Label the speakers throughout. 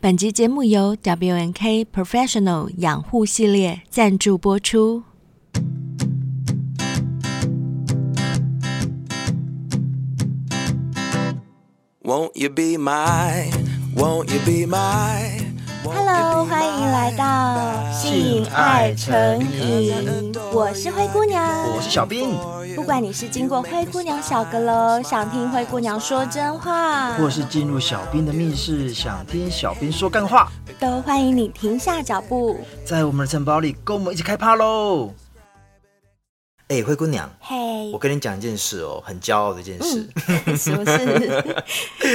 Speaker 1: 本集节目由 WNK Professional 养护系列赞助播出。
Speaker 2: Won't you be my? Won't you be my?
Speaker 3: Hello，欢迎来到性爱成瘾，我是灰姑娘。
Speaker 4: 我是小兵，
Speaker 3: 不管你是经过灰姑娘小阁楼，想听灰姑娘说真话，
Speaker 4: 或是进入小兵的密室，想听小兵说干话，
Speaker 3: 都欢迎你停下脚 步。
Speaker 4: 在我们的城堡里跟我们一起开趴喽！哎、灰姑娘，
Speaker 3: 嘿
Speaker 4: 我，跟你讲一件事哦，很骄傲的一件事。
Speaker 3: 什么 事？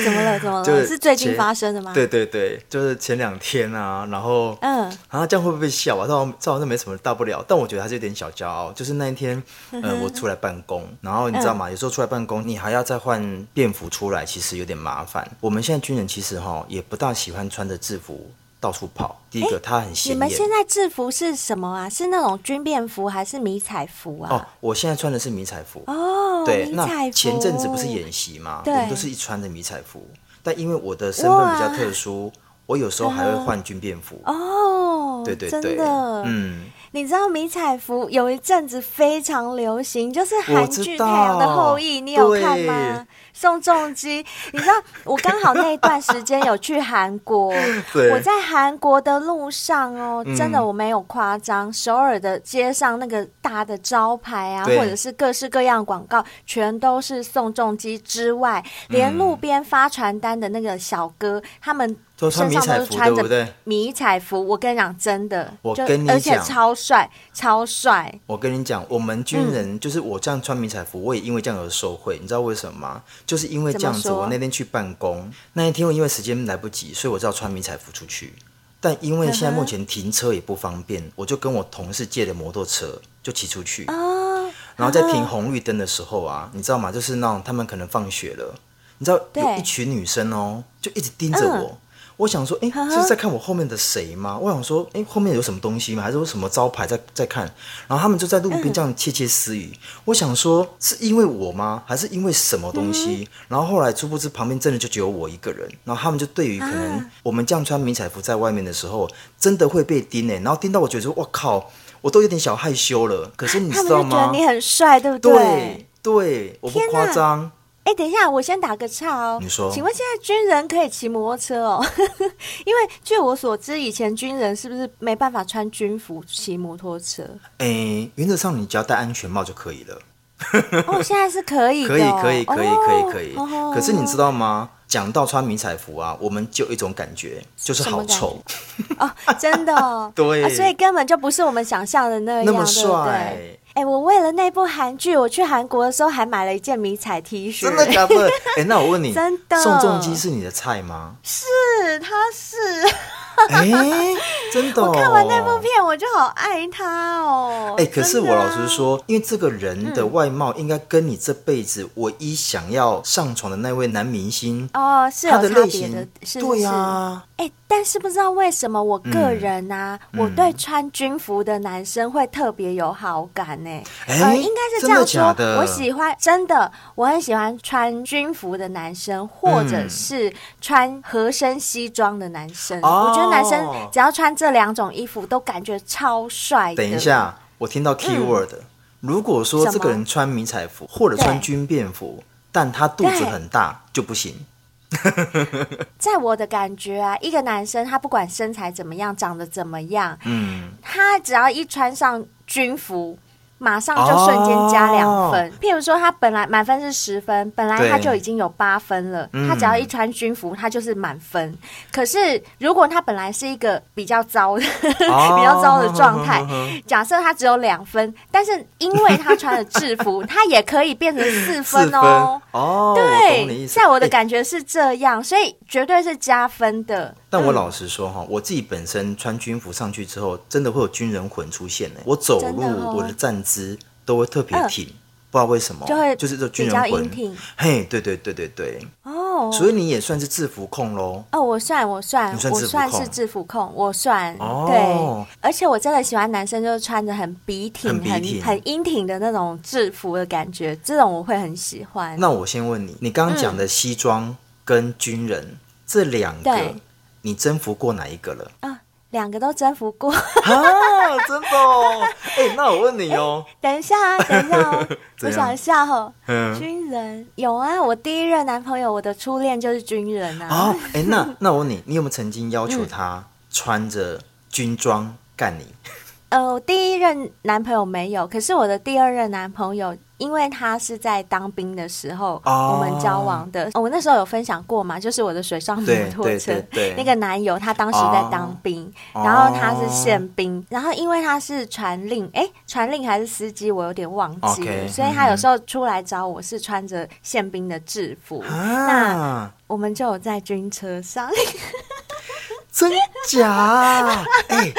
Speaker 3: 怎么了？怎么了？是最近
Speaker 4: 前
Speaker 3: 发生的吗？
Speaker 4: 对，对对，就是前两天啊，然后
Speaker 3: 嗯，
Speaker 4: 啊，这样会不会被笑啊？这好像这好像没什么大不了，但我觉得还是有点小骄傲。就是那一天，
Speaker 3: 嗯
Speaker 4: 呃，我出来办公，然后你知道吗？有时候出来办公，你还要再换便服出来，其实有点麻烦。我们现在军人其实哈也不大喜欢穿着制服到处跑。第一个，它很
Speaker 3: 你
Speaker 4: 显
Speaker 3: 们
Speaker 4: 眼。
Speaker 3: 现在制服是什么啊？是那种军便服还是迷彩服
Speaker 4: 哦
Speaker 3: 啊？，
Speaker 4: 我现在穿的是迷彩服。
Speaker 3: 哦，
Speaker 4: 对，
Speaker 3: 迷彩
Speaker 4: 那
Speaker 3: 服。
Speaker 4: 前阵子不是演习吗？我
Speaker 3: 对
Speaker 4: 们都是一穿着迷彩服，但因为我的身份比较特殊，我有时候还会换军便服。
Speaker 3: 哦，
Speaker 4: 对对
Speaker 3: 真
Speaker 4: 对，
Speaker 3: 的，。
Speaker 4: 嗯，
Speaker 3: 你知道迷彩服有一阵子非常流行，就是
Speaker 4: 我
Speaker 3: 韩
Speaker 4: 知
Speaker 3: 剧《太阳的
Speaker 4: 道
Speaker 3: 后裔》，你有看吗
Speaker 4: 对？，
Speaker 3: 宋仲基，你知道我刚好那一段时间有去韩国
Speaker 4: 对
Speaker 3: 我在韩国的路上哦，真的
Speaker 4: 嗯
Speaker 3: 我没有夸张，首尔的街上那个大的招牌啊，
Speaker 4: 对
Speaker 3: 或者是各式各样的广告，全都是宋仲基之外，
Speaker 4: 嗯
Speaker 3: 连路边发传单的那个小哥，他们。
Speaker 4: 都穿
Speaker 3: 身上
Speaker 4: 迷彩
Speaker 3: 都是
Speaker 4: 服
Speaker 3: 穿
Speaker 4: 对
Speaker 3: 着
Speaker 4: 不对
Speaker 3: 迷彩服，我跟你讲，真的，
Speaker 4: 我
Speaker 3: 就
Speaker 4: 跟你
Speaker 3: 而且
Speaker 4: 讲
Speaker 3: 超帅，超帅，
Speaker 4: 我跟你讲，我们军
Speaker 3: 嗯
Speaker 4: 人、就是我这样穿迷彩服，我也因为这样而受贿，你知道为什么吗？就是因为这样子，
Speaker 3: 怎么说
Speaker 4: 我那天去办公，那一天我因为时间来不及，所以我只好穿迷彩服出去。但因为现在目前停车也不方便，我就跟我同事借的摩托车就骑出去。
Speaker 3: 啊
Speaker 4: 然后在停红绿灯的时候啊，你知道吗？就是那种他们可能放学了，你知道有
Speaker 3: 对
Speaker 4: 一群女生哦，就一直盯着
Speaker 3: 嗯
Speaker 4: 我。我想说，哎、是在看我后面的谁吗？我想说，哎、后面有什么东西吗？还是有什么招牌在在看？然后他们就在路
Speaker 3: 嗯
Speaker 4: 边这样窃窃私语。我想说，是因为我吗？还是因为什么东
Speaker 3: 嗯
Speaker 4: 西？然后后来殊不知旁边真的就只有我一个人。然后他们就对于可
Speaker 3: 啊
Speaker 4: 能我们这样穿迷彩服在外面的时候，真的会被盯诶、然后盯到我觉得说，我靠，我都有点小害羞了。可是你
Speaker 3: 他们
Speaker 4: 知道
Speaker 3: 就觉
Speaker 4: 吗
Speaker 3: 得？你很帅，对不
Speaker 4: 对对，我不
Speaker 3: 天哪
Speaker 4: 夸张。
Speaker 3: 哎、等一下，我先打个岔哦。
Speaker 4: 你说
Speaker 3: 请问现在军人可以骑摩托车哦？ 因为据我所知，以前军人是不是没办法穿军服骑摩托车？
Speaker 4: 哎、原则上你只要戴安全帽就可以了。
Speaker 3: 哦，现在是可以的
Speaker 4: 可以
Speaker 3: 哦、
Speaker 4: 可以可以
Speaker 3: 哦
Speaker 4: 可以可以
Speaker 3: 哦。
Speaker 4: 可是你知道吗？讲到穿迷彩服啊，我们就有一种感觉，就是
Speaker 3: 什么
Speaker 4: 好
Speaker 3: 感
Speaker 4: 丑，，
Speaker 3: 哦，真的、哦
Speaker 4: 对
Speaker 3: 啊所以根本就不是我们想象的那样，
Speaker 4: 那么
Speaker 3: 对不
Speaker 4: 帅
Speaker 3: 对。哎、我为了那部韩剧，我去韩国的时候还买了一件迷彩 T 恤，
Speaker 4: 真的 假的？哎，那我问你，
Speaker 3: 真的
Speaker 4: 宋仲基是你的菜 吗？
Speaker 3: 是，他是。
Speaker 4: 哎，真的。哦
Speaker 3: 我看完那部。片，我就好爱他哦。
Speaker 4: 哎、可是
Speaker 3: 真
Speaker 4: 我
Speaker 3: 的啊
Speaker 4: 老实，说，因为这个人的外貌应该跟你这辈子唯一想要上床的那位男明星，
Speaker 3: 哦，是
Speaker 4: 他
Speaker 3: 有
Speaker 4: 的
Speaker 3: 差
Speaker 4: 类
Speaker 3: 别的是
Speaker 4: 型，，对啊呀、
Speaker 3: 是哎、但是不知道为什么，我个人啊，
Speaker 4: 嗯
Speaker 3: 我对穿军服的男生会特别有好感呢、
Speaker 4: 哎
Speaker 3: 呃，应该是这样
Speaker 4: 真的
Speaker 3: 说，
Speaker 4: 假的
Speaker 3: 我喜欢真的，我很喜欢穿军服的男生，或
Speaker 4: 嗯
Speaker 3: 者是穿合身西装的男生。
Speaker 4: 哦
Speaker 3: 我觉得男生只要穿这两种衣服，都感觉超帅的。
Speaker 4: 等一，下，我听到 key word，、如果
Speaker 3: 嗯
Speaker 4: 说
Speaker 3: 什
Speaker 4: 这个
Speaker 3: 么
Speaker 4: 人穿迷彩服或者穿
Speaker 3: 对
Speaker 4: 军便服，但他肚子
Speaker 3: 对
Speaker 4: 很大就不行。
Speaker 3: 在我的感觉啊，一个男生他不管身材怎么样，长得怎么样，
Speaker 4: 嗯，
Speaker 3: 他只要一穿上军服，马上就瞬间加两
Speaker 4: 哦
Speaker 3: 分。譬如说，他本来满分是十分，本来
Speaker 4: 对
Speaker 3: 他就已经有八分了，
Speaker 4: 嗯
Speaker 3: 他只要一穿军服，他就是满分。可是如果他本来是一个比较糟的、
Speaker 4: 哦
Speaker 3: 比较糟的状态， 假设他只有两分，但是因为他穿了制 服，他也可以变成四
Speaker 4: 四
Speaker 3: 分哦。
Speaker 4: 哦，我懂你
Speaker 3: 对，
Speaker 4: 意思。
Speaker 3: 在我的
Speaker 4: 哎
Speaker 3: 感觉是这样，所以绝对是加分的。
Speaker 4: 但我老实说哈，我自己本身穿军服上去之后，真的会有军人魂出现呢。我走
Speaker 3: 真
Speaker 4: 路，
Speaker 3: 的哦
Speaker 4: 我的站姿都会特别
Speaker 3: 嗯
Speaker 4: 挺，不知道为什么，
Speaker 3: 就会
Speaker 4: 就是这军
Speaker 3: 比较
Speaker 4: 人
Speaker 3: 英
Speaker 4: 魂。
Speaker 3: 挺
Speaker 4: 嘿，对对对对对，
Speaker 3: 哦。
Speaker 4: 所以你也算是制服控喽。
Speaker 3: 哦，我算我算
Speaker 4: 你算
Speaker 3: 我
Speaker 4: 制服
Speaker 3: 算
Speaker 4: 控
Speaker 3: 是制服控，我算、
Speaker 4: 哦
Speaker 3: 对，而且我真的喜欢男生就是穿着很笔挺、
Speaker 4: 很笔
Speaker 3: 很
Speaker 4: 挺
Speaker 3: 很英挺的那种制服的感觉，这种我会很喜欢。嗯
Speaker 4: 那我先问你，你刚刚讲的西装跟军人、这两个
Speaker 3: 对，
Speaker 4: 你征服过哪一个了？
Speaker 3: 啊，两个都征服过。
Speaker 4: 啊，真的哦！哎、那我问你哦，，
Speaker 3: 等一下啊，等一下哦 我
Speaker 4: 怎样
Speaker 3: 想一下哦。
Speaker 4: 嗯，
Speaker 3: 军人有啊，我第一任男朋友，我的初恋就是军人啊。
Speaker 4: 啊，哎、那那我问你，你有没有曾经要
Speaker 3: 嗯
Speaker 4: 求他穿着军装干你？
Speaker 3: 呃，我第一任男朋友没有，可是我的第二任男朋友，因为他是在当兵的时候
Speaker 4: 哦
Speaker 3: 我们交往的。哦我那时候有分享过嘛，就是我的水上摩
Speaker 4: 对
Speaker 3: 托
Speaker 4: 对
Speaker 3: 车
Speaker 4: 对哦对
Speaker 3: 那个男友，他当时在当兵，然后他是宪兵，然后因为他是传令，哎，传令还是司机，我有点忘记了
Speaker 4: OK，嗯
Speaker 3: 所以他有时候出来找我是穿着宪兵的制服。那
Speaker 4: 啊，
Speaker 3: 我们就有在军车上，
Speaker 4: 真假？哎、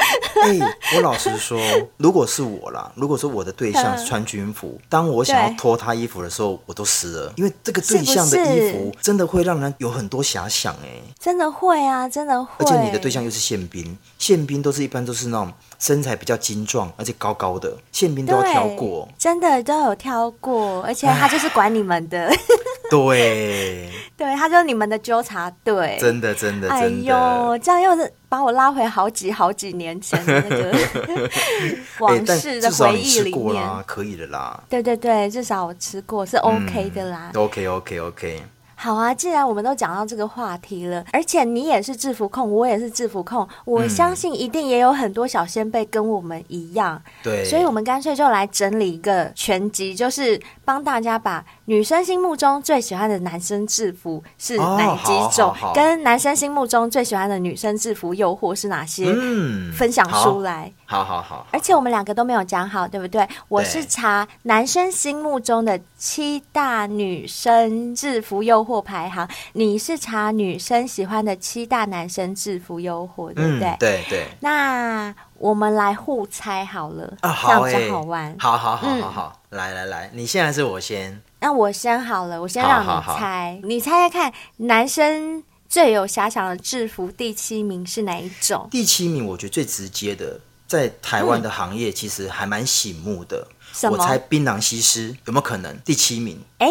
Speaker 4: 哎、我老实说，如果是我啦，如果说我的对象
Speaker 3: 嗯
Speaker 4: 是穿军服，当我想要
Speaker 3: 对
Speaker 4: 脱他衣服的时候，我都湿了，因为这个对象
Speaker 3: 是
Speaker 4: 的
Speaker 3: 不是
Speaker 4: 衣服真的会让人有很多遐想哎、
Speaker 3: 真的会啊，真的会。
Speaker 4: 而且你的对象又是宪兵，宪兵都是一般都是那种身材比较精壮，而且高高的，宪兵都要
Speaker 3: 对，
Speaker 4: 挑过。
Speaker 3: 真的都有挑过，而且他就是管你们的，
Speaker 4: 对，
Speaker 3: 对，他就是你们的纠察 队。
Speaker 4: 真的真的
Speaker 3: 哎
Speaker 4: 真的。
Speaker 3: 呦，这样又是把我拉回好几好几年前的那 个
Speaker 4: 哎
Speaker 3: 往
Speaker 4: 但
Speaker 3: 事
Speaker 4: 至
Speaker 3: 的
Speaker 4: 少
Speaker 3: 回
Speaker 4: 你
Speaker 3: 忆
Speaker 4: 吃
Speaker 3: 里
Speaker 4: 过啊
Speaker 3: 面。
Speaker 4: 啦，可以的啦。
Speaker 3: 对对对，至少我吃过是
Speaker 4: 嗯
Speaker 3: OK 的啦。
Speaker 4: OK OK OK，
Speaker 3: 好啊，既然我们都讲到这个话题了，而且你也是制服控，我也是制服控，
Speaker 4: 嗯
Speaker 3: 我相信一定也有很多小先辈跟我们一样，
Speaker 4: 对。
Speaker 3: 所以，我们干脆就来整理一个全集，就是帮大家把女生心目中最喜欢的男生制服是哪几
Speaker 4: 哦好好
Speaker 3: 种，
Speaker 4: 好
Speaker 3: 跟男生心目中最喜欢的女生制服诱惑是哪些，
Speaker 4: 嗯
Speaker 3: 分享哎出来。
Speaker 4: 好好好，
Speaker 3: 而且我们两个都没有讲好，对不对？我是查男生心目中的七大女生制服诱惑排行，你是查女生喜欢的七大男生制服诱惑，对不
Speaker 4: 嗯
Speaker 3: 对？，
Speaker 4: 对对。
Speaker 3: 那我们来互猜好了，
Speaker 4: 啊，好
Speaker 3: 这
Speaker 4: 哎、
Speaker 3: 样比较好玩。
Speaker 4: 好好好
Speaker 3: 嗯
Speaker 4: 好好，来来来，你现在是我先，
Speaker 3: 那我先好了，我先
Speaker 4: 好
Speaker 3: 让你猜，
Speaker 4: 好好
Speaker 3: 你猜猜看，男生最有遐想的制服第七名是哪一种？
Speaker 4: 第七名，我觉得最直接的，在台湾的行业其实还蛮醒目的。
Speaker 3: 嗯什
Speaker 4: 我
Speaker 3: 么
Speaker 4: 猜槟榔西施有没有可能第七名？
Speaker 3: 哎、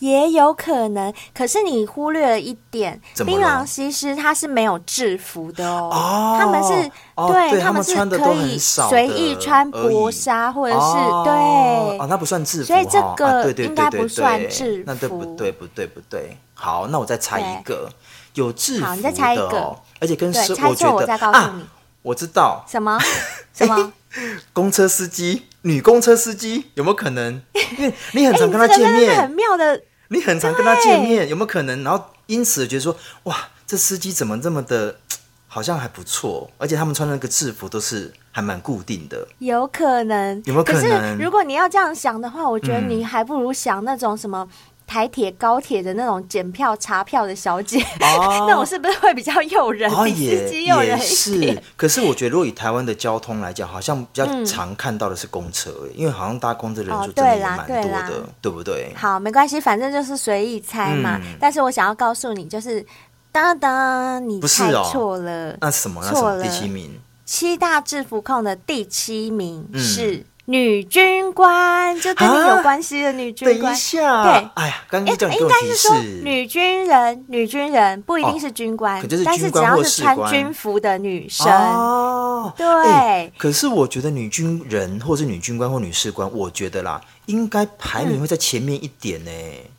Speaker 3: 也有可能，可是你忽略了一点，
Speaker 4: 怎么
Speaker 3: 槟
Speaker 4: 了
Speaker 3: 榔西施它是没有制服的哦，
Speaker 4: 哦
Speaker 3: 他们是、
Speaker 4: 哦对
Speaker 3: 他
Speaker 4: 他们
Speaker 3: 是
Speaker 4: 穿得都
Speaker 3: 可
Speaker 4: 很
Speaker 3: 以
Speaker 4: 少
Speaker 3: 随
Speaker 4: 的
Speaker 3: 意穿
Speaker 4: 而已
Speaker 3: 薄纱或者是、
Speaker 4: 哦
Speaker 3: 对。
Speaker 4: 哦，那不算制服
Speaker 3: 所
Speaker 4: 哈，
Speaker 3: 以这
Speaker 4: 啊、
Speaker 3: 个
Speaker 4: 对对
Speaker 3: 应
Speaker 4: 对
Speaker 3: 该
Speaker 4: 对
Speaker 3: 不
Speaker 4: 对
Speaker 3: 算制
Speaker 4: 那对不
Speaker 3: 服
Speaker 4: 对？不对不对。好，那我再猜一个有制服的、哦，
Speaker 3: 好你再猜一个
Speaker 4: 而且跟
Speaker 3: 对
Speaker 4: 生
Speaker 3: 猜
Speaker 4: 我
Speaker 3: 错
Speaker 4: 觉
Speaker 3: 我
Speaker 4: 得
Speaker 3: 再告诉
Speaker 4: 啊
Speaker 3: 你，
Speaker 4: 我知道
Speaker 3: 什 么什么？
Speaker 4: 公车司机，女公车司机有没有 可能？因为你很
Speaker 3: 哎、
Speaker 4: 常
Speaker 3: 你
Speaker 4: 跟
Speaker 3: 这个
Speaker 4: 他见
Speaker 3: 真的是
Speaker 4: 面
Speaker 3: 很，妙的
Speaker 4: 你很常跟他见面，有没有可能？然后因此觉得说，哇，这司机怎么这么的，好像还不错，而且他们穿的那个制服都是还蛮固定的。
Speaker 3: 有可能，
Speaker 4: 有没有可
Speaker 3: 可
Speaker 4: 能
Speaker 3: 是如果你要这样想的话，我觉得
Speaker 4: 嗯
Speaker 3: 你还不如想那种什么。台铁、高铁的那种检票、查票的小姐，
Speaker 4: 哦
Speaker 3: 那种是不是会比较诱人，
Speaker 4: 然后
Speaker 3: 比
Speaker 4: 哦也
Speaker 3: 司机诱
Speaker 4: 也
Speaker 3: 人一
Speaker 4: 是
Speaker 3: 点？，嗯
Speaker 4: 可是我觉得，如果以台湾的交通来讲，好像比较常看到的是公车、因为好像搭公车的人数
Speaker 3: 哦
Speaker 4: 真的也
Speaker 3: 对啦
Speaker 4: 蛮多
Speaker 3: 对啦
Speaker 4: 的，对不对？
Speaker 3: 好，没关系，反正就是随意猜嘛。
Speaker 4: 嗯
Speaker 3: 但是我想要告诉你，就是当当，你
Speaker 4: 不是
Speaker 3: 猜
Speaker 4: 哦
Speaker 3: 错了。
Speaker 4: 那什么？那什
Speaker 3: 错
Speaker 4: 么？
Speaker 3: 了
Speaker 4: 第七名？
Speaker 3: 七大制服控的第七名
Speaker 4: 嗯
Speaker 3: 是女军官，就跟你
Speaker 4: 啊
Speaker 3: 有关系的女军
Speaker 4: 等
Speaker 3: 官
Speaker 4: 一。下，
Speaker 3: 对
Speaker 4: 哎呀，刚刚
Speaker 3: 应
Speaker 4: 叫你给
Speaker 3: 应
Speaker 4: 我
Speaker 3: 该
Speaker 4: 提
Speaker 3: 是
Speaker 4: 示
Speaker 3: 说，女军人，女军人不一定是军官，
Speaker 4: 哦可就是
Speaker 3: 但是
Speaker 4: 军
Speaker 3: 只
Speaker 4: 官
Speaker 3: 要
Speaker 4: 或
Speaker 3: 是
Speaker 4: 士
Speaker 3: 穿
Speaker 4: 官
Speaker 3: 军服的女生，
Speaker 4: 哦，
Speaker 3: 对
Speaker 4: 哎可是我觉得女军人或是女军官或女士官，我觉得啦，应该排名会在前面一点呢、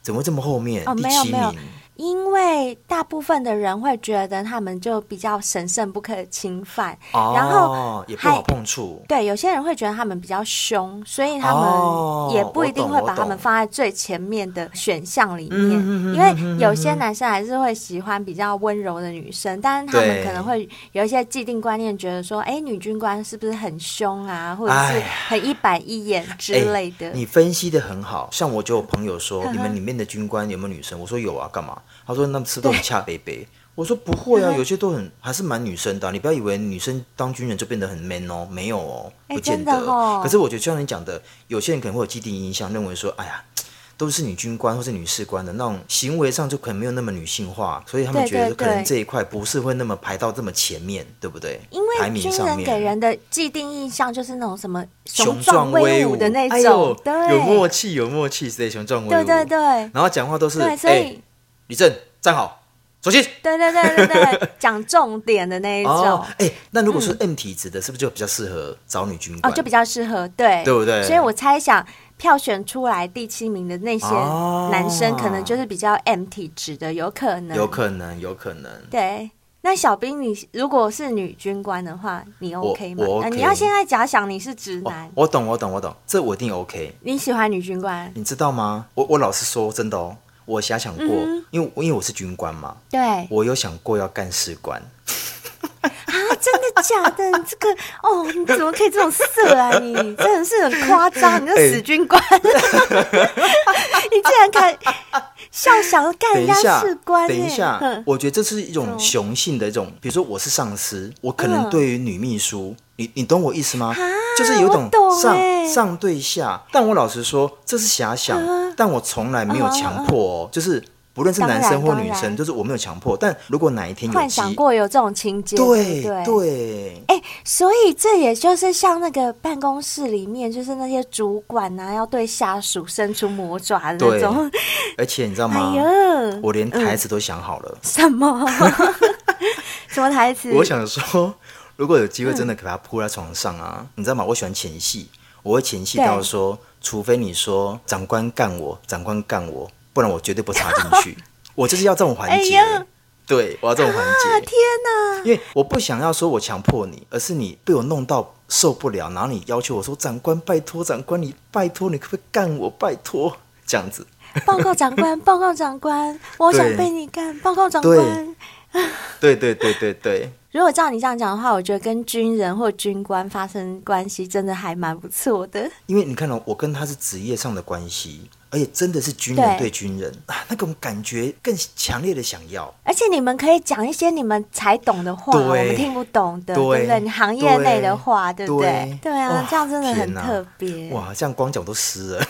Speaker 4: 怎么会这么后面？
Speaker 3: 嗯哦
Speaker 4: 第
Speaker 3: 没有
Speaker 4: 七
Speaker 3: 没有
Speaker 4: 名
Speaker 3: 因为大部分的人会觉得他们就比较神圣不可侵犯，
Speaker 4: 哦，
Speaker 3: 然后
Speaker 4: 也不好
Speaker 3: 还。
Speaker 4: 碰触。
Speaker 3: 对，有些人会觉得他们比较凶，所以他
Speaker 4: 哦
Speaker 3: 们也不
Speaker 4: 我
Speaker 3: 一定
Speaker 4: 懂
Speaker 3: 会
Speaker 4: 我
Speaker 3: 把他们
Speaker 4: 懂
Speaker 3: 放在最前面的选项里面
Speaker 4: 嗯嗯嗯嗯，
Speaker 3: 因为有些男生还是会喜欢比较温柔的女生，但是他们
Speaker 4: 对
Speaker 3: 可能会有一些既定观念，觉得说，哎，女军官是不是很凶啊，或者
Speaker 4: 哎
Speaker 3: 是
Speaker 4: 呀
Speaker 3: 很一板一眼之
Speaker 4: 哎
Speaker 3: 类的。
Speaker 4: 你分析的很好，像我就有朋友说，
Speaker 3: 呵呵
Speaker 4: 你们里面的军官有没有女生？我说有啊，干嘛？他说那吃都很恰北北。 我说不 会啊，有些都很还是蛮女生的啊、你不要以为女生当军人就变得很 man 哦，没有哦，
Speaker 3: 哎
Speaker 4: 不见得。
Speaker 3: 真的哦
Speaker 4: 可是我觉得就像你讲的，有些人可能会有既定印象，认为说，哎呀。都是女军官或是女士官的那种行为上就可能没有那么女性化，所以他们
Speaker 3: 对
Speaker 4: 觉
Speaker 3: 对
Speaker 4: 得可能
Speaker 3: 对
Speaker 4: 这一块不是会那么排到这么前面，对不对？
Speaker 3: 因
Speaker 4: 排
Speaker 3: 为
Speaker 4: 名
Speaker 3: 军
Speaker 4: 上
Speaker 3: 人
Speaker 4: 面
Speaker 3: 给人的既定印象就是那种什么
Speaker 4: 雄
Speaker 3: 壮
Speaker 4: 壮
Speaker 3: 威
Speaker 4: 武
Speaker 3: 武的那
Speaker 4: 哎
Speaker 3: 种
Speaker 4: 呦，
Speaker 3: 对，
Speaker 4: 有默契，有默契，对，雄壮威武，
Speaker 3: 对对对
Speaker 4: 然后讲话都是，哎
Speaker 3: 对，所以
Speaker 4: 哎，李正站好，走起。
Speaker 3: 对对对对对，讲重点的那一种
Speaker 4: 哦，。哎、那如果是 M 体质的，是不是就比较适合找女军
Speaker 3: 嗯哦，
Speaker 4: 官？
Speaker 3: 就比较适合，对，
Speaker 4: 对不对
Speaker 3: 所以我猜想，票选出来第七名的那些
Speaker 4: 哦
Speaker 3: 男生，可能就是比较 M 体质的，有可能，
Speaker 4: 有可能，有可能。
Speaker 3: 对。那小兵，你如果是女军官的话，你
Speaker 4: 我
Speaker 3: OK 吗？
Speaker 4: 我
Speaker 3: 呃
Speaker 4: OK
Speaker 3: 你要现在假想你是直
Speaker 4: 哦
Speaker 3: 男，，
Speaker 4: 我懂，我懂，我懂，这我一定 OK。
Speaker 3: 你喜欢女军官，
Speaker 4: 你知道吗？我我老实说，真的哦，我遐想过，
Speaker 3: 嗯
Speaker 4: 因为我因为我是军官嘛，
Speaker 3: 对啊，
Speaker 4: 我有想过要干士官。
Speaker 3: 真的假的？ 你这个哦，你怎么可以这种色啊？ 你真的是很夸张，你
Speaker 4: 哎
Speaker 3: 这死军官，你竟然敢笑想干
Speaker 4: 等
Speaker 3: 人
Speaker 4: 一
Speaker 3: 家
Speaker 4: 下
Speaker 3: 士，官、欸？
Speaker 4: 等一下
Speaker 3: 哼，
Speaker 4: 我觉得这是一种
Speaker 3: 嗯
Speaker 4: 雄性的一种，比如说我是上司，我可能
Speaker 3: 嗯
Speaker 4: 对于女秘书，你你懂我意思吗？
Speaker 3: 啊
Speaker 4: 就是有一种
Speaker 3: 我懂
Speaker 4: 上、
Speaker 3: 欸
Speaker 4: 上对下，但我老实说，这是遐想，
Speaker 3: 啊
Speaker 4: 但我从来没有强迫哦，就是不论是
Speaker 3: 当
Speaker 4: 男
Speaker 3: 然
Speaker 4: 生或
Speaker 3: 当
Speaker 4: 女生，
Speaker 3: 然
Speaker 4: 就是我没有强迫，但如果哪一天有
Speaker 3: 幻
Speaker 4: 机
Speaker 3: 想，过有这种情节，
Speaker 4: 嗯对
Speaker 3: 对不对。
Speaker 4: 对，
Speaker 3: 哎、所以这也就是像那个办公室里面，就是那些主管啊，要对下属伸出魔爪的那
Speaker 4: 对嗯
Speaker 3: 种。
Speaker 4: 而且你知 道
Speaker 3: 哎嗯
Speaker 4: 吗？
Speaker 3: 呀，
Speaker 4: 我连台词都想好了，
Speaker 3: 什么 什么台词？啊
Speaker 4: 我想说，如果有机会真的
Speaker 3: 嗯
Speaker 4: 给他铺在床上啊，你知道吗？我喜欢前戏，我会前戏到
Speaker 3: 对
Speaker 4: 说，除非你说长官干我，长官干我，不然我绝对不插进 去。我就是要这种环
Speaker 3: 哎
Speaker 4: 节，
Speaker 3: 呀
Speaker 4: 对我要这种环
Speaker 3: 啊
Speaker 4: 节，
Speaker 3: 天哪！
Speaker 4: 因为我不想要说我强迫你，而是你被我弄到受不了，然后你要求我说长官拜托，长官你拜托，你可不可以干我？拜托，这样子。
Speaker 3: 报告长 官，报告长官，我想被你干。报告长官
Speaker 4: 对，对对对对对，
Speaker 3: 如果照你这样讲的话，我觉得跟军人或军官发生关系，真的还蛮不错的。
Speaker 4: 因为你看到、哦我跟他是职业上的关系，而且真的是军人
Speaker 3: 对
Speaker 4: 对军人啊，那种感觉更强烈的想要。
Speaker 3: 而且你们可以讲一些你们才懂的话，
Speaker 4: 对
Speaker 3: 我们听不懂的，
Speaker 4: 对
Speaker 3: 对不对？你行业内的话，对
Speaker 4: 对
Speaker 3: 不对
Speaker 4: 对？
Speaker 3: 对啊
Speaker 4: 哇，
Speaker 3: 这样真的很
Speaker 4: 天哪
Speaker 3: 特别。
Speaker 4: 哇，这样光讲都湿 了。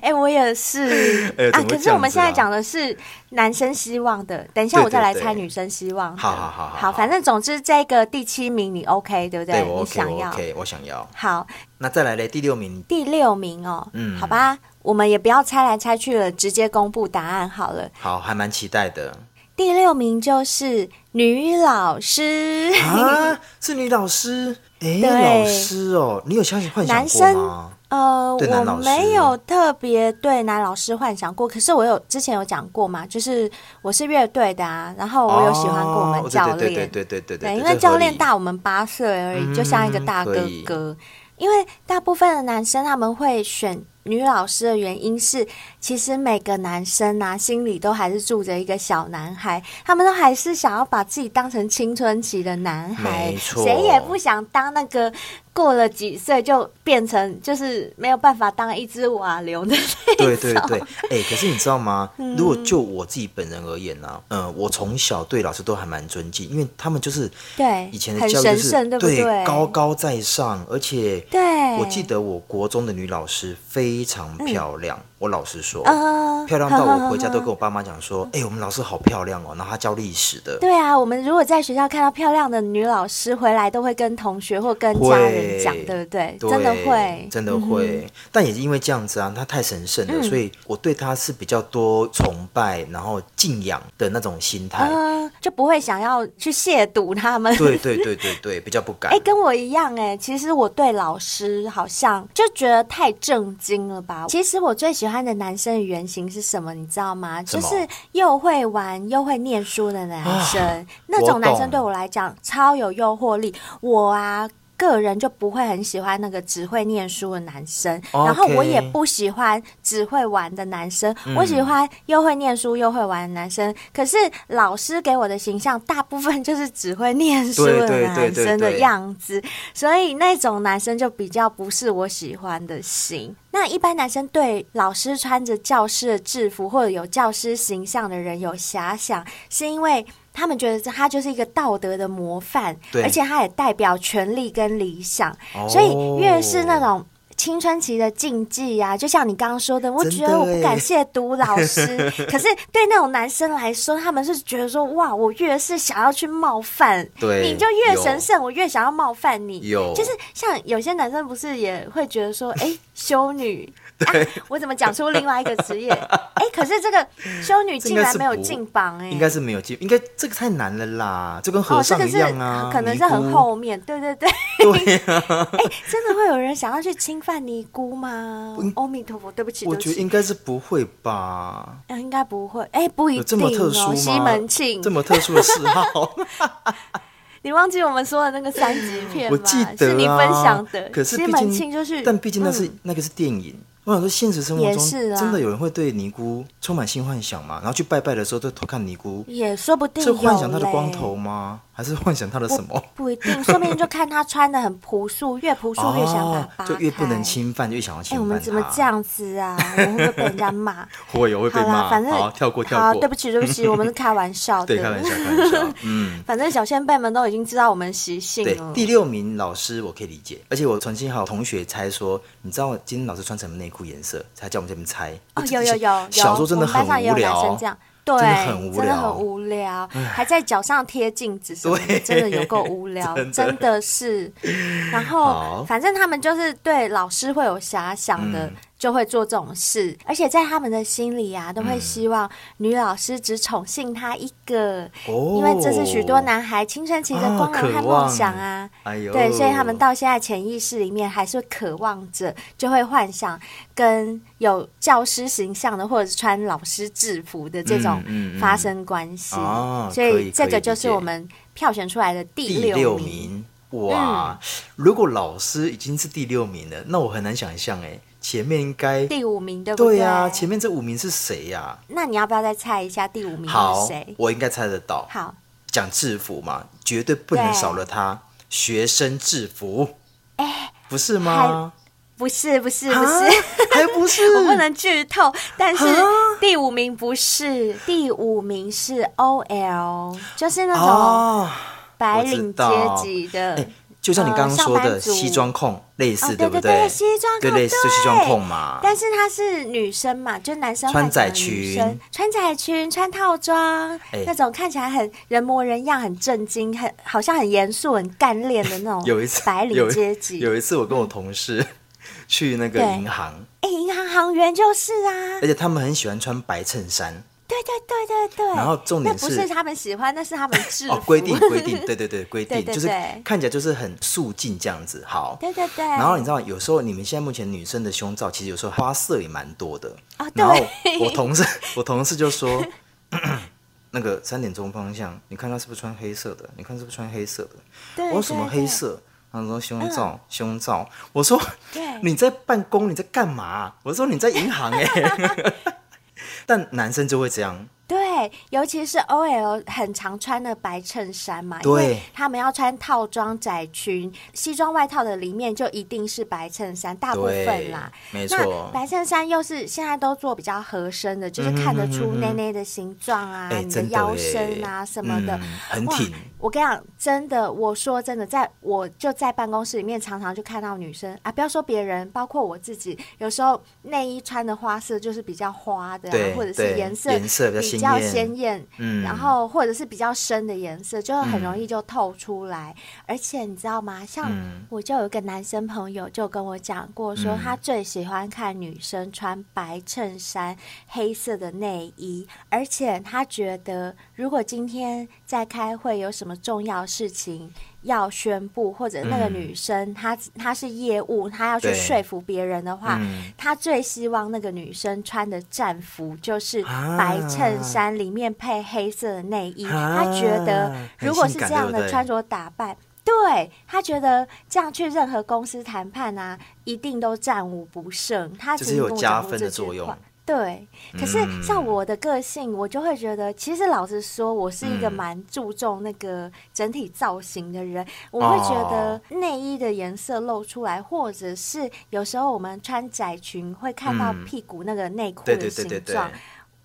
Speaker 3: 哎、我也是、
Speaker 4: 哎
Speaker 3: 啊
Speaker 4: 怎么会。
Speaker 3: 可是我们现
Speaker 4: 这样子啊
Speaker 3: 在讲的是男生希望的，等一下
Speaker 4: 对
Speaker 3: 我再来
Speaker 4: 对对
Speaker 3: 猜女生希望的。
Speaker 4: 好好好好
Speaker 3: 好，
Speaker 4: 好
Speaker 3: 反正总之这个第七名你 OK 对不
Speaker 4: 对
Speaker 3: 你
Speaker 4: 我 OK，
Speaker 3: 想
Speaker 4: 我
Speaker 3: 要
Speaker 4: OK，我想要。
Speaker 3: 好，
Speaker 4: 那再来嘞，第六名
Speaker 3: 第六名哦，
Speaker 4: 嗯
Speaker 3: 好吧，我们也不要猜来猜去了，直接公布答案好了。
Speaker 4: 好，还蛮期 待的
Speaker 3: 第六名就是女老师，
Speaker 4: 啊，是女老师。哎，
Speaker 3: 对
Speaker 4: 老师哦，你有相信幻想
Speaker 3: 男
Speaker 4: 过
Speaker 3: 生
Speaker 4: 吗？
Speaker 3: 呃，
Speaker 4: 对男
Speaker 3: 我
Speaker 4: 老师
Speaker 3: 没有特别对男老师幻想过，可是我有之前有讲过嘛，就是我是乐队的啊，然后我有喜欢过我
Speaker 4: 哦
Speaker 3: 们教练，
Speaker 4: 对对对对对对对，
Speaker 3: 因
Speaker 4: 这合
Speaker 3: 为
Speaker 4: 理
Speaker 3: 教练大我们八岁而已，
Speaker 4: 嗯
Speaker 3: 就像一个大哥哥。因为大部分的男生啊他们会选女老师的原因是，其实每个男生啊心里都还是住着一个小男孩，他们都还是想要把自己当成青春期的男孩，
Speaker 4: 没错
Speaker 3: 谁也不想当那个过了几岁就变成就是没有办法当一只瓦流的那
Speaker 4: 对对
Speaker 3: 种
Speaker 4: 对，哎、可是你知道吗？如
Speaker 3: 嗯
Speaker 4: 果就我自己本人而言呢、啊，嗯、我从小对老师都还蛮尊敬，因为他们就是
Speaker 3: 对
Speaker 4: 以前的
Speaker 3: 很
Speaker 4: 教育就是
Speaker 3: 神圣对不对
Speaker 4: 高高在上，而且
Speaker 3: 对
Speaker 4: 我记得我国中的女老师非常漂亮，我老实说，
Speaker 3: 嗯
Speaker 4: 漂亮到我回家都跟我爸妈讲说，哎、我们老师好漂亮哦，然后她教历史的，
Speaker 3: 对啊，我们如果在学校看到漂亮的女老师回来，都会跟同学或跟家人讲，
Speaker 4: 会
Speaker 3: 对不对？
Speaker 4: 对
Speaker 3: 真的会，
Speaker 4: 真的
Speaker 3: 嗯哼嗯
Speaker 4: 会。但也是因为这样子啊，他太神圣了，所以我对他是比较多崇拜，然后敬仰的那种心态。
Speaker 3: 嗯，就不会想要去亵渎他 们。
Speaker 4: 对对对对对，比较不敢。
Speaker 3: 哎、跟我一样哎、其实我对老师好像就觉得太震惊了吧。其实我最喜欢的男生的原型是什么，你知道吗？
Speaker 4: 什
Speaker 3: 就
Speaker 4: 么
Speaker 3: 是又会玩又会念书的男生，
Speaker 4: 啊
Speaker 3: 那
Speaker 4: 我
Speaker 3: 种男生
Speaker 4: 懂
Speaker 3: 对我来讲超有诱惑力。我啊。个人就不会很喜欢那个只会念书的男生
Speaker 4: OK
Speaker 3: 然后我也不喜欢只会玩的男生，
Speaker 4: 嗯
Speaker 3: 我喜欢又会念书又会玩的男生。可是老师给我的形象大部分就是只会念书
Speaker 4: 对
Speaker 3: 的
Speaker 4: 对对
Speaker 3: 男
Speaker 4: 对
Speaker 3: 生的
Speaker 4: 对
Speaker 3: 样子，所以那种男生就比较不是我喜欢的型。那一般男生对老师穿着教师的制服或者有教师形象的人有遐想，是因为他们觉得这他就是一个道德的模范，
Speaker 4: 对
Speaker 3: 而且他也代表权力跟理想，
Speaker 4: 哦
Speaker 3: 所以越是那种。青春期的禁忌呀、就像你刚刚说的，我
Speaker 4: 真
Speaker 3: 觉
Speaker 4: 的
Speaker 3: 得我不
Speaker 4: 欸
Speaker 3: 敢亵渎老师。 可是对那种男生来说，他们是觉得说，哇，我越是想要去冒犯，
Speaker 4: 对
Speaker 3: 你就越
Speaker 4: 有
Speaker 3: 神圣，我越想要冒犯你。
Speaker 4: 有
Speaker 3: 就是像有些男生不是也会觉得说，哎、 修女。啊、我怎么讲出另外一个职 业？哎、可是这个修女
Speaker 4: 这
Speaker 3: 竟
Speaker 4: 应该
Speaker 3: 然
Speaker 4: 是
Speaker 3: 没有
Speaker 4: 不
Speaker 3: 进榜哎、
Speaker 4: 应该是没有进，应该这个太难了啦，就跟和
Speaker 3: 哦，这
Speaker 4: 尚
Speaker 3: 个
Speaker 4: 一
Speaker 3: 是
Speaker 4: 样啊，
Speaker 3: 可能
Speaker 4: 尼
Speaker 3: 是很
Speaker 4: 姑
Speaker 3: 后面，对对对。
Speaker 4: 对啊，
Speaker 3: 哎、真的会有人想要去侵犯尼姑吗？阿弥陀佛，对不起，
Speaker 4: 我
Speaker 3: 对不
Speaker 4: 觉得
Speaker 3: 起
Speaker 4: 应该是不会吧，
Speaker 3: 呃应该不会。哎、不一
Speaker 4: 有这
Speaker 3: 定
Speaker 4: 么特殊
Speaker 3: 哦。
Speaker 4: 吗？
Speaker 3: 西门庆
Speaker 4: 这，么特殊的嗜好，
Speaker 3: 你忘记我们说的那个三级片
Speaker 4: 我
Speaker 3: 吗？
Speaker 4: 记得、啊、
Speaker 3: 是你分享的。
Speaker 4: 可
Speaker 3: 西
Speaker 4: 是毕
Speaker 3: 门
Speaker 4: 竟，
Speaker 3: 庆就是，
Speaker 4: 但毕竟那是、
Speaker 3: 嗯
Speaker 4: 那个是电影。我想说，现实生活
Speaker 3: 也
Speaker 4: 中
Speaker 3: 是啊
Speaker 4: 真的有人会对尼姑充满性幻想吗？然后去拜拜的时候都偷看尼姑，
Speaker 3: 也说不定
Speaker 4: 是幻想她
Speaker 3: 有
Speaker 4: 的光
Speaker 3: 嘞
Speaker 4: 头。吗？还是幻想她的什么？
Speaker 3: 不一定，说不定就看他穿的很朴素，越朴素越想把
Speaker 4: 哦
Speaker 3: 他扒，开。
Speaker 4: 就越不能侵犯，越想要
Speaker 3: 哎、
Speaker 4: 侵犯她。
Speaker 3: 我们怎么这样子啊？ 我们会不会被人家骂？
Speaker 4: 会 有会被
Speaker 3: 好啦，
Speaker 4: 骂。
Speaker 3: 反正
Speaker 4: 好，跳过跳
Speaker 3: 好，
Speaker 4: 过。
Speaker 3: 对不起，对不起，我们是开玩笑的。
Speaker 4: 对，开玩笑，开玩笑。嗯，
Speaker 3: 反正小先辈们都已经知道我们习性
Speaker 4: 对
Speaker 3: 了，。
Speaker 4: 第六名老师我可以理解，而且我曾经还有同学猜说，你知道今天老师穿什么内裤颜色，才叫我们这边猜。
Speaker 3: 哦
Speaker 4: 我，
Speaker 3: 有
Speaker 4: 真
Speaker 3: 有
Speaker 4: 的
Speaker 3: 有有，
Speaker 4: 小时候真
Speaker 3: 我
Speaker 4: 的
Speaker 3: 们班
Speaker 4: 很
Speaker 3: 上也有
Speaker 4: 无
Speaker 3: 男
Speaker 4: 聊
Speaker 3: 生这。样，对，
Speaker 4: 真的很无
Speaker 3: 真的
Speaker 4: 聊
Speaker 3: 很无聊，还在脚上贴镜子什么的，
Speaker 4: 对
Speaker 3: 真的有够 无聊，
Speaker 4: 真的
Speaker 3: 真的是。然后
Speaker 4: 好嗯
Speaker 3: 反正他们就是对老师会有遐想的。就会做这种事，而且在他们的心里啊，都
Speaker 4: 嗯
Speaker 3: 会希望女老师只宠幸他一个，
Speaker 4: 哦
Speaker 3: 因为这是许多男孩青春期的光
Speaker 4: 啊
Speaker 3: 荣和
Speaker 4: 渴望
Speaker 3: 梦想啊。
Speaker 4: 哎呦，
Speaker 3: 对，所以他们到现在潜意识里面还是渴望着，就会幻想跟有教师形象的或者是穿老师制服的这种
Speaker 4: 嗯嗯嗯
Speaker 3: 发生关系。
Speaker 4: 哦
Speaker 3: 所
Speaker 4: 可以
Speaker 3: 这
Speaker 4: 可
Speaker 3: 个
Speaker 4: 以
Speaker 3: 就
Speaker 4: 理
Speaker 3: 是
Speaker 4: 解
Speaker 3: 我们票选出来的第
Speaker 4: 第
Speaker 3: 六
Speaker 4: 六
Speaker 3: 名。嗯
Speaker 4: 名。哇，如果老师已经是第六名了，那我很难想象哎，前面应该
Speaker 3: 第五名对不
Speaker 4: 对啊
Speaker 3: 对
Speaker 4: 呀、前面这五名是谁呀、
Speaker 3: 那你要不要再猜一下第五名是
Speaker 4: 好
Speaker 3: 谁，？
Speaker 4: 我应该猜得到。
Speaker 3: 好，
Speaker 4: 讲制服嘛，绝对不能
Speaker 3: 对
Speaker 4: 少了它。学生制服，哎，不是吗？
Speaker 3: 不是，不是，
Speaker 4: 啊
Speaker 3: 不是，，
Speaker 4: 还不
Speaker 3: ，
Speaker 4: 是
Speaker 3: 我不能剧透，但是
Speaker 4: 啊
Speaker 3: 第五名不是，第五名是 OL，就是那种
Speaker 4: 哦。
Speaker 3: 白领阶级的。
Speaker 4: 哎，就像你刚刚说
Speaker 3: 呃上班
Speaker 4: 的
Speaker 3: 族
Speaker 4: 西装控，类似
Speaker 3: 哦对
Speaker 4: 不
Speaker 3: 对对西装控
Speaker 4: 对类似就
Speaker 3: 对
Speaker 4: 西装控嘛。
Speaker 3: 但是她是女生嘛，就男生
Speaker 4: 穿窄
Speaker 3: 换成
Speaker 4: 裙
Speaker 3: 女生穿窄裙、穿套装，
Speaker 4: 哎
Speaker 3: 那种看起来很人模人样、很震惊、很好像很严肃、很干练的那种，
Speaker 4: 有一次
Speaker 3: 白领
Speaker 4: 有
Speaker 3: 阶级，嗯
Speaker 4: 有一次我跟我同事去那个
Speaker 3: 对
Speaker 4: 银行，
Speaker 3: 哎，银行行员就是啊
Speaker 4: 而，且他们很喜欢穿白衬衫
Speaker 3: 对对对对对。
Speaker 4: 然后重点
Speaker 3: 那不
Speaker 4: 是
Speaker 3: 是他们喜欢，那是他们制服
Speaker 4: 哦，规定规定，对对对，规
Speaker 3: 对
Speaker 4: 定
Speaker 3: 对
Speaker 4: 就是
Speaker 3: 对
Speaker 4: 看起来就是很素净这样子。好，
Speaker 3: 对对对。
Speaker 4: 然后你知道，有时候你们现在目前女生的胸罩，其实有时候花色也蛮多的。
Speaker 3: 啊对
Speaker 4: 然后我同事，我同事就说， 那个三点钟方向，你看他是不是穿黑色的？你看是不是穿黑色的？
Speaker 3: 对
Speaker 4: 我说哦什么
Speaker 3: 哎对
Speaker 4: 黑
Speaker 3: 对
Speaker 4: 色？他说胸罩，胸罩。我说
Speaker 3: 对
Speaker 4: 你在办公，你在干嘛、我说你在银行哎、 但男生就会这样，
Speaker 3: 对，尤其是 OL 很常穿的白衬衫嘛，因
Speaker 4: 对
Speaker 3: 为他们要穿套装窄裙，西装外套的里面就一定是白衬衫，大部分
Speaker 4: 对
Speaker 3: 啦。，
Speaker 4: 没
Speaker 3: 那
Speaker 4: 错。嗯
Speaker 3: 白衬衫又是现在都做比较合身的，就是看得出内内的形状啊、
Speaker 4: 哎
Speaker 3: 你的
Speaker 4: 真的
Speaker 3: 腰
Speaker 4: 耶
Speaker 3: 身啊什么的，
Speaker 4: 嗯很
Speaker 3: 哇
Speaker 4: 挺。
Speaker 3: 我跟你讲，真的，我说真的，在我就在办公室里面，常常就看到女生啊，不要说别人，包括我自己，有时候内衣穿的花色就是比较花的、啊
Speaker 4: 对，
Speaker 3: 或者是
Speaker 4: 对
Speaker 3: 颜色
Speaker 4: 颜色比较
Speaker 3: 比
Speaker 4: 鲜
Speaker 3: 较
Speaker 4: 艳
Speaker 3: 鲜艳，
Speaker 4: 嗯
Speaker 3: 然后或者是比较深的颜色，就很容易就透出来。而且你知道吗？像
Speaker 4: 嗯
Speaker 3: 我就有一个男生朋友就跟我讲过，说他最喜欢看女生穿白衬衫、黑色的内衣，而且他觉得如果今天在开会有什么重要事情。要宣布，或者那个女生、她她是业务，她要去
Speaker 4: 嗯对
Speaker 3: 说服别人的话，
Speaker 4: 嗯
Speaker 3: 他最希望那个女生穿的战服就是
Speaker 4: 啊
Speaker 3: 白衬衫，里面配黑色的内衣。
Speaker 4: 啊
Speaker 3: 他觉得如果是这样
Speaker 4: 很性感对不
Speaker 3: 的
Speaker 4: 对
Speaker 3: 穿着打扮，对他觉得这样去任何公司谈判啊，一定都战无不胜。他
Speaker 4: 就
Speaker 3: 只
Speaker 4: 是有加分的作用。
Speaker 3: 对，可是
Speaker 4: 嗯
Speaker 3: 像我的个性，我就会觉得，其实老实说，我是一个
Speaker 4: 嗯
Speaker 3: 蛮注重那个整体造型的人。我会觉得
Speaker 4: 哦
Speaker 3: 内衣的颜色露出来，或者是有时候我们穿窄裙会看到
Speaker 4: 嗯
Speaker 3: 屁股那个内裤
Speaker 4: 对
Speaker 3: 的
Speaker 4: 对对对
Speaker 3: 形
Speaker 4: 对，
Speaker 3: 状，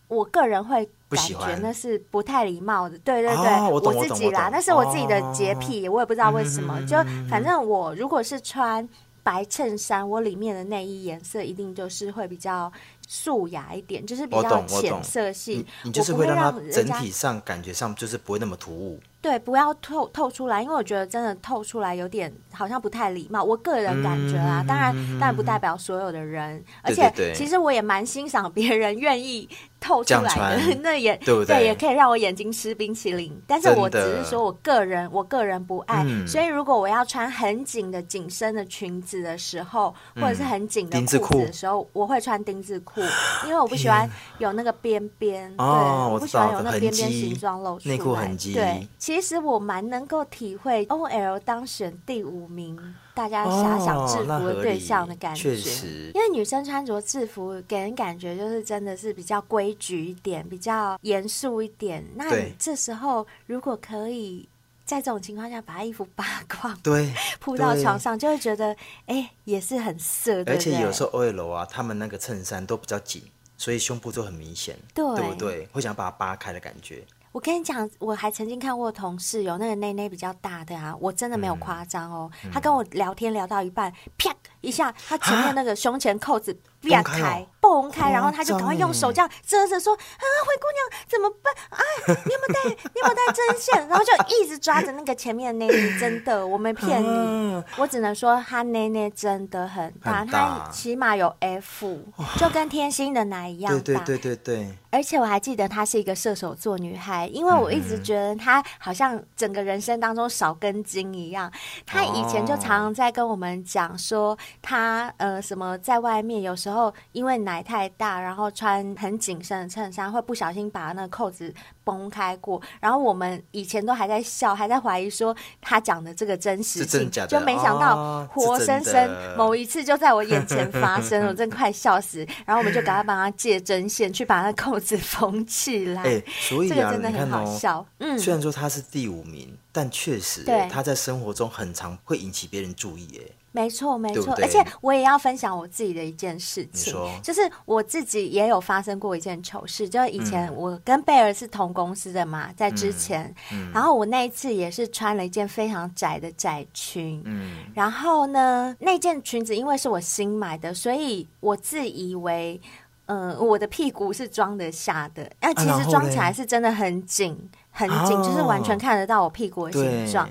Speaker 3: 我个人会。
Speaker 4: 不
Speaker 3: 感
Speaker 4: 喜
Speaker 3: 觉
Speaker 4: 欢
Speaker 3: 那是不太礼貌的，对对对，
Speaker 4: 哦我懂我
Speaker 3: 自
Speaker 4: 懂
Speaker 3: 己
Speaker 4: 我
Speaker 3: 啦，
Speaker 4: 懂
Speaker 3: 那是我自己的洁
Speaker 4: 哦
Speaker 3: 癖，我也不知道为什么。
Speaker 4: 嗯
Speaker 3: 就反正我如果是穿白衬衫，我里面的内衣颜色一定就是会比较素雅一点，就是比
Speaker 4: 我
Speaker 3: 较
Speaker 4: 懂我
Speaker 3: 浅
Speaker 4: 懂
Speaker 3: 色系
Speaker 4: 你，你就是
Speaker 3: 我不会
Speaker 4: 让它
Speaker 3: 人
Speaker 4: 整
Speaker 3: 家
Speaker 4: 体上感觉上就是不会那么突兀。
Speaker 3: 对，不要透透出来，因为我觉得真的透出来有点好像不太礼貌，我个人感觉啦。当
Speaker 4: 嗯
Speaker 3: 然，当然不代表所有的人，而
Speaker 4: 对
Speaker 3: 且
Speaker 4: 对对
Speaker 3: 其实我也蛮欣赏别人愿意透出
Speaker 4: 这样
Speaker 3: 来的，
Speaker 4: 穿
Speaker 3: 那也
Speaker 4: 对不对
Speaker 3: 也可以让我眼睛吃冰淇淋。但是
Speaker 4: 真
Speaker 3: 我只是
Speaker 4: 的
Speaker 3: 说我个人，我个人不爱，
Speaker 4: 嗯
Speaker 3: 所以如果我要穿很紧的紧身的裙子的时候，或者是很紧的
Speaker 4: 嗯丁字
Speaker 3: 裤子的
Speaker 4: 裤
Speaker 3: 时候，我会穿丁字裤，因为我不喜欢有那个边边，对，
Speaker 4: 哦我
Speaker 3: 不
Speaker 4: 知
Speaker 3: 喜欢
Speaker 4: 道
Speaker 3: 有那
Speaker 4: 痕
Speaker 3: 边边
Speaker 4: 迹
Speaker 3: 形状露出来，
Speaker 4: 内裤痕迹
Speaker 3: 对。其实我蛮能够体会 OL 当选第五名，大家遐想制
Speaker 4: 哦那
Speaker 3: 服的
Speaker 4: 合
Speaker 3: 对
Speaker 4: 理
Speaker 3: 象的感觉。
Speaker 4: 确实
Speaker 3: 因，为女生穿着制服，给人感觉就是真的是比较规矩一点，比较严肃一点。那你
Speaker 4: 对
Speaker 3: 这时候如果可以在这种情况下把衣服扒光，
Speaker 4: 对，
Speaker 3: 铺到
Speaker 4: 对
Speaker 3: 床上，就会觉得哎、也是很色，对
Speaker 4: 而
Speaker 3: 不对
Speaker 4: 且有时候 OL 啊，他们那个衬衫都比较紧，所以胸部就很明显，
Speaker 3: 对
Speaker 4: 不对？会想把它扒开的感觉。
Speaker 3: 我跟你讲，我还曾经看过同事有那个内内比较大的啊，我真的没
Speaker 4: 嗯
Speaker 3: 有夸张哦。他跟我聊天聊到一半，啪一下，他前面那个胸前扣子啪
Speaker 4: 啊崩开哦
Speaker 3: 开，崩开，然后他就
Speaker 4: 夸张
Speaker 3: 赶快用
Speaker 4: 欸
Speaker 3: 手这样遮着说：“啊，灰姑娘怎么办？啊，你有没有带？你有没有带针线？”然后就一直抓着那个前面的内内，真的，我没骗你
Speaker 4: 啊，
Speaker 3: 我只能说他内内真的很大，
Speaker 4: 很大
Speaker 3: 他起码有 F，就跟天心的奶一样
Speaker 4: 对对
Speaker 3: 大。
Speaker 4: 对对对，
Speaker 3: 而且我还记得她是一个射手座女孩，因为我一
Speaker 4: 嗯
Speaker 3: 直觉得她好像整个人生当中少根筋一样。她以前就常常在跟我们讲说，她呃什么在外面有时候因为奶太大，然后穿很紧身的衬衫，会不小心把那个扣子崩开过。然后我们以前都还在笑，还在怀疑说她讲的这个真实
Speaker 4: 是真
Speaker 3: 性，
Speaker 4: 假的
Speaker 3: 就没想到
Speaker 4: 哦
Speaker 3: 活
Speaker 4: 是
Speaker 3: 生
Speaker 4: 真
Speaker 3: 生
Speaker 4: 的
Speaker 3: 某一。一次就在我眼前发生，我真快笑死。然后我们就赶快帮他借针线，去把那扣子缝起来。
Speaker 4: 哎、所以
Speaker 3: 这个
Speaker 4: 啊，
Speaker 3: 真的
Speaker 4: 你
Speaker 3: 很
Speaker 4: 看
Speaker 3: 好
Speaker 4: 哦，
Speaker 3: 笑。嗯，
Speaker 4: 虽然说他是第五名，但确实
Speaker 3: 对
Speaker 4: 他在生活中很常会引起别人注意。哎，
Speaker 3: 没错，没错
Speaker 4: 对不。对
Speaker 3: 而且我也要分享我自己的一件事情
Speaker 4: 你说，
Speaker 3: 就是我自己也有发生过一件糗事，就是以
Speaker 4: 嗯
Speaker 3: 前我跟贝尔是同公司的嘛，在之前，
Speaker 4: 嗯
Speaker 3: 然后我那一次也是穿了一件非常窄的窄裙，
Speaker 4: 嗯，
Speaker 3: 然后呢，那件裙子因为是我新买的，所以我自以为。呃，我的屁股是装得下的，那其
Speaker 4: 啊然
Speaker 3: 实
Speaker 4: 后
Speaker 3: 装起
Speaker 4: 嘞
Speaker 3: 来是真的很紧，很紧，就是完全
Speaker 4: 哦
Speaker 3: 看得到我屁股的形
Speaker 4: 对嗯
Speaker 3: 状。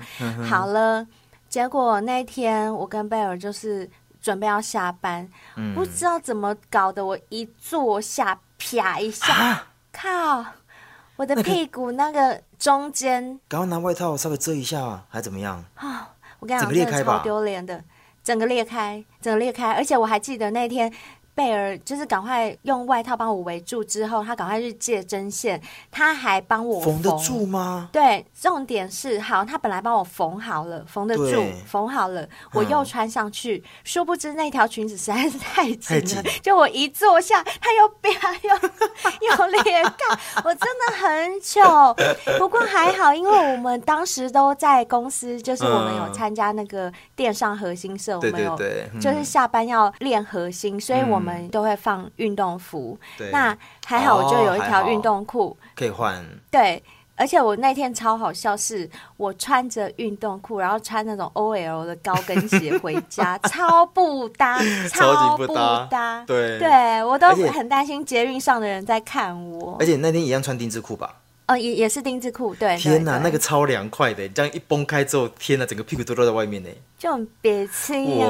Speaker 3: 好了，结果那一天我跟贝尔就是准备要下班，
Speaker 4: 嗯
Speaker 3: 不知道怎么搞的，我一坐下啪一
Speaker 4: 啊
Speaker 3: 下，靠！我的屁股那个中间
Speaker 4: 赶快拿外套稍微遮一下，还怎么样？
Speaker 3: 啊、我跟你讲，
Speaker 4: 整个裂
Speaker 3: 真的
Speaker 4: 开
Speaker 3: 超
Speaker 4: 吧
Speaker 3: 丢脸的，整个裂开，整个裂开，而且我还记得那天。贝尔就是赶快用外套帮我围住，之后他赶快去借针线，他还帮我
Speaker 4: 缝得住吗？
Speaker 3: 对，重点是好，他本来帮我缝好了，缝得住
Speaker 4: 对，
Speaker 3: 缝好了，我又穿上去，殊不知那条裙子实在是太紧
Speaker 4: 太
Speaker 3: 了
Speaker 4: 紧，
Speaker 3: 就我一坐下，它又 啪又又裂开，我真的很糗。不过还好，因为我们当时都在公司，就是我们有
Speaker 4: 嗯
Speaker 3: 参加那个电商核心社，我
Speaker 4: 对
Speaker 3: 们
Speaker 4: 对
Speaker 3: 有
Speaker 4: 对，嗯
Speaker 3: 就是下班要练核心，所以我们都会放运动服。
Speaker 4: 对
Speaker 3: 那还好，我就有一
Speaker 4: 哦还
Speaker 3: 条
Speaker 4: 好
Speaker 3: 运动裤。
Speaker 4: 可以换。
Speaker 3: 对，而且我那天超好笑是，我穿着运动裤，然后穿那种 OL 的高跟鞋回 家，超不搭，超
Speaker 4: 超级
Speaker 3: 不
Speaker 4: 不搭
Speaker 3: 搭。
Speaker 4: 对
Speaker 3: 对我都
Speaker 4: 而且
Speaker 3: 很担心捷运上的人在看我
Speaker 4: 而。且那天一样穿丁字裤吧？
Speaker 3: 哦，也也是丁字裤，对。
Speaker 4: 天哪，
Speaker 3: 对
Speaker 4: 那
Speaker 3: 对
Speaker 4: 个超凉快的，这样一崩开之后，天哪，整个屁股都露在外面呢。
Speaker 3: 就很别气啊。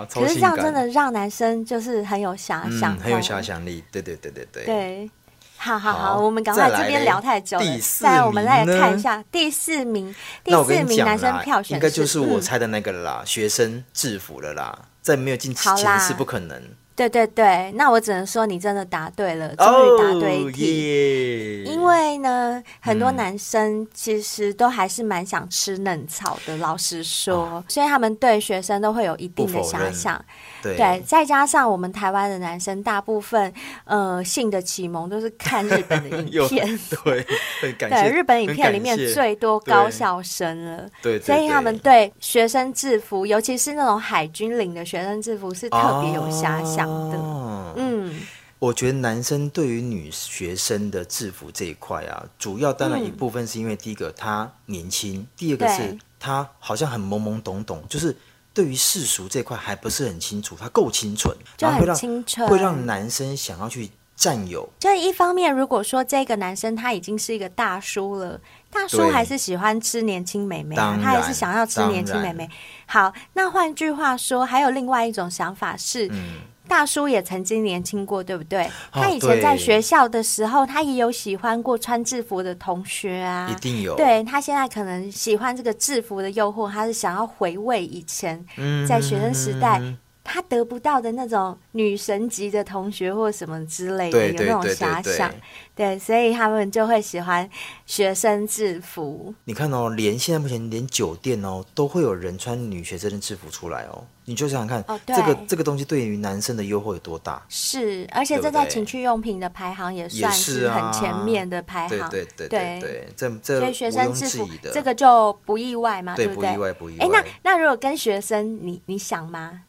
Speaker 4: 哇，超
Speaker 3: 可是这
Speaker 4: 性
Speaker 3: 样
Speaker 4: 感，
Speaker 3: 真的让男生就是很有遐想、
Speaker 4: 嗯，很有遐。想力。对对对对对。
Speaker 3: 对。好好好，
Speaker 4: 好
Speaker 3: 我们赶快
Speaker 4: 再来
Speaker 3: 这边
Speaker 4: 嘞
Speaker 3: 聊太久了
Speaker 4: 第，四
Speaker 3: 再来我们来
Speaker 4: 名呢
Speaker 3: 看一下第四名，第
Speaker 4: 那我
Speaker 3: 四
Speaker 4: 跟你
Speaker 3: 名
Speaker 4: 讲
Speaker 3: 男生
Speaker 4: 啦
Speaker 3: 票选
Speaker 4: 应该就是我
Speaker 3: 嗯
Speaker 4: 猜的那个了啦，学生制服了啦，在没有进
Speaker 3: 好啦
Speaker 4: 前是不可能。
Speaker 3: 对对对，那我只能说你真的答对了，终于答对一题。
Speaker 4: 哦耶！
Speaker 3: 因为呢，很多男生其实都还是蛮想吃嫩草的，老实说，所以他们对学生都会有一定的
Speaker 4: 嗯不否
Speaker 3: 遐
Speaker 4: 认
Speaker 3: 想。
Speaker 4: 对
Speaker 3: 对，再加上我们台湾的男生大部分，呃，性的启蒙都是看日本的影
Speaker 4: 又
Speaker 3: 片。
Speaker 4: 对，很 感
Speaker 3: 对
Speaker 4: 谢
Speaker 3: 日本影
Speaker 4: 很
Speaker 3: 片
Speaker 4: 感
Speaker 3: 里面
Speaker 4: 谢
Speaker 3: 最多
Speaker 4: 对
Speaker 3: 高校生了，
Speaker 4: 对对
Speaker 3: 所以他们
Speaker 4: 对
Speaker 3: 对学生制服，尤其是那种海军领的学生制服，是特别有遐想的。
Speaker 4: 哦
Speaker 3: 嗯，
Speaker 4: 我觉得男生对于女学生的制服这一块啊，主要当然一部分是因为第一个他年轻，第二个
Speaker 3: 对
Speaker 4: 是他好像很懵懵懂懂，就是对于世俗这块还不是很清楚，他够清纯，
Speaker 3: 就
Speaker 4: 然后会
Speaker 3: 很
Speaker 4: 让
Speaker 3: 清纯
Speaker 4: 会让男生想要去占有。
Speaker 3: 就是一方面，如果说这个男生他已经是一个大叔了，大叔
Speaker 4: 对
Speaker 3: 还是喜欢吃年轻美眉、啊
Speaker 4: 当然，
Speaker 3: 他还是想要吃年轻美
Speaker 4: 当
Speaker 3: 眉。好，那换句话说，还有另外一种想法是。
Speaker 4: 嗯
Speaker 3: 大叔也曾经年轻过，对不对？他以前
Speaker 4: 哦对
Speaker 3: 在学校的时候，他也有喜欢过穿制服的同学啊，
Speaker 4: 一定有
Speaker 3: 对他现在可能喜欢这个制服的诱惑，他是想要回味以前
Speaker 4: 嗯
Speaker 3: 在学生时代他得不到的那种女神级的同学或什么之类的，
Speaker 4: 对
Speaker 3: 有
Speaker 4: 对
Speaker 3: 那种
Speaker 4: 对
Speaker 3: 遐
Speaker 4: 对
Speaker 3: 想
Speaker 4: 对。，
Speaker 3: 对，所以他们就会喜欢学生制服。
Speaker 4: 你看哦，连现在目前连酒店哦都会有人穿女学生的制服出来哦，你就想想看，
Speaker 3: 哦对
Speaker 4: 这个这个东西对于男生的诱惑有多大？
Speaker 3: 是，而且
Speaker 4: 对不
Speaker 3: 这在
Speaker 4: 对
Speaker 3: 情趣用品的排行也
Speaker 4: 也
Speaker 3: 算
Speaker 4: 是啊
Speaker 3: 很前面的排
Speaker 4: 对
Speaker 3: 行。
Speaker 4: 对对对对，这这
Speaker 3: 所
Speaker 4: 毋
Speaker 3: 以学生
Speaker 4: 庸
Speaker 3: 制
Speaker 4: 置
Speaker 3: 服
Speaker 4: 疑的。
Speaker 3: 这个就不意外嘛，
Speaker 4: 对
Speaker 3: 不对？
Speaker 4: 不意外不意
Speaker 3: 哎，那
Speaker 4: 外
Speaker 3: 那如果跟学生，你你想吗？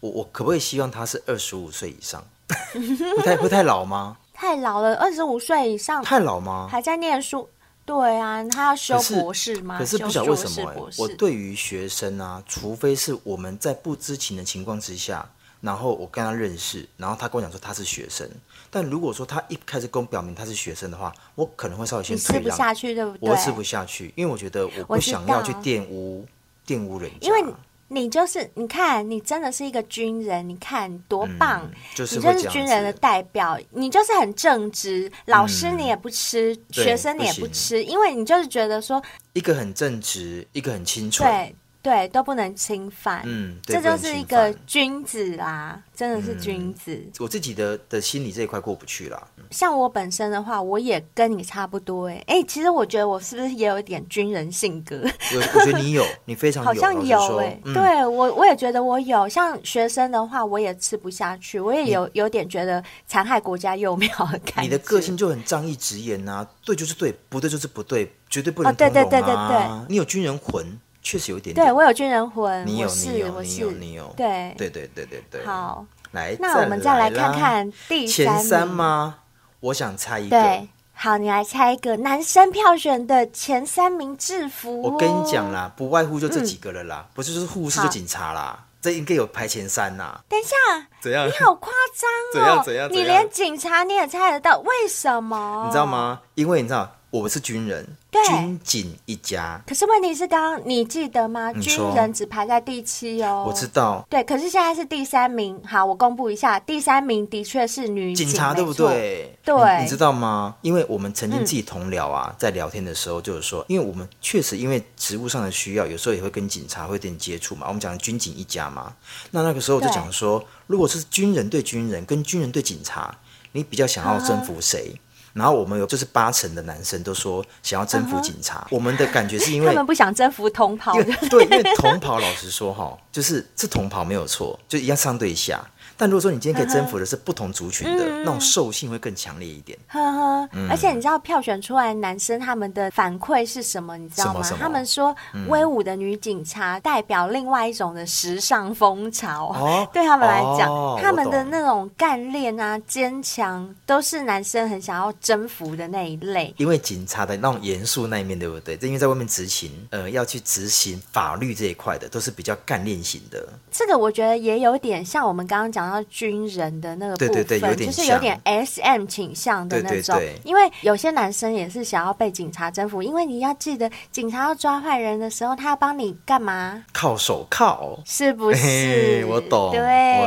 Speaker 4: 我我可不可以希望他是二十五岁以上？ 会太会太老吗？
Speaker 3: 太老了，二十五岁以上
Speaker 4: 太老吗？
Speaker 3: 还在念书，对啊，他要修
Speaker 4: 哦可是
Speaker 3: 博士吗？
Speaker 4: 可是不晓得
Speaker 3: 修硕
Speaker 4: 为什
Speaker 3: 士
Speaker 4: 么、
Speaker 3: 博
Speaker 4: 欸，
Speaker 3: 士
Speaker 4: 我对于学生啊，除非是我们在不知情的情况之下，然后我跟他认识，然后他跟我讲说他是学生，但如果说他一开始跟我表明他是学生的话，我可能会稍微先
Speaker 3: 你吃
Speaker 4: 退
Speaker 3: 不
Speaker 4: 让，
Speaker 3: 下去，对不对？
Speaker 4: 我会吃不下去，因为我觉得我
Speaker 3: 我
Speaker 4: 不
Speaker 3: 知
Speaker 4: 想要去
Speaker 3: 道
Speaker 4: 玷污玷污人家，
Speaker 3: 因为你你就是你看，你真的是一个军人，你看多棒。
Speaker 4: 嗯就是
Speaker 3: 你
Speaker 4: 会
Speaker 3: 就
Speaker 4: 这
Speaker 3: 是
Speaker 4: 样
Speaker 3: 军人的
Speaker 4: 子嗯
Speaker 3: 代表，你就是很正直，老师你也不吃，
Speaker 4: 对
Speaker 3: 学生你也不
Speaker 4: 不行
Speaker 3: 吃，因为你就是觉得说，
Speaker 4: 一个很正直，一个很清纯，
Speaker 3: 对对，都不能侵犯，
Speaker 4: 嗯对
Speaker 3: 这
Speaker 4: 不
Speaker 3: 就
Speaker 4: 能
Speaker 3: 是一
Speaker 4: 侵
Speaker 3: 个
Speaker 4: 犯嗯
Speaker 3: 君子啦，真的是君子。
Speaker 4: 我自己的的心理这一块过不去啦。
Speaker 3: 像我本身的话，我也跟你差不多、欸，哎、其实我觉得我是不是也有一点军人性格？
Speaker 4: 我我觉得你有，你非常有，
Speaker 3: 好像
Speaker 4: 老实
Speaker 3: 有
Speaker 4: 说
Speaker 3: 哎、欸
Speaker 4: 嗯
Speaker 3: 对我我也觉得我有。像学生的话，我也吃不下去，我也有有点觉得残害国家幼苗的感觉。
Speaker 4: 你的个性就很仗义直言呐、对就是对，不对就是不对，绝对不
Speaker 3: 哦
Speaker 4: 能
Speaker 3: 对
Speaker 4: 通融啊！
Speaker 3: 对对对
Speaker 4: 你有军人魂，确实有一点点。
Speaker 3: 对我有军人魂，
Speaker 4: 你有
Speaker 3: 我是
Speaker 4: 你有
Speaker 3: 我
Speaker 4: 你
Speaker 3: 是
Speaker 4: 有你有
Speaker 3: 对
Speaker 4: 对对对对对。，
Speaker 3: 好，
Speaker 4: 来，
Speaker 3: 那我们再来
Speaker 4: 来
Speaker 3: 看
Speaker 4: 啦
Speaker 3: 看第
Speaker 4: 前
Speaker 3: 三
Speaker 4: 三
Speaker 3: 名
Speaker 4: 吗？我想猜一个。
Speaker 3: 对。好，你来猜一个男生票选的前三名制服、哦
Speaker 4: 我跟你讲，啦，不外乎就这几个了
Speaker 3: 嗯
Speaker 4: 啦，不是就是护士就警察啦，这应该有排前三呐。
Speaker 3: 等一下，
Speaker 4: 怎样
Speaker 3: 你？好夸张哦！
Speaker 4: 怎样怎样
Speaker 3: 你
Speaker 4: 怎样
Speaker 3: 连警察你也猜得到，为什么？
Speaker 4: 你知道？吗？因为你知道我是军人
Speaker 3: 对，
Speaker 4: 军警一家，
Speaker 3: 可是问题是，刚刚你记得吗？
Speaker 4: 你
Speaker 3: 军
Speaker 4: 嗯说
Speaker 3: 人只排在第七哦。
Speaker 4: 我知道
Speaker 3: 对，可是现在是第三名。好，我公布一下，第三名的确是女警
Speaker 4: 警察对不？
Speaker 3: 没错
Speaker 4: 对？
Speaker 3: 对嗯
Speaker 4: 你，你知道吗？因为我们曾经自己同僚啊，在聊天的时候就是说，因为我们确实因为职务上的需要，有时候也会跟警察会有点接触嘛。我们讲军警一家嘛，那那个时候我就
Speaker 3: 对
Speaker 4: 讲说，如果是军人对军人跟军人对警察，你比较想要征服谁？
Speaker 3: 啊
Speaker 4: 然后我们有就是八成的男生都说想要征服警察，我们的感觉是因
Speaker 3: 啊 他
Speaker 4: 为
Speaker 3: 们不想征服同袍
Speaker 4: 因
Speaker 3: 的，
Speaker 4: 为对，因为同袍老实说哈，就是是同袍没有错，就一样上对下。但如果说你今天可以
Speaker 3: 啊
Speaker 4: 征服的是不同族群
Speaker 3: 嗯
Speaker 4: 的，那种兽性会更强烈一点。
Speaker 3: 呵呵。
Speaker 4: 嗯
Speaker 3: 而且你知道票选出来的男生他们的反馈是什么？你知道吗？
Speaker 4: 什么什么嗯
Speaker 3: 他们说威武的女警察代表另外一种的时尚风潮。
Speaker 4: 哦
Speaker 3: 对他们来讲，
Speaker 4: 哦
Speaker 3: 他们的
Speaker 4: 我懂
Speaker 3: 那种干练啊、坚强，都是男生很想要征服的那一类。
Speaker 4: 因为警察的那种严肃那一面，对不对？这因为在外面执行，呃，要去执行法律这一块的，都是比较干练型的。
Speaker 3: 这个我觉得也有点像我们刚刚讲到军人的那个部分，
Speaker 4: 对对对有点
Speaker 3: 就是
Speaker 4: 像
Speaker 3: 有点 S M 倾向的那种。
Speaker 4: 对对对
Speaker 3: 因为有些男生也是想要被警察征服，因为你要记得，警察要抓坏人的时候，他要帮你干嘛？
Speaker 4: 靠手铐，
Speaker 3: 是不是
Speaker 4: 嘿？我懂
Speaker 3: 对，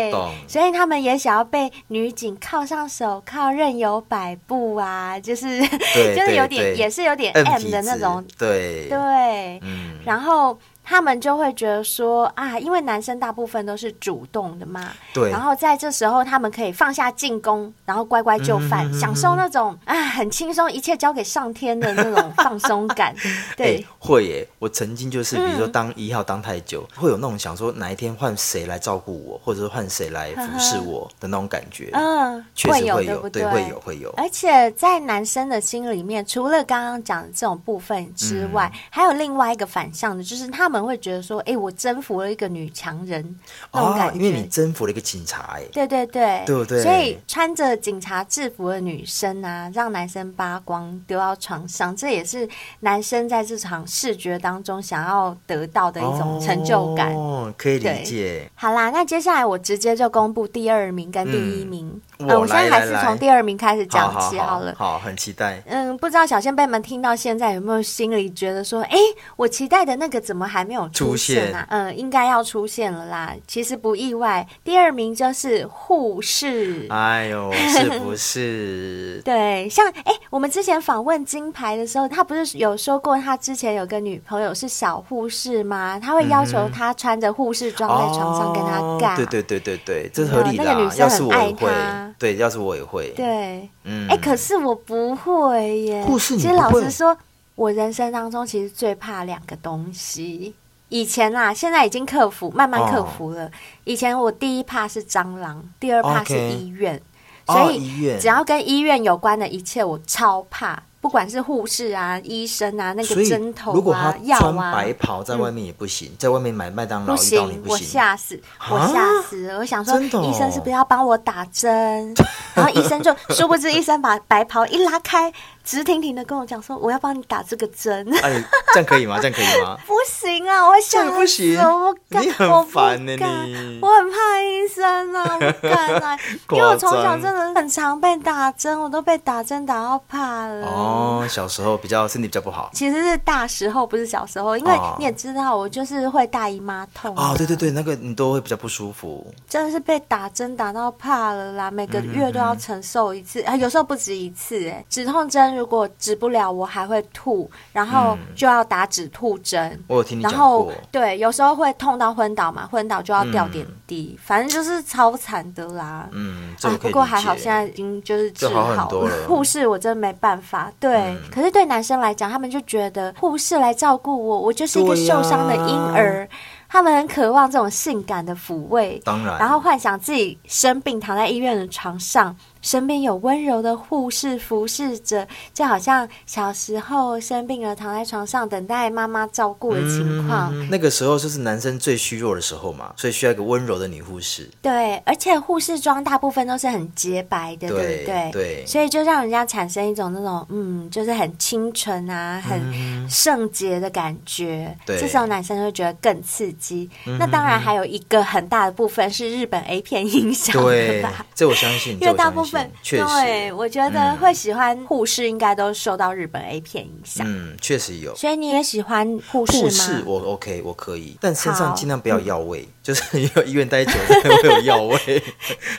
Speaker 4: 我懂
Speaker 3: 所以他们也想要被女警铐上手铐，任由摆布啊，就是
Speaker 4: 对
Speaker 3: 就是有点
Speaker 4: 对对
Speaker 3: 也是有点
Speaker 4: 摁
Speaker 3: M
Speaker 4: 皮
Speaker 3: 的那
Speaker 4: 子
Speaker 3: 种
Speaker 4: 对
Speaker 3: 对，
Speaker 4: 嗯
Speaker 3: 然后他们就会觉得说啊，因为男生大部分都是主动的嘛，
Speaker 4: 对
Speaker 3: 然后在这时候他们可以放下进攻，然后乖乖就范，
Speaker 4: 嗯
Speaker 3: 享受那种啊很轻松，一切交给上天的那种放松 感。对，
Speaker 4: 哎会耶！我曾经就是，
Speaker 3: 嗯
Speaker 4: 比如说当一号当太久，会有那种想说哪一天换谁来照顾我，或者是换谁来服侍我的那种感觉。
Speaker 3: 嗯，
Speaker 4: 确实
Speaker 3: 有，
Speaker 4: 会
Speaker 3: 对哎
Speaker 4: 有，
Speaker 3: 不
Speaker 4: 对，会有，。会有。
Speaker 3: 而且在男生的
Speaker 4: 嗯
Speaker 3: 心里面，除了刚刚讲的这种部分之外，还有另外一个反向的，就是他们们会觉得说，哎、我征服了一个女强人那种
Speaker 4: 啊，
Speaker 3: 感
Speaker 4: 因
Speaker 3: 觉。
Speaker 4: 为你征服了一个警察、哎，
Speaker 3: 对对对，
Speaker 4: 对不对
Speaker 3: 所以穿着警察制服的女生啊，让男生扒光丢到床上，这也是男生在这场视觉当中想要得到的一种成就感。
Speaker 4: 哦，可以理
Speaker 3: 对
Speaker 4: 解。
Speaker 3: 好啦，那接下来我直接就公布第二名跟第一名。
Speaker 4: 嗯
Speaker 3: 呃，
Speaker 4: 我
Speaker 3: 我现在
Speaker 4: 来
Speaker 3: 还是
Speaker 4: 来
Speaker 3: 从
Speaker 4: 来
Speaker 3: 第二名开始讲
Speaker 4: 好好
Speaker 3: 起
Speaker 4: 好
Speaker 3: 了。
Speaker 4: 好，很期待。
Speaker 3: 嗯，不知道小先辈们听到现在有没有心里觉得说，哎、我期待的那个怎么还没有出现啊？嗯，应该要出现了啦。其实不意外，第二名就是护士。
Speaker 4: 哎呦，是不 是？
Speaker 3: 对，像哎、我们之前访问金牌的时候，他不是有说过他之前有个女朋友是小护士吗？他会要求他穿着护士装在床上跟他干、
Speaker 4: 嗯哦对对对对对，这合理
Speaker 3: 那个女
Speaker 4: 啦。
Speaker 3: 生
Speaker 4: 要是
Speaker 3: 很
Speaker 4: 我也
Speaker 3: 爱
Speaker 4: 会
Speaker 3: 他，
Speaker 4: 对，要是我也会。
Speaker 3: 对
Speaker 4: 嗯
Speaker 3: 哎、可是我不会耶。
Speaker 4: 护士你
Speaker 3: 其实老
Speaker 4: 不会
Speaker 3: 实说，我人生当中其实最怕两个东西。以前啦，现在已经克服，慢慢克服
Speaker 4: 哦
Speaker 3: 了。以前我第一怕是蟑螂，第二怕是
Speaker 4: OK
Speaker 3: 医院
Speaker 4: 哦
Speaker 3: 所
Speaker 4: 医
Speaker 3: 以
Speaker 4: 院
Speaker 3: 只要跟医院有关的一切，我超怕。不管是护士啊、医生啊、那
Speaker 4: 所
Speaker 3: 个
Speaker 4: 以
Speaker 3: 针头
Speaker 4: 如果
Speaker 3: 啊
Speaker 4: 他、
Speaker 3: 药
Speaker 4: 穿
Speaker 3: 啊，
Speaker 4: 白袍在外面也不行，在外面买麦当劳
Speaker 3: 不
Speaker 4: 遇到你
Speaker 3: 行，
Speaker 4: 不
Speaker 3: 我
Speaker 4: 行。
Speaker 3: 吓死，我
Speaker 4: 啊
Speaker 3: 吓死了！我想说，
Speaker 4: 真的哦
Speaker 3: 医生是不是要帮我打针？然后医生就，殊不知医生把白袍一拉开，直挺挺的跟我讲说，我要帮你打这个针。？
Speaker 4: 哎，这样可以吗？这样可以吗
Speaker 3: 不行啊，我会吓
Speaker 4: 这不行
Speaker 3: 死我不敢，
Speaker 4: 你很
Speaker 3: 我不
Speaker 4: 烦呢
Speaker 3: 敢
Speaker 4: 你
Speaker 3: 我很怕医生啊，我不敢 啊，因为我从小真的很常被打针，我都被打针打到怕了。
Speaker 4: 哦，小时候比较身体比较不好。
Speaker 3: 其实是大时候，不是小时候，因为
Speaker 4: 哦
Speaker 3: 你也知道，我就是会大姨妈痛
Speaker 4: 哦，对
Speaker 3: 啊
Speaker 4: 对对，那个你都会比较不舒服。
Speaker 3: 真的是被打针打到怕了啦，每
Speaker 4: 嗯
Speaker 3: 个月都要承受一次，啊、有时候不止一次、哎，止痛针如果止不了，我还会吐，然后就要打止吐针。
Speaker 4: 嗯我有听你
Speaker 3: 然
Speaker 4: 讲
Speaker 3: 后
Speaker 4: 过，
Speaker 3: 对，有时候会痛到昏倒嘛，昏倒就要吊点滴，反正就是超惨的啦。
Speaker 4: 嗯，这
Speaker 3: 啊
Speaker 4: 我，可
Speaker 3: 不
Speaker 4: 以
Speaker 3: 过
Speaker 4: 理
Speaker 3: 还好，
Speaker 4: 解
Speaker 3: 现在已经就是治
Speaker 4: 就好很多
Speaker 3: 了。
Speaker 4: 了嗯
Speaker 3: 护士我真的没办法，对。可是对男生来讲，他们就觉得护士来照顾我，我就是一个
Speaker 4: 对呀
Speaker 3: 受伤的婴儿，他们很渴望这种性感的抚慰。
Speaker 4: 当然，
Speaker 3: 然后幻想自己生病躺在医院的床上，身边有温柔的护士服侍着，就好像小时候生病了躺在床上等待妈妈照顾的情况。
Speaker 4: 嗯那个时候就是男生最虚弱的时候嘛，所以需要一个温柔的女护士。
Speaker 3: 对，而且护士装大部分都是很洁白的，对不对？
Speaker 4: 对
Speaker 3: 所以就让人家产生一种那种嗯，就是很清纯啊，很圣洁的感觉。
Speaker 4: 嗯对嗯
Speaker 3: 这时候男生就会觉得更刺激。那当然还有一个很大的部分是日本 A 片影响的
Speaker 4: 对
Speaker 3: 吧。，
Speaker 4: 这我相信，
Speaker 3: 因
Speaker 4: 这
Speaker 3: 为
Speaker 4: 我
Speaker 3: 大
Speaker 4: 相
Speaker 3: 部
Speaker 4: 信
Speaker 3: 分
Speaker 4: 确
Speaker 3: 对，
Speaker 4: 实，嗯
Speaker 3: 我觉得会喜欢护士，应该都受到日本 A 片影响。
Speaker 4: 嗯，确实有。
Speaker 3: 所以你也喜欢护士
Speaker 4: 护
Speaker 3: 吗？
Speaker 4: 士我 OK 我可以，但身
Speaker 3: 好嗯
Speaker 4: 上尽量不要药味，就是 因为医院待久了会有药味。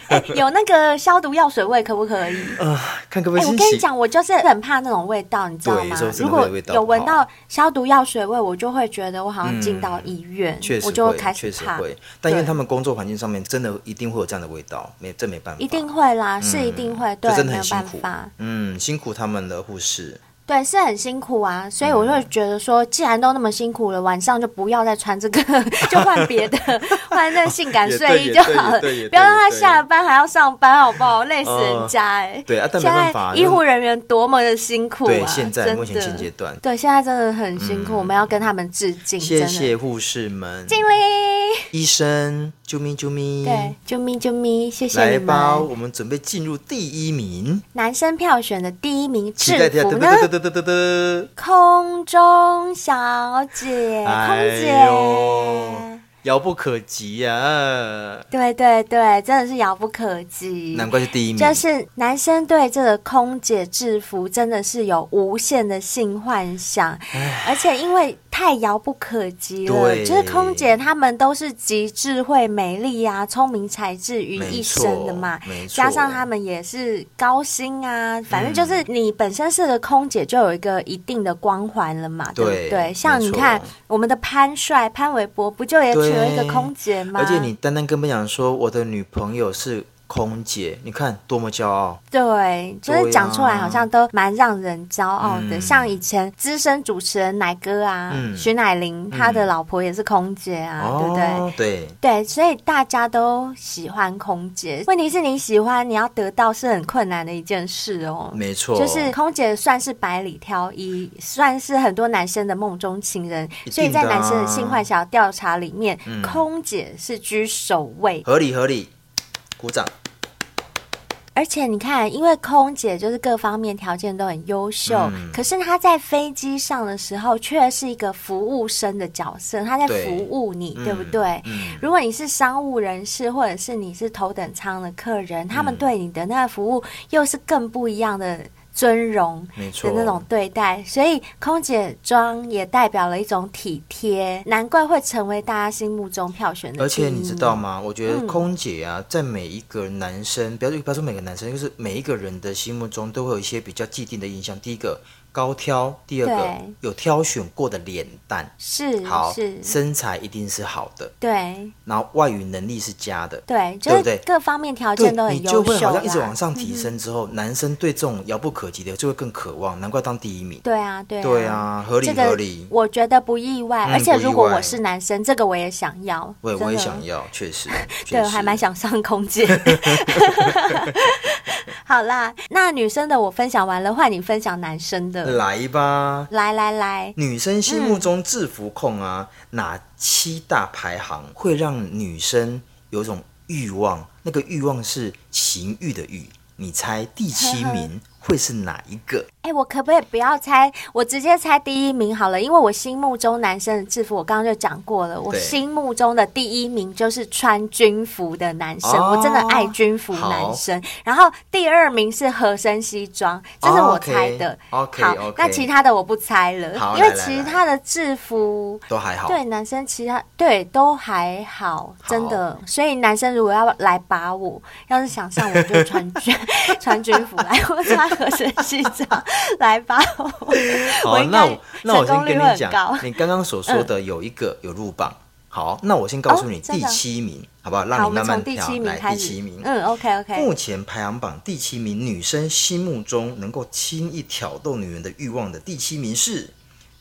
Speaker 3: 哎 有那个消毒药水味，可不可以？
Speaker 4: 啊，看可不 可
Speaker 3: 哎、
Speaker 4: 以
Speaker 3: 我
Speaker 4: 先
Speaker 3: 跟你
Speaker 4: 洗。
Speaker 3: 讲，我就是很怕那种味道，你知道
Speaker 4: 对
Speaker 3: 吗
Speaker 4: 有时候？
Speaker 3: 如
Speaker 4: 真的
Speaker 3: 果
Speaker 4: 会有味道
Speaker 3: 有闻
Speaker 4: 不好
Speaker 3: 到消毒药水味，我就会觉得我好像进
Speaker 4: 嗯
Speaker 3: 到医院，
Speaker 4: 确实
Speaker 3: 我就
Speaker 4: 会，
Speaker 3: 开
Speaker 4: 确
Speaker 3: 始
Speaker 4: 实
Speaker 3: 怕。
Speaker 4: 会，但因为
Speaker 3: 对
Speaker 4: 他们工作环境上面真的一定会有这样的味道，没这没办法，
Speaker 3: 一定会啦，是一定会，对
Speaker 4: 这，嗯真的
Speaker 3: 没有
Speaker 4: 很辛
Speaker 3: 办
Speaker 4: 苦
Speaker 3: 法，。
Speaker 4: 嗯，辛苦他们的护士，
Speaker 3: 对，是很辛苦啊，所以我就
Speaker 4: 嗯
Speaker 3: 觉得说，既然都那么辛苦了，晚上就不要再穿这个， 就换别 的，换那个性感
Speaker 4: 也
Speaker 3: 睡
Speaker 4: 对
Speaker 3: 衣
Speaker 4: 也
Speaker 3: 就
Speaker 4: 对也
Speaker 3: 好了，
Speaker 4: 对也
Speaker 3: 不要
Speaker 4: 对
Speaker 3: 让
Speaker 4: 也
Speaker 3: 他
Speaker 4: 对
Speaker 3: 下班还要上班，好不好？累死人
Speaker 4: 呃
Speaker 3: 家哎、
Speaker 4: 对啊，但没
Speaker 3: 现
Speaker 4: 办
Speaker 3: 在
Speaker 4: 法，
Speaker 3: 医护人员多么的辛苦啊！
Speaker 4: 对现在
Speaker 3: 真
Speaker 4: 目前
Speaker 3: 的
Speaker 4: 现阶段
Speaker 3: 对现在真的很辛苦，我们要跟他们致敬，真
Speaker 4: 嗯谢
Speaker 3: 的。
Speaker 4: 谢护士们，
Speaker 3: 经理，
Speaker 4: 医生，救命救命！
Speaker 3: 对，救命救命，谢谢
Speaker 4: 来
Speaker 3: 你
Speaker 4: 吧，
Speaker 3: 们！
Speaker 4: 我们准备进入第一名，
Speaker 3: 男生票选的第一名
Speaker 4: 期待
Speaker 3: 制
Speaker 4: 一下，
Speaker 3: 服
Speaker 4: 噔
Speaker 3: 呢？
Speaker 4: 噔噔噔噔噔
Speaker 3: 空中小姐，
Speaker 4: 噔，
Speaker 3: 空
Speaker 4: 哎
Speaker 3: 姐
Speaker 4: 呦。，遥不可及呀！
Speaker 3: 对对对，真的是遥不可及。
Speaker 4: 难怪是第一名，
Speaker 3: 就是男生对这个空姐制服真的是有无限的性幻想，而且因为太遥不可及了，
Speaker 4: 对
Speaker 3: 就是空姐她们都是集智慧、美丽啊、聪明才智于一身的嘛
Speaker 4: 没错没，错
Speaker 3: 加上她们也是高薪啊，反正就是你本身是个空姐就有一个一定的光环了嘛，对不
Speaker 4: 对
Speaker 3: 对？像
Speaker 4: 没
Speaker 3: 你
Speaker 4: 错
Speaker 3: 看我们的潘帅潘玮柏不就也娶了一个
Speaker 4: 对
Speaker 3: 空姐吗？
Speaker 4: 而且你单单跟我们讲说，我的女朋友是空姐，你看多么骄傲。
Speaker 3: 对，就是
Speaker 4: 对
Speaker 3: 讲出来好
Speaker 4: 啊
Speaker 3: 像都蛮让人骄傲的。
Speaker 4: 嗯
Speaker 3: 像以前资深主持人奶哥啊，
Speaker 4: 嗯
Speaker 3: 徐乃麟，他的老婆也是空姐啊，对不对？
Speaker 4: 哦，对
Speaker 3: 对，所以大家都喜欢空姐。问题是你喜欢，你要得到是很困难的一件事哦。
Speaker 4: 没错，
Speaker 3: 就是空姐算是百里挑一，算是很多男生的梦中情人，
Speaker 4: 一定的啊嗯
Speaker 3: 所以在男生的性幻想调查里面，空姐是居首位。
Speaker 4: 合理合理，鼓掌。
Speaker 3: 而且你看，因为空姐就是各方面条件都很优秀，
Speaker 4: 嗯
Speaker 3: 可是她在飞机上的时候却是一个服务生的角色，她在
Speaker 4: 对
Speaker 3: 服务你，对不
Speaker 4: 嗯
Speaker 3: 对？
Speaker 4: 嗯
Speaker 3: 如果你是商务人士，或者是你是头等舱的客人，他
Speaker 4: 嗯
Speaker 3: 们对你的那个服务又是更不一样的尊荣
Speaker 4: 没
Speaker 3: 的
Speaker 4: 错，
Speaker 3: 那种对待，所以空姐装也代表了一种体贴，难怪会成为大家心目中票选的。
Speaker 4: 而且你知道？吗？我觉得空姐啊，在每一个男生，不要不要说每个男生，就是每一个人的心目中都会有一些比较既定的印象。第一个高挑，第二个
Speaker 3: 对
Speaker 4: 有挑选过的脸蛋，
Speaker 3: 是
Speaker 4: 好
Speaker 3: 是，，
Speaker 4: 身材一定是好的，
Speaker 3: 对
Speaker 4: 然后外语能力是佳的。
Speaker 3: 对，
Speaker 4: 对
Speaker 3: 就
Speaker 4: 不
Speaker 3: 是
Speaker 4: 对
Speaker 3: 各方面条
Speaker 4: 对
Speaker 3: 件都很
Speaker 4: 你就
Speaker 3: 优
Speaker 4: 会
Speaker 3: 秀
Speaker 4: 好像一直
Speaker 3: 啦嗯
Speaker 4: 往上提升之后，男生对这种遥不可及的就会更渴望，难怪当第一名。
Speaker 3: 对啊，对啊，
Speaker 4: 对啊，合理
Speaker 3: 这
Speaker 4: 合
Speaker 3: 个
Speaker 4: 理，
Speaker 3: 我觉得不意外，
Speaker 4: 嗯
Speaker 3: 而且
Speaker 4: 不意
Speaker 3: 如果
Speaker 4: 外
Speaker 3: 我是男生，这个我也想要，
Speaker 4: 我也我
Speaker 3: 真
Speaker 4: 也
Speaker 3: 的
Speaker 4: 想 要，确实，确
Speaker 3: 对，我还
Speaker 4: 实
Speaker 3: 蛮想上空 姐。好啦，那女生的我分享完了，换你分享男生的。
Speaker 4: 来吧，
Speaker 3: 来来来，
Speaker 4: 女生心
Speaker 3: 嗯
Speaker 4: 目中制服控啊，哪七大排行会让女生有种欲望？那个欲望是情欲的欲，你猜第 七名会是哪一个？
Speaker 3: 哎、我可不可以不要猜？我直接猜第一名好了，因为我心目中男生的制服，我刚刚就讲过了，我
Speaker 4: 对
Speaker 3: 心目中的第一名就是穿军服的男生，我真的
Speaker 4: 哦
Speaker 3: 爱军服男生。然后第二名是合身西装，这是我猜的。
Speaker 4: 哦，OK，
Speaker 3: 好
Speaker 4: OK，OK
Speaker 3: 那其他的我不猜了，
Speaker 4: 好
Speaker 3: 因为
Speaker 4: 来来
Speaker 3: 其
Speaker 4: 来
Speaker 3: 他的制服。
Speaker 4: 都还好，
Speaker 3: 对男生，其他对都还好，真的。所以男生如果要来把我，要是想上我就穿 军穿军服来，我穿合身西装来把我。
Speaker 4: 好
Speaker 3: 我，应
Speaker 4: 那
Speaker 3: 该
Speaker 4: 我那我先
Speaker 3: 成功率
Speaker 4: 跟
Speaker 3: 会很
Speaker 4: 你
Speaker 3: 高嗯
Speaker 4: 讲，你刚刚所说的有一个有入榜。好，那我先告诉你
Speaker 3: 哦真
Speaker 4: 第
Speaker 3: 的
Speaker 4: 七名，好不好？
Speaker 3: 好，
Speaker 4: 让
Speaker 3: 我
Speaker 4: 你
Speaker 3: 们从
Speaker 4: 慢慢
Speaker 3: 第
Speaker 4: 挑。
Speaker 3: 七名
Speaker 4: 来，
Speaker 3: 开
Speaker 4: 第
Speaker 3: 始
Speaker 4: 七名。
Speaker 3: 嗯，OK OK，
Speaker 4: 目前排行榜第七名，女生心目中能够轻易挑逗女人的欲望的第七名是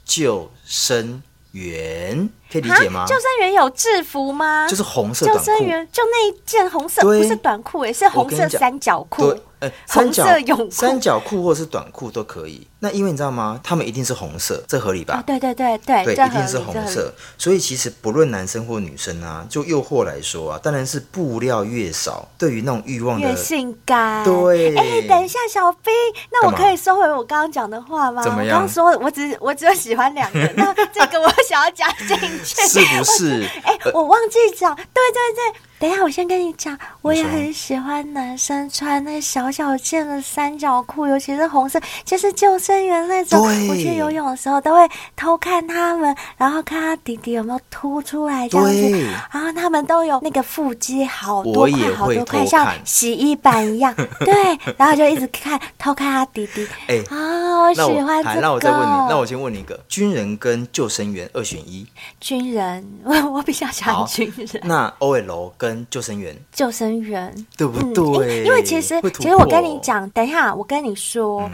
Speaker 4: 救生员，可以理解吗？
Speaker 3: 啊救生员有制服吗？
Speaker 4: 就是红色
Speaker 3: 救
Speaker 4: 短裤。
Speaker 3: 生员就那一件红色，
Speaker 4: 对
Speaker 3: 不是短裤欸诶，是
Speaker 4: 我
Speaker 3: 红
Speaker 4: 跟你
Speaker 3: 色
Speaker 4: 讲
Speaker 3: 三角裤
Speaker 4: 对，，呃，
Speaker 3: 红
Speaker 4: 三
Speaker 3: 色
Speaker 4: 角
Speaker 3: 泳裤
Speaker 4: 三角裤或是短裤都可以。那因为你知道吗？他们一定是红色，这合理吧？
Speaker 3: 啊，对对对对，
Speaker 4: 对，
Speaker 3: 这
Speaker 4: 一
Speaker 3: 合
Speaker 4: 定
Speaker 3: 理
Speaker 4: 是红。
Speaker 3: 这合理
Speaker 4: 色。所以其实不论男生或女生啊，就诱惑来说啊，当然是布料越少，对于那种欲望的
Speaker 3: 越性感。
Speaker 4: 对
Speaker 3: 哎、等一下，小兵，那我
Speaker 4: 干嘛
Speaker 3: 可以收回我刚刚讲的话吗？
Speaker 4: 怎么样
Speaker 3: 我刚刚说我只我只有喜欢两个，那这个我想要加进去，
Speaker 4: 是不是？ 呃
Speaker 3: 哎、我忘记讲，对对对，等一下，我先跟你讲，我也很喜欢男生穿那小小件的三角裤，尤其是红色，就是救生员那种。
Speaker 4: 对
Speaker 3: 我去游泳的时候都会偷看他们，然后看他底底有没有凸出来这样
Speaker 4: 对
Speaker 3: 子。然后他们都有那个腹肌，好多
Speaker 4: 我
Speaker 3: 块
Speaker 4: 也，
Speaker 3: 好
Speaker 4: 会
Speaker 3: 多块，
Speaker 4: 偷
Speaker 3: 像
Speaker 4: 看
Speaker 3: 洗衣板一 样。对，然后就一直看偷看他底底。
Speaker 4: 哎
Speaker 3: 啊，我喜
Speaker 4: 那我
Speaker 3: 欢这
Speaker 4: 好
Speaker 3: 个。
Speaker 4: 那我再问你，那我先问你一个：军人跟救生员二选一，
Speaker 3: 军人，我我比较喜欢
Speaker 4: 好
Speaker 3: 军人。
Speaker 4: 那 OL 跟救生员
Speaker 3: 救生员，
Speaker 4: 对不
Speaker 3: 嗯
Speaker 4: 对？
Speaker 3: 因因为其实
Speaker 4: 会突
Speaker 3: 其实我
Speaker 4: 破嗯
Speaker 3: 跟你，讲，等一下，我跟你说。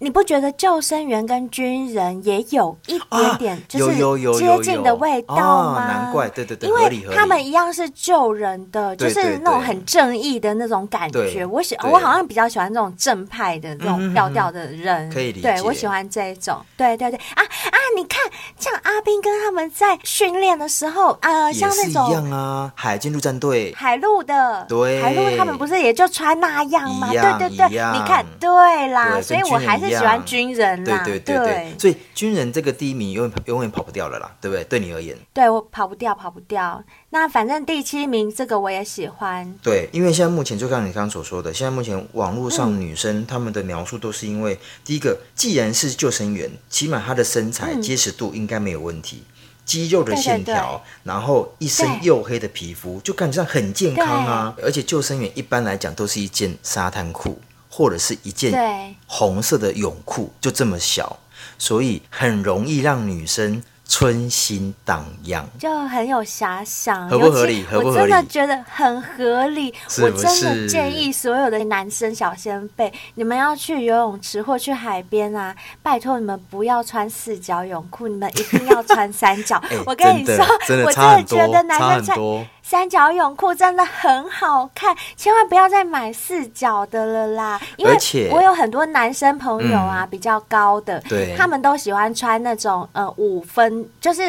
Speaker 3: 你不觉得救生员跟军人也有一点点
Speaker 4: 啊
Speaker 3: 就是
Speaker 4: 有有有
Speaker 3: 接
Speaker 4: 有
Speaker 3: 近
Speaker 4: 有
Speaker 3: 的味道
Speaker 4: 啊
Speaker 3: 吗？
Speaker 4: 难怪对对对
Speaker 3: 因
Speaker 4: 合理
Speaker 3: 为
Speaker 4: 合
Speaker 3: 他
Speaker 4: 理
Speaker 3: 们一样是救人的，就
Speaker 4: 对对
Speaker 3: 是那种
Speaker 4: 对
Speaker 3: 很正义的那种感觉。
Speaker 4: 对
Speaker 3: 我喜
Speaker 4: 对
Speaker 3: 我好像比较喜欢这种正派的这
Speaker 4: 嗯
Speaker 3: 种
Speaker 4: 哼
Speaker 3: 调调的人，
Speaker 4: 可以理
Speaker 3: 对
Speaker 4: 解
Speaker 3: 我喜欢这一种，对对对啊啊！你看，像阿斌跟他们在训练的时候，呃，
Speaker 4: 也
Speaker 3: 像
Speaker 4: 是
Speaker 3: 那
Speaker 4: 一
Speaker 3: 种
Speaker 4: 样啊。海军陆战队，
Speaker 3: 海陆的，
Speaker 4: 对
Speaker 3: 海陆他们不是也就穿那样吗？
Speaker 4: 一样
Speaker 3: 对对对，
Speaker 4: 一样
Speaker 3: 你看，对啦，
Speaker 4: 对
Speaker 3: 所以
Speaker 4: 跟
Speaker 3: 我
Speaker 4: 军人
Speaker 3: 还是
Speaker 4: 一
Speaker 3: 喜
Speaker 4: 样
Speaker 3: 欢军人
Speaker 4: 对
Speaker 3: 啦，
Speaker 4: 对
Speaker 3: 对
Speaker 4: 对对，所以军人这个第一名永远永远跑不掉了啦，对不对？对你而言，
Speaker 3: 对我跑不掉，跑不掉。那反正第七名这个我也喜欢，
Speaker 4: 对，因为现在目前就像你刚刚所说的，现在目前网
Speaker 3: 嗯
Speaker 4: 络上女生她们的描述都是因为，第一个，既然是救生员，起码她的身材结实度应该没有问题，肌肉的
Speaker 3: 嗯对对
Speaker 4: 线条，然后一身
Speaker 3: 对
Speaker 4: 黝黑的皮肤，就感觉上很健康啊。而且救生员一般来讲都是一件沙滩裤或者是一件
Speaker 3: 对。
Speaker 4: 红色的泳裤，就这么小，所以很容易让女生春心荡漾。
Speaker 3: 就很有遐想，
Speaker 4: 合不合理
Speaker 3: 尤其
Speaker 4: 合不
Speaker 3: 我
Speaker 4: 合
Speaker 3: 真
Speaker 4: 理
Speaker 3: 的觉得很合理。
Speaker 4: 是
Speaker 3: 我
Speaker 4: 不
Speaker 3: 真的
Speaker 4: 是
Speaker 3: 建议所有的男生小先辈，你们要去游泳池或去海边啊，拜托你们不要穿四角泳裤，你们一定要穿三角。
Speaker 4: 哎
Speaker 3: 我跟你
Speaker 4: 真
Speaker 3: 说
Speaker 4: 的，真的
Speaker 3: 我真
Speaker 4: 差
Speaker 3: 的
Speaker 4: 很多
Speaker 3: 觉得男
Speaker 4: 差很
Speaker 3: 生穿
Speaker 4: 多
Speaker 3: 三角泳裤真的很好看，千万不要再买四角的了啦。因为
Speaker 4: 而且嗯
Speaker 3: 我有很多男生朋友啊，比较高的，
Speaker 4: 对
Speaker 3: 他们都喜欢穿那种呃五分，就是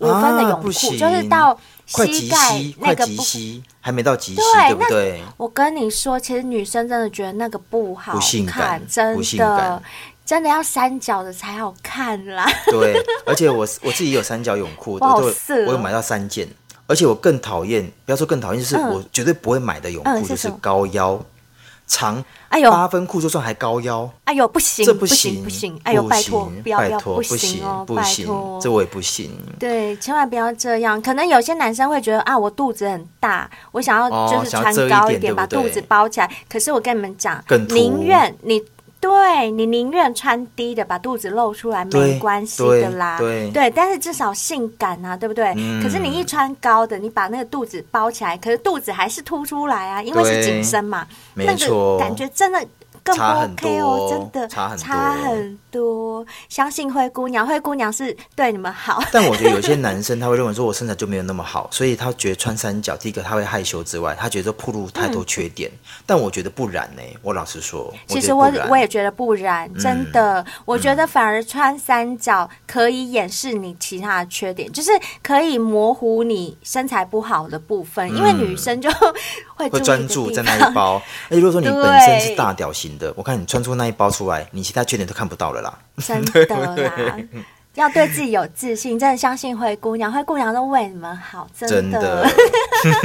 Speaker 3: 五分的
Speaker 4: 啊
Speaker 3: 泳裤，
Speaker 4: 不行
Speaker 3: 就是到
Speaker 4: 快及
Speaker 3: 膝盖
Speaker 4: 膝，
Speaker 3: 那
Speaker 4: 快
Speaker 3: 个
Speaker 4: 及
Speaker 3: 部分。
Speaker 4: 膝，还没到及膝，
Speaker 3: 对
Speaker 4: 对不
Speaker 3: 那
Speaker 4: 对？
Speaker 3: 我跟你说，其实女生真的觉得那个不好
Speaker 4: 不性
Speaker 3: 看
Speaker 4: 感，
Speaker 3: 真
Speaker 4: 不性
Speaker 3: 的
Speaker 4: 感，
Speaker 3: 真的要三角的才好看 啦。
Speaker 4: 对，而且我我自己有三角泳裤，
Speaker 3: 哇
Speaker 4: 我都
Speaker 3: 好色哦
Speaker 4: 有我有买到三件，而且我更讨厌，不要说更讨厌，就是
Speaker 3: 嗯
Speaker 4: 我绝对不会买的泳
Speaker 3: 嗯
Speaker 4: 裤
Speaker 3: 是
Speaker 4: 就
Speaker 3: 什
Speaker 4: 是
Speaker 3: 么
Speaker 4: 高腰，长
Speaker 3: 哎呦
Speaker 4: 八分裤就算还高腰，
Speaker 3: 哎呦，不行，
Speaker 4: 这
Speaker 3: 不
Speaker 4: 行
Speaker 3: 不行
Speaker 4: 不，
Speaker 3: 哎呦，拜托
Speaker 4: 行，
Speaker 3: 不要
Speaker 4: 拜
Speaker 3: 要，
Speaker 4: 托
Speaker 3: 行哦，
Speaker 4: 不
Speaker 3: 拜
Speaker 4: 行
Speaker 3: 托，，
Speaker 4: 这我也不行。
Speaker 3: 对，千万不要这样。可能有些男生会觉得啊，我肚子很大，我想要
Speaker 4: 哦
Speaker 3: 就是
Speaker 4: 想
Speaker 3: 穿
Speaker 4: 要遮一
Speaker 3: 高
Speaker 4: 点对不
Speaker 3: 把肚
Speaker 4: 对
Speaker 3: 子包起来。可是我跟你们讲
Speaker 4: 更，突
Speaker 3: 宁愿你。对你宁愿穿低的，把肚子露出来没
Speaker 4: 对
Speaker 3: 关系
Speaker 4: 对
Speaker 3: 的啦，
Speaker 4: 对
Speaker 3: 但是至少性感啊，对不对？
Speaker 4: 嗯
Speaker 3: 可是你一穿高的，你把那个肚子包起来，可是肚子还是凸出来啊，因为是
Speaker 4: 对
Speaker 3: 紧身嘛，
Speaker 4: 没
Speaker 3: 那个
Speaker 4: 错
Speaker 3: 感觉真的更不
Speaker 4: 差很
Speaker 3: OK 哦，
Speaker 4: 多
Speaker 3: 真的
Speaker 4: 差很
Speaker 3: 差
Speaker 4: 多
Speaker 3: 很多。相信灰姑娘，灰姑娘是对你们好，
Speaker 4: 但我觉得有些男生他会认为说我身材就没有那么好，所以他觉得穿三角，第一个他会害羞之外，他觉得暴露太多缺点。但我觉得不然呢、我老实说，
Speaker 3: 嗯其
Speaker 4: 觉
Speaker 3: 实
Speaker 4: 得
Speaker 3: 我
Speaker 4: 不然嗯
Speaker 3: 我也觉得不然，真的，我觉得反而穿三角可以掩饰你其他的缺点，就是可以模糊你身材不好的部分，因为女生就 会
Speaker 4: 嗯会专注在
Speaker 3: 在
Speaker 4: 那一。包。而且如果说你本身是
Speaker 3: 对
Speaker 4: 大屌型的，我看你穿出那一包出来，你其他缺点都看不到了啦。
Speaker 3: 真的啦。 要对自己有自信，真的相信灰姑娘，灰姑娘都为你们好，
Speaker 4: 真的。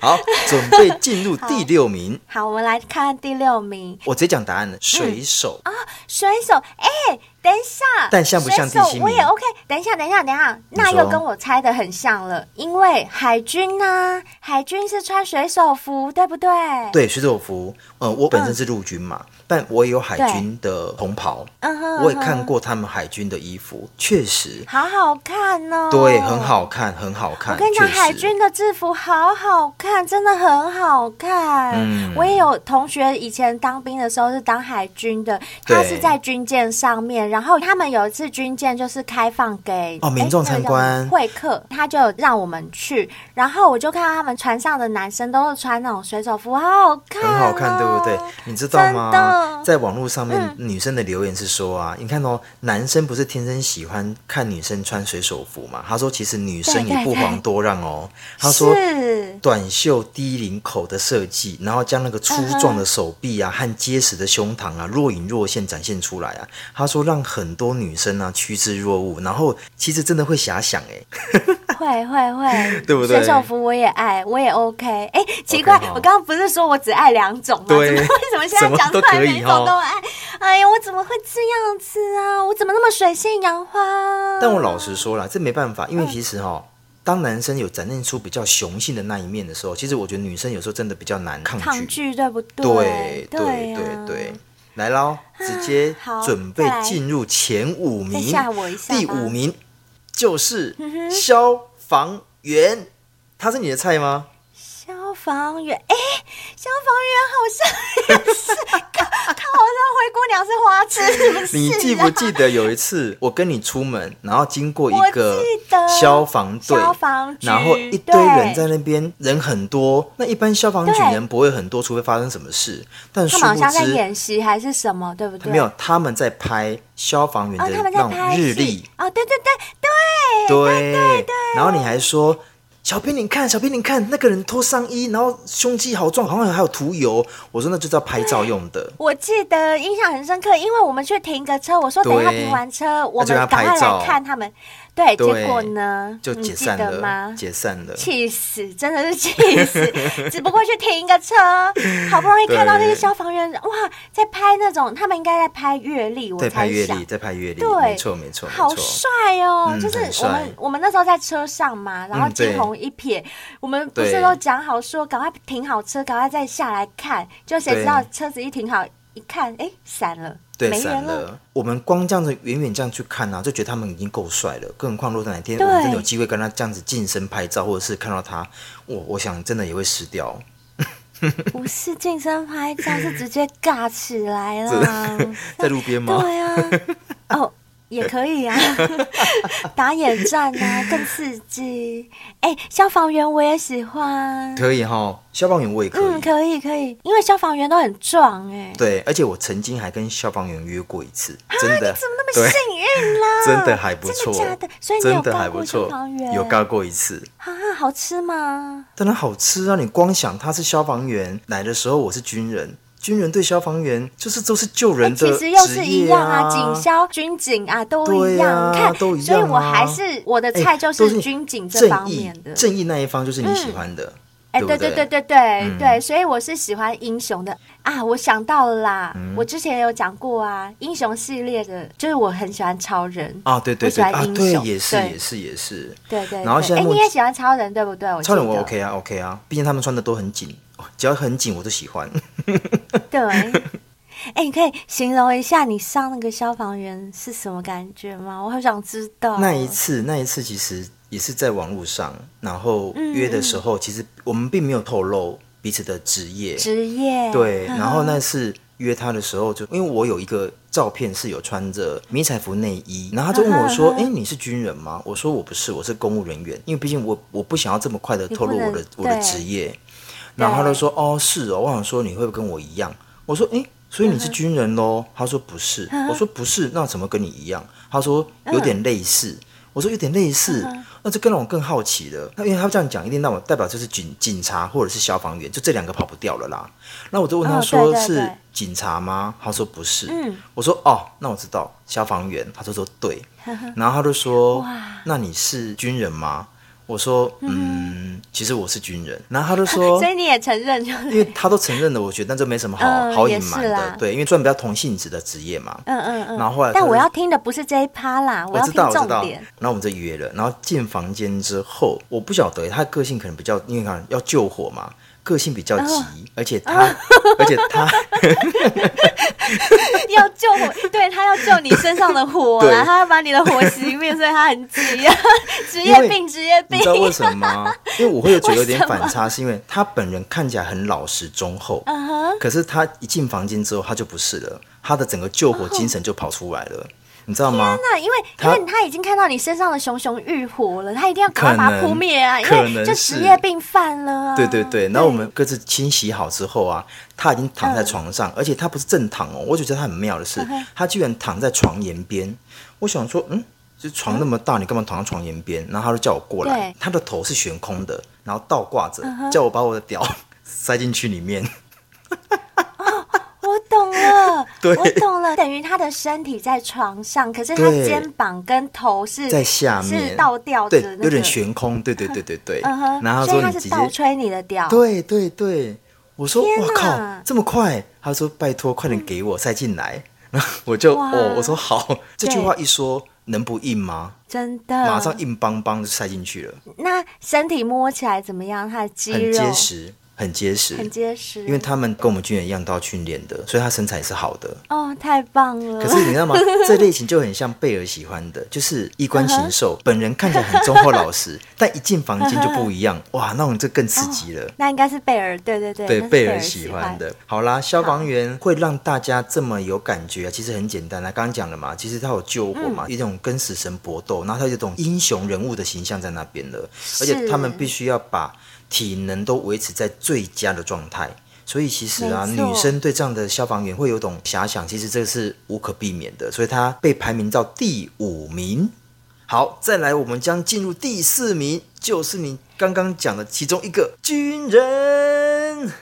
Speaker 4: 好，准备进入第六名，
Speaker 3: 好，我们来看看第六名，
Speaker 4: 我直接讲答
Speaker 3: 嗯
Speaker 4: 案了，水手。
Speaker 3: 啊水手。哎、等一下，
Speaker 4: 但像不像
Speaker 3: 水手
Speaker 4: 第七名
Speaker 3: 我也 OK。等一下，等一下，等一下，那
Speaker 4: 说
Speaker 3: 又跟我猜的很像了，因为海军呢、海军是穿水手服，对不对？
Speaker 4: 对，水手服，呃，我本身是陆军嘛，但我也有海军的红袍，
Speaker 3: 嗯哼，
Speaker 4: 我也看过他们海军的衣服，确实，
Speaker 3: 好好看哦，
Speaker 4: 对，很。好看，很好看。
Speaker 3: 我跟你讲，
Speaker 4: 确实
Speaker 3: 海军的制服好好看，真的很好看。
Speaker 4: 嗯
Speaker 3: 我也有同学以前当兵的时候是当海军的，他
Speaker 4: 对
Speaker 3: 是在军舰上面，然后他们有一次军舰就是开放给
Speaker 4: 哦民众参
Speaker 3: 诶
Speaker 4: 观
Speaker 3: 那个叫什么会客，他就有让我们去，然后我就看到他们船上的男生都是穿那种水手服，好好看、
Speaker 4: 很好看，对不对？你知道
Speaker 3: 啊真
Speaker 4: 吗
Speaker 3: 的？嗯
Speaker 4: 在网络上面，女生的留言是说啊，你看哦，男生不是天生喜欢看女生穿水手服嘛？他说其实女生
Speaker 3: 对
Speaker 4: 也
Speaker 3: 对
Speaker 4: 不
Speaker 3: 对
Speaker 4: 遑多让哦。他说
Speaker 3: 是
Speaker 4: 短袖低领口的设计，然后将那个粗壮的手臂
Speaker 3: 嗯
Speaker 4: 啊、和结实的胸膛啊若隐若现展现出来啊。他说让很多女生啊趋之若鹜，然后其实真的会遐想哎、
Speaker 3: 会会会，
Speaker 4: 对不对
Speaker 3: 水手服我也爱，我也 OK。哎，奇怪
Speaker 4: OK 哈
Speaker 3: 我刚刚不是说我只爱两种吗？怎么
Speaker 4: 对
Speaker 3: 为什么现在讲出
Speaker 4: 什么都
Speaker 3: 来
Speaker 4: 可以
Speaker 3: 每一种
Speaker 4: 哈
Speaker 3: 都爱？哎呀，我怎么会这样子啊？我怎么那么水性杨花？
Speaker 4: 但我老实说啦，这没办法，
Speaker 3: 嗯
Speaker 4: 因为其实哈、当男生有展现出比较雄性的那一面的时候，其实我觉得女生有时候真的比较难抗拒。
Speaker 3: 抗拒对不对？
Speaker 4: 对对
Speaker 3: 对
Speaker 4: 对
Speaker 3: 呀
Speaker 4: 对来喽，直接
Speaker 3: 好
Speaker 4: 准备
Speaker 3: 再来
Speaker 4: 进入前五
Speaker 3: 再
Speaker 4: 名。
Speaker 3: 吓我一下吧嗯
Speaker 4: 第五名就是消防员，他是你的菜吗？
Speaker 3: 消防员，哎，消防员好像也是，看看我像灰姑娘是花痴， 是不是、啊？
Speaker 4: 你记不记得有一次我跟你出门，然后经过一
Speaker 3: 我
Speaker 4: 个
Speaker 3: 记得
Speaker 4: 消防队，
Speaker 3: 消防局
Speaker 4: 然后一堆人在那边，人很多。那一般消防局
Speaker 3: 对
Speaker 4: 人不会很多，除非发生什么事。但
Speaker 3: 他
Speaker 4: 殊
Speaker 3: 们好
Speaker 4: 不
Speaker 3: 像在
Speaker 4: 知，
Speaker 3: 演习还是什么，对不对？
Speaker 4: 没有，他们在拍消防员
Speaker 3: 哦，他
Speaker 4: 的
Speaker 3: 们在
Speaker 4: 那
Speaker 3: 拍
Speaker 4: 种日
Speaker 3: 戏
Speaker 4: 历，
Speaker 3: 哦，对对对对
Speaker 4: 对对然后你还说。小编，你看，小编，你看，那个人脱上衣，然后胸肌好壮，好像还有涂油。我说那就是要拍照用的。
Speaker 3: 我记得印象很深刻，因为我们去停个车，我说
Speaker 4: 对
Speaker 3: 等一下停完车，我
Speaker 4: 就
Speaker 3: 们
Speaker 4: 要
Speaker 3: 赶快
Speaker 4: 拍照
Speaker 3: 来看他们。对，
Speaker 4: 对
Speaker 3: 结果呢？
Speaker 4: 就
Speaker 3: 你
Speaker 4: 解
Speaker 3: 记
Speaker 4: 散
Speaker 3: 得
Speaker 4: 了，
Speaker 3: 吗？
Speaker 4: 解散了。
Speaker 3: 气死，真的是气死！ 只不过去停一个车，好不容易看到那些
Speaker 4: 对
Speaker 3: 消防员，哇，在拍那种，他们应该在拍阅历，我
Speaker 4: 在拍
Speaker 3: 猜
Speaker 4: 阅
Speaker 3: 想
Speaker 4: 历，。在拍阅历，
Speaker 3: 对，
Speaker 4: 没错，没错，没
Speaker 3: 好
Speaker 4: 错。
Speaker 3: 帅哦！
Speaker 4: 嗯
Speaker 3: 就是
Speaker 4: 很帅
Speaker 3: 我们我们那时候在车上嘛，然后
Speaker 4: 嗯对
Speaker 3: 惊鸿一瞥，我们不
Speaker 4: 对
Speaker 3: 是都讲好说赶快停好车，赶快再下来看，就谁知道
Speaker 4: 对
Speaker 3: 车子一停好。一看，哎，闪了，
Speaker 4: 对，
Speaker 3: 没
Speaker 4: 散
Speaker 3: 人了。
Speaker 4: 了。我们光这样子远远这样去看啊，就觉得他们已经够帅了，更何况如果哪天我们
Speaker 3: 对
Speaker 4: 真的有机会跟他这样子近身拍照，或者是看到他，我我想真的也会失掉。
Speaker 3: 不是竞争拍照，是直接尬起来 啦。
Speaker 4: 在路边吗？
Speaker 3: 对啊，哦，也可以 啊，打野战啊，更刺激。哎、消防员我也喜欢。
Speaker 4: 可以哈，消防员我也可以。
Speaker 3: 嗯，可以可以，因为消防员都很壮哎、
Speaker 4: 对，而且我曾经还跟消防员约过一次，真的，
Speaker 3: 啊怎么那么
Speaker 4: 对
Speaker 3: 幸运啦？
Speaker 4: 真的还不错，
Speaker 3: 真的假的？所以你
Speaker 4: 真
Speaker 3: 有
Speaker 4: 的还
Speaker 3: 告
Speaker 4: 不
Speaker 3: 过消
Speaker 4: 错
Speaker 3: 防员？，
Speaker 4: 有告过一次，
Speaker 3: 啊？好吃吗？
Speaker 4: 当然好吃啊！你光想他是消防员，来的时候我是军人，军人对消防员就是都是救人的、
Speaker 3: 哎其
Speaker 4: 职
Speaker 3: 实又是一样
Speaker 4: 啊，
Speaker 3: 警消、军警啊，都一
Speaker 4: 对
Speaker 3: 样。
Speaker 4: 啊
Speaker 3: 你看，
Speaker 4: 都一
Speaker 3: 所以
Speaker 4: 样
Speaker 3: 我
Speaker 4: 啊
Speaker 3: 还是我的
Speaker 4: 哎
Speaker 3: 菜就
Speaker 4: 都是
Speaker 3: 军警这方
Speaker 4: 正义
Speaker 3: 面的。
Speaker 4: 正义那一方就是你喜欢的，
Speaker 3: 哎、
Speaker 4: 不
Speaker 3: 对
Speaker 4: 对嗯
Speaker 3: 对对对对，所以我是喜欢英雄的啊！我想到了啦，
Speaker 4: 嗯
Speaker 3: 我之前也有讲过啊，英雄系列的，就是我很喜欢超人，
Speaker 4: 啊，对对
Speaker 3: 我喜
Speaker 4: 对
Speaker 3: 欢
Speaker 4: 啊，
Speaker 3: 英
Speaker 4: 对，
Speaker 3: 雄
Speaker 4: 也是
Speaker 3: 对
Speaker 4: 也是也是，
Speaker 3: 对对对。
Speaker 4: 然后现在
Speaker 3: 哎、
Speaker 4: 目
Speaker 3: 你也喜欢超人对不对？我
Speaker 4: 超人
Speaker 3: 记
Speaker 4: 我
Speaker 3: 得
Speaker 4: OK 啊 OK 啊，毕竟他们穿的都很紧， 哦只要很紧我都喜欢。
Speaker 3: 对。哎、你可以形容一下你上那个消防员是什么感觉吗？我好想知道。
Speaker 4: 那一次，那一次其实也是在网络上，然后约的时
Speaker 3: 嗯
Speaker 4: 候，其实我们并没有透露彼此的职业。
Speaker 3: 职业嗯
Speaker 4: 对，然后那次约他的时候就，因为我有一个照片是有穿着迷彩服内衣，然后他就问我说：“哎、你是军人吗？”我说：“我不是，我是公务人员。”因为毕竟我我不想要这么快的透露
Speaker 3: 你不能
Speaker 4: 我的我的
Speaker 3: 对
Speaker 4: 职业。然后他就说：“哦，是哦。”我想说你会不会跟我一样？我说：“哎、所以你
Speaker 3: 嗯
Speaker 4: 是军人喽？”他说：“不是。”我说：“不是，那怎么跟你一样？”他说：“
Speaker 3: 嗯
Speaker 4: 有点类似。我说：“有点类似。那这更让我更好奇了。那因为他这样讲，一定让我代表就是警警察或者是消防员，就这两个跑不掉了啦。那我就问他
Speaker 3: 哦
Speaker 4: 说：“
Speaker 3: 对对
Speaker 4: 是
Speaker 3: 对
Speaker 4: 警察吗？”他说：“不是。
Speaker 3: 嗯
Speaker 4: 我说：“哦，那我知道，消防员。”他就说：“ 对。然后他就说
Speaker 3: 哇：“
Speaker 4: 那你是军人吗？”我说：“嗯，其实我是军人。”然后他就说：“
Speaker 3: 所以你也承认就是
Speaker 4: 因为他都承认了，我觉得那就没什么好、
Speaker 3: 嗯
Speaker 4: 好隐瞒
Speaker 3: 也是
Speaker 4: 的
Speaker 3: 啦，
Speaker 4: 对，因为赚比较同性质的职业嘛。
Speaker 3: 嗯嗯嗯。
Speaker 4: 然后后来他
Speaker 3: 但
Speaker 4: 就
Speaker 3: 我要听的不是这一趴啦，
Speaker 4: 我
Speaker 3: 要
Speaker 4: 知
Speaker 3: 听
Speaker 4: 道，我知
Speaker 3: 重
Speaker 4: 道。
Speaker 3: 点。
Speaker 4: 然后我们就约了，然后进房间之后，我不晓得他的个性可能比较，因为看要救火嘛，个性比较急，
Speaker 3: 嗯
Speaker 4: 而且他， 而且 他，
Speaker 3: 要救火，对他要救你身上的火啦，
Speaker 4: 对
Speaker 3: 他要把你的火熄灭，所以他很急啊，职
Speaker 4: 因
Speaker 3: 业
Speaker 4: 为
Speaker 3: 病，职业
Speaker 4: 你
Speaker 3: 病
Speaker 4: 知。道为什么 吗？因为我会觉得有点
Speaker 3: 为什么
Speaker 4: 反差，是因为他本人看起来很老实忠厚，
Speaker 3: 嗯哼，
Speaker 4: 可是他一进房间之后，他就不是了，他的整个救
Speaker 3: 哦
Speaker 4: 火精神就跑出来了，你知道吗？
Speaker 3: 那因为因
Speaker 4: 他
Speaker 3: 为他已经看到你身上的熊熊欲火了，他一定要赶快
Speaker 4: 可
Speaker 3: 把它
Speaker 4: 能
Speaker 3: 扑灭啊，因
Speaker 4: 可
Speaker 3: 为
Speaker 4: 能
Speaker 3: 就是职业病犯了啊。
Speaker 4: 对对对，然后我们各自清洗好之后啊，他已经躺在床
Speaker 3: 嗯
Speaker 4: 上，而且他不是正躺哦，我就觉得他很妙的是，他居然躺在床沿边。我想说，嗯，就床那么大，你干嘛躺在床沿边？然后他就叫我过来
Speaker 3: 嗯对，嗯
Speaker 4: 他的头是悬空的，然后倒挂着，叫我把我的屌 塞进去里面。
Speaker 3: 我懂了，
Speaker 4: 对
Speaker 3: 我懂了，等于他的身体在床上，可是他
Speaker 4: 对
Speaker 3: 肩膀跟头是
Speaker 4: 在下面
Speaker 3: 是倒吊着
Speaker 4: 对
Speaker 3: 那个，，
Speaker 4: 有点悬空，对对对对对。
Speaker 3: 嗯哼，
Speaker 4: 然后他
Speaker 3: 所
Speaker 4: 说
Speaker 3: 以他
Speaker 4: 你
Speaker 3: 是
Speaker 4: 直接
Speaker 3: 倒吹你的屌，
Speaker 4: 对对对，我说
Speaker 3: 天
Speaker 4: 哇
Speaker 3: 哪
Speaker 4: 靠，这么快？他说拜托，快点给我塞进来。 然后我就
Speaker 3: 哇
Speaker 4: 哦，我说好，这句
Speaker 3: 对嗯
Speaker 4: 话一说，能不硬吗？
Speaker 3: 真的，
Speaker 4: 马上硬邦邦就塞进去了，
Speaker 3: 那身体摸起来怎么样？他的肌
Speaker 4: 很
Speaker 3: 肉
Speaker 4: 结实，很结实，
Speaker 3: 很结实，
Speaker 4: 因为他们跟我们军人一样都要训练的，所以他身材是好的。
Speaker 3: 哦，太棒了！
Speaker 4: 可是你知 道吗？这类型就很像贝尔喜欢的，就是衣冠禽
Speaker 3: 嗯
Speaker 4: 兽，本人看起来很忠厚老实，但一进房间就不一样，哇，那种就更刺激了。
Speaker 3: 那应该是贝尔，对对对，
Speaker 4: 对
Speaker 3: 那是
Speaker 4: 贝
Speaker 3: 尔
Speaker 4: 尔喜欢。的。好啦，消防员会让大家这么有感觉啊，其实很简单啊，刚刚讲了嘛，其实他有救火嘛，一种跟死神搏斗，然后他有一种英雄人物的形象在那边了，而且他们必须要把体能都维持在最佳的状态。所以其实啊，
Speaker 3: 没
Speaker 4: 女
Speaker 3: 错
Speaker 4: 生对这样的消防员会有种遐想，其实这是无可避免的，所以她被排名到第五名。好，再来，我们将进入第四名，就是你刚刚讲的其中一个军人。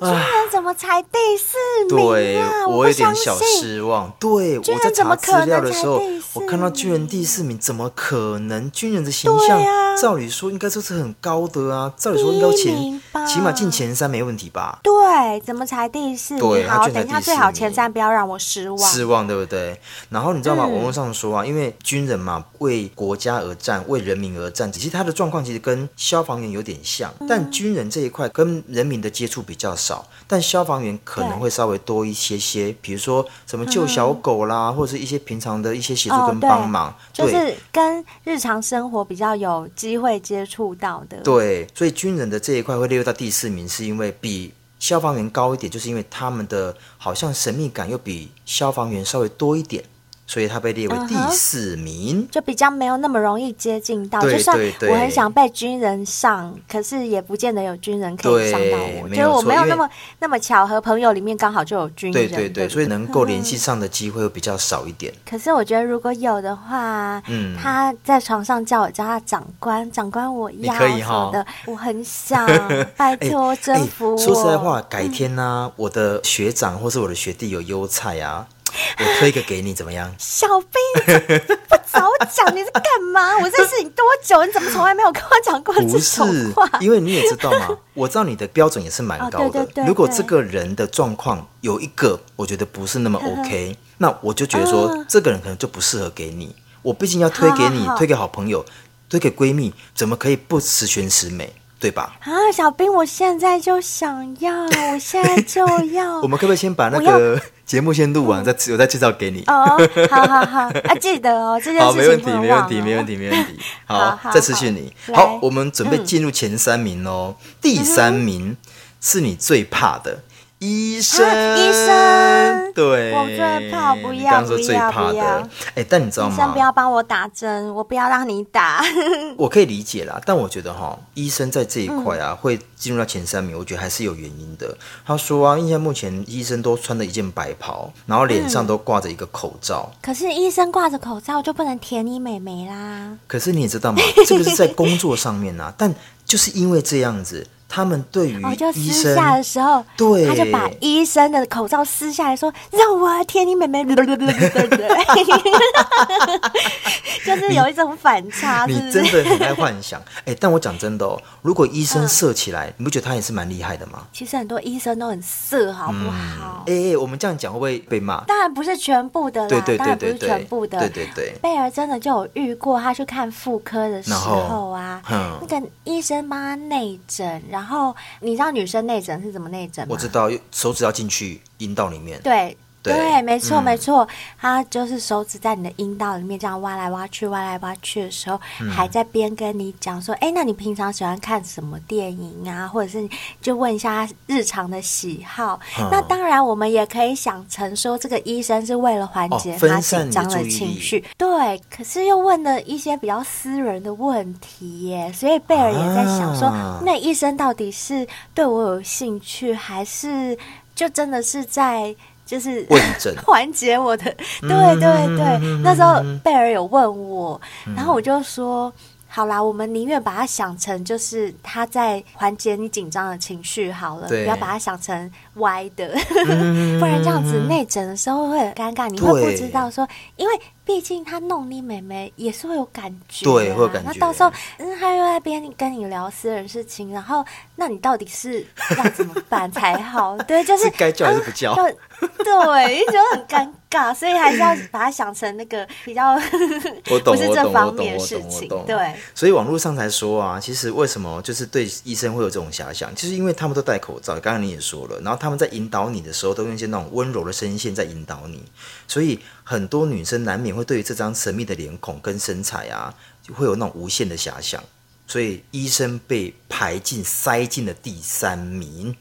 Speaker 3: 那军人怎么才第四
Speaker 4: 啊对
Speaker 3: 名啊？，
Speaker 4: 我
Speaker 3: 不
Speaker 4: 有点
Speaker 3: 相
Speaker 4: 小
Speaker 3: 信。
Speaker 4: 失望。对，我
Speaker 3: 军人
Speaker 4: 在
Speaker 3: 怎
Speaker 4: 查
Speaker 3: 么
Speaker 4: 资
Speaker 3: 可能
Speaker 4: 料的时候
Speaker 3: 才第，四
Speaker 4: 我看到军人第四名，怎么可能？军人的形象，
Speaker 3: 对啊
Speaker 4: 照理说应该都是很高的啊，照理说应该
Speaker 3: 第一名
Speaker 4: 前
Speaker 3: 吧，
Speaker 4: 起码进前三没问题吧？
Speaker 3: 对，怎么才第四
Speaker 4: 对
Speaker 3: 名？
Speaker 4: 他
Speaker 3: 好，
Speaker 4: 居然
Speaker 3: 等一
Speaker 4: 才
Speaker 3: 下
Speaker 4: 第四
Speaker 3: 最好
Speaker 4: 名
Speaker 3: 前三不要让我失望。嗯
Speaker 4: 失望，对不对？然后你知道吗？网络上说啊，因为军人嘛，为国家而战，为人民而战，
Speaker 3: 嗯
Speaker 4: 其实他的状况其实跟消防员有点像，但军人这一块跟人民的接触比较少。少，但消防员可能会稍微多一些些，比如说什么救小狗啦，或者是一些平常的一些协助
Speaker 3: 嗯哦
Speaker 4: 跟
Speaker 3: 对
Speaker 4: 帮忙，
Speaker 3: 就
Speaker 4: 对
Speaker 3: 是跟日常生活比较有机会接触到的。
Speaker 4: 对，所以军人的这一块会列入到第四名，是因为比消防员高一点，就是因为他们的好像神秘感又比消防员稍微多一点，所以他被列为第
Speaker 3: 嗯哼
Speaker 4: 四名。
Speaker 3: 就比较没有那么容易接近到，
Speaker 4: 对
Speaker 3: 就算
Speaker 4: 对对
Speaker 3: 我很想被军人上，可是也不见得有军人可以上到我，就
Speaker 4: 对没
Speaker 3: 是
Speaker 4: 有
Speaker 3: 我
Speaker 4: 错
Speaker 3: 没有
Speaker 4: 因为
Speaker 3: 那么那么巧合，朋友里面刚好就有军人，
Speaker 4: 对对对，所
Speaker 3: 以
Speaker 4: 以能够联系上的机会会比较少一点。
Speaker 3: 可是我觉得如果有的话，
Speaker 4: 嗯
Speaker 3: 他在床上叫我叫他长官，长官我要
Speaker 4: 你可以
Speaker 3: 什么
Speaker 4: 哈
Speaker 3: 的，我 很想，拜托征
Speaker 4: 哎
Speaker 3: 服我。？
Speaker 4: 说实在话，改天呢、我的学长或是我的学弟有优菜啊，我推一个给你怎么样
Speaker 3: 小兵，你怎么不早讲，你在干 嘛？我认识你多久？你怎么从来没有跟我讲过
Speaker 4: 不
Speaker 3: 这种
Speaker 4: 是
Speaker 3: 话？，
Speaker 4: 因为你也知道嘛， 我知道你的标准也是蛮
Speaker 3: 哦
Speaker 4: 高的。
Speaker 3: 对对对
Speaker 4: 如果
Speaker 3: 对
Speaker 4: 这个人的状况有一个，我觉得不是那么 OK，那我就觉得说、
Speaker 3: 啊
Speaker 4: 这个人可能就不适合给你。我毕竟要推给你，
Speaker 3: 好好好
Speaker 4: 推给好朋友，推给闺蜜，怎么可以不十全十美，对吧？
Speaker 3: 啊，小兵，我现在就想要，我现在就要。
Speaker 4: 我们可不可以先把那
Speaker 3: 哦我要嗯
Speaker 4: 个节目先录完，再我再介绍给你？
Speaker 3: 哦，好好好，啊，记得哦，这件
Speaker 4: 好，没
Speaker 3: 事
Speaker 4: 问
Speaker 3: 情
Speaker 4: 题，
Speaker 3: 不能
Speaker 4: 没
Speaker 3: 忘、
Speaker 4: 问
Speaker 3: 哦。
Speaker 4: 题，没问。题，没问题。
Speaker 3: 好
Speaker 4: 好
Speaker 3: 好，
Speaker 4: 再持续你。
Speaker 3: 好来嗯
Speaker 4: 好，我们准备进入前三名哦。第三名是你最怕的医生
Speaker 3: 啊，医生
Speaker 4: 对，
Speaker 3: 我最怕不要
Speaker 4: 你刚刚说
Speaker 3: 不要
Speaker 4: 最怕
Speaker 3: 不要
Speaker 4: 的，哎，但你知道
Speaker 3: 医生
Speaker 4: 吗
Speaker 3: 不？要帮我打针，我不要让你打。
Speaker 4: 我可以理解啦，但我觉得哈，医生在这一块
Speaker 3: 嗯
Speaker 4: 啊，会进入到前三名，我觉得还是有原因的。他说啊，因为现在目前医生都穿的一件白袍，然后脸
Speaker 3: 嗯
Speaker 4: 上都挂着一个口罩。
Speaker 3: 可是医生挂着口罩就不能舔你美眉啦。
Speaker 4: 可是你也 知道吗？这个是在工作上面呐、但就是因为这样子，他们对于
Speaker 3: 哦，就
Speaker 4: 医
Speaker 3: 私
Speaker 4: 生，
Speaker 3: 下的时候，
Speaker 4: 对
Speaker 3: 他就把医生的口罩撕下来说：“让我舔你美 眉。” 就是有一种反差，是
Speaker 4: 你
Speaker 3: 不
Speaker 4: 真
Speaker 3: 是？
Speaker 4: 的很爱幻想。哎、但我讲真的哦，如果医
Speaker 3: 嗯
Speaker 4: 生射起来，你不觉得他也是蛮厉害的吗？
Speaker 3: 其实很多医生都很色，好不好？
Speaker 4: 哎、我们这样讲会不会被骂？
Speaker 3: 当然不是全部的啦，
Speaker 4: 对对
Speaker 3: 啊当
Speaker 4: 对
Speaker 3: 然不
Speaker 4: 对
Speaker 3: 是
Speaker 4: 对，
Speaker 3: 全部的，
Speaker 4: 对对对，
Speaker 3: 贝儿真的就有遇过，他去看妇科的时候啊，
Speaker 4: 然后
Speaker 3: 那个医生帮他内诊，然后你知道女生内诊是怎么内诊吗
Speaker 4: 我？知道，手指要进去阴道里面。
Speaker 3: 对。
Speaker 4: 对
Speaker 3: 没错，
Speaker 4: 嗯
Speaker 3: 没错，他就是手指在你的阴道里面这样挖来挖去，挖来挖去的时候，
Speaker 4: 嗯
Speaker 3: 还在边跟你讲说，哎、那你平常喜欢看什么电影啊？或者是就问一下他日常的喜好。
Speaker 4: 嗯
Speaker 3: 那当然，我们也可以想成说，这个医生是为了缓
Speaker 4: 哦
Speaker 3: 解他
Speaker 4: 分
Speaker 3: 紧
Speaker 4: 散你的
Speaker 3: 张
Speaker 4: 注
Speaker 3: 的
Speaker 4: 意
Speaker 3: 情
Speaker 4: 力
Speaker 3: 绪，对，可是又问了一些比较私人的问题耶，所以贝尔也在想说，
Speaker 4: 啊
Speaker 3: 那医生到底是对我有兴趣，还是就真的是在就是
Speaker 4: 问 诊嗯
Speaker 3: 缓解我的？对对对，那时候贝尔有问我，然后我就说。好啦，我们宁愿把它想成就是他在缓解你紧张的情绪好了，不
Speaker 4: 对嗯
Speaker 3: 要把它想成歪的， 不然这样子内诊的时候会很尴尬，你会不
Speaker 4: 对
Speaker 3: 知道说，因为毕竟他弄你妹妹也是会有感觉、啊，
Speaker 4: 对会有感觉
Speaker 3: 那到时候，嗯，他又在边跟你聊私人事情，然后，那你到底是要怎么办 才好？对，就是
Speaker 4: 是该叫还是不叫
Speaker 3: 啊就对，就觉得很尴尬，所以还是要把它想成那个比较
Speaker 4: 我 懂，
Speaker 3: 不是
Speaker 4: 我
Speaker 3: 这
Speaker 4: 懂，我
Speaker 3: 方
Speaker 4: 懂，
Speaker 3: 面的
Speaker 4: 我
Speaker 3: 事
Speaker 4: 懂，我
Speaker 3: 情，
Speaker 4: 懂。
Speaker 3: 对。
Speaker 4: 所以网络上才说啊，其实为什么就是对医生会有这种遐想，就是因为他们都戴口罩，刚刚你也说了，然后他们在引导你的时候，都用一些那种温柔的声线在引导你，所以很多女生难免会对于这张神秘的脸孔跟身材啊，就会有那种无限的遐想，所以医生被排进塞进了第三名。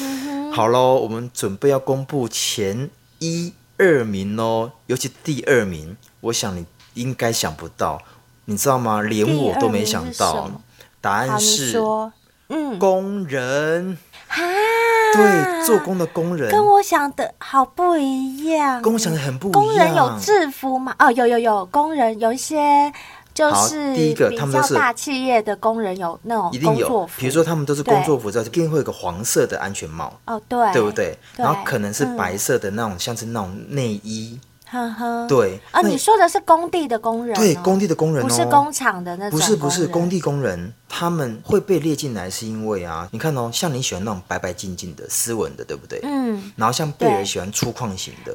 Speaker 3: 嗯
Speaker 4: 好喽，我们准备要公布前一二名喽，尤其第二名，我想你应该想不到，你知道吗？连
Speaker 3: 第
Speaker 4: 我
Speaker 3: 二
Speaker 4: 都没
Speaker 3: 名
Speaker 4: 想
Speaker 3: 是什
Speaker 4: 到
Speaker 3: 么，
Speaker 4: 答
Speaker 3: 好，
Speaker 4: 案
Speaker 3: 你
Speaker 4: 是
Speaker 3: 说，嗯，
Speaker 4: 工人，
Speaker 3: 啊，
Speaker 4: 对，做工的工人，
Speaker 3: 跟我想的好不一样，
Speaker 4: 跟我想的很不一样。
Speaker 3: 工人有制服吗？哦，有有有，工人有一些就
Speaker 4: 好
Speaker 3: 是
Speaker 4: 第一个
Speaker 3: 比
Speaker 4: 他们
Speaker 3: 较
Speaker 4: 都是
Speaker 3: 大企业的工人有那种
Speaker 4: 一定
Speaker 3: 哦工作
Speaker 4: 有
Speaker 3: 服，，
Speaker 4: 比如说他们都是
Speaker 3: 对
Speaker 4: 工作服之后，一定会有一个黄色的安全帽，
Speaker 3: 哦，对，
Speaker 4: 对不对？
Speaker 3: 对
Speaker 4: 然后可能是
Speaker 3: 嗯
Speaker 4: 白色的那种，像是那种内衣，
Speaker 3: 呵呵，
Speaker 4: 对
Speaker 3: 啊，
Speaker 4: 那
Speaker 3: 你说的是工地的工人哦，
Speaker 4: 对，工地的工人哦，
Speaker 3: 不是工厂的那种
Speaker 4: 不
Speaker 3: 人，
Speaker 4: 是不是，工地工人他们会被列进来，是因为啊，你看哦，像你喜欢那种白白净净的、斯文的，对不对？
Speaker 3: 嗯，
Speaker 4: 然后像贝尔
Speaker 3: 对
Speaker 4: 喜欢粗犷型的，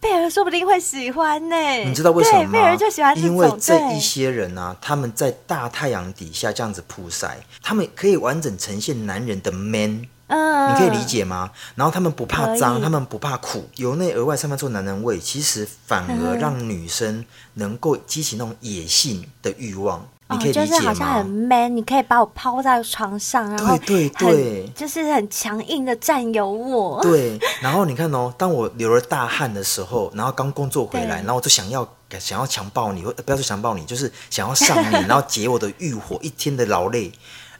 Speaker 3: 贝尔说不定会喜欢呢，
Speaker 4: 你知道为什么
Speaker 3: 对
Speaker 4: 吗？
Speaker 3: 贝尔就喜欢这种，
Speaker 4: 因为这
Speaker 3: 对
Speaker 4: 一些人啊，他们在大太阳底下这样子曝晒，他们可以完整呈现男人的 man，
Speaker 3: 嗯，
Speaker 4: 你可以理解吗？然后他们不怕
Speaker 3: 可
Speaker 4: 脏，
Speaker 3: 以
Speaker 4: 他们不怕苦，由内而外散发出男人味，其实反
Speaker 3: 嗯
Speaker 4: 而让女生能够激起那种野性的欲望，
Speaker 3: 哦
Speaker 4: 你可以
Speaker 3: 就
Speaker 4: 理
Speaker 3: 是
Speaker 4: 解
Speaker 3: 好像很
Speaker 4: 吗？
Speaker 3: man，你可以把我抛在床上，然后
Speaker 4: 对对
Speaker 3: 很
Speaker 4: 对
Speaker 3: 就是很强硬的占有我。
Speaker 4: 对，然后你看哦，当我流了大汗的时候，然后刚工作回来，
Speaker 3: 对
Speaker 4: 然后我就想要想要强暴你，或呃不要说强暴你，就是想要上你， 然后解我的欲火，一天的劳累，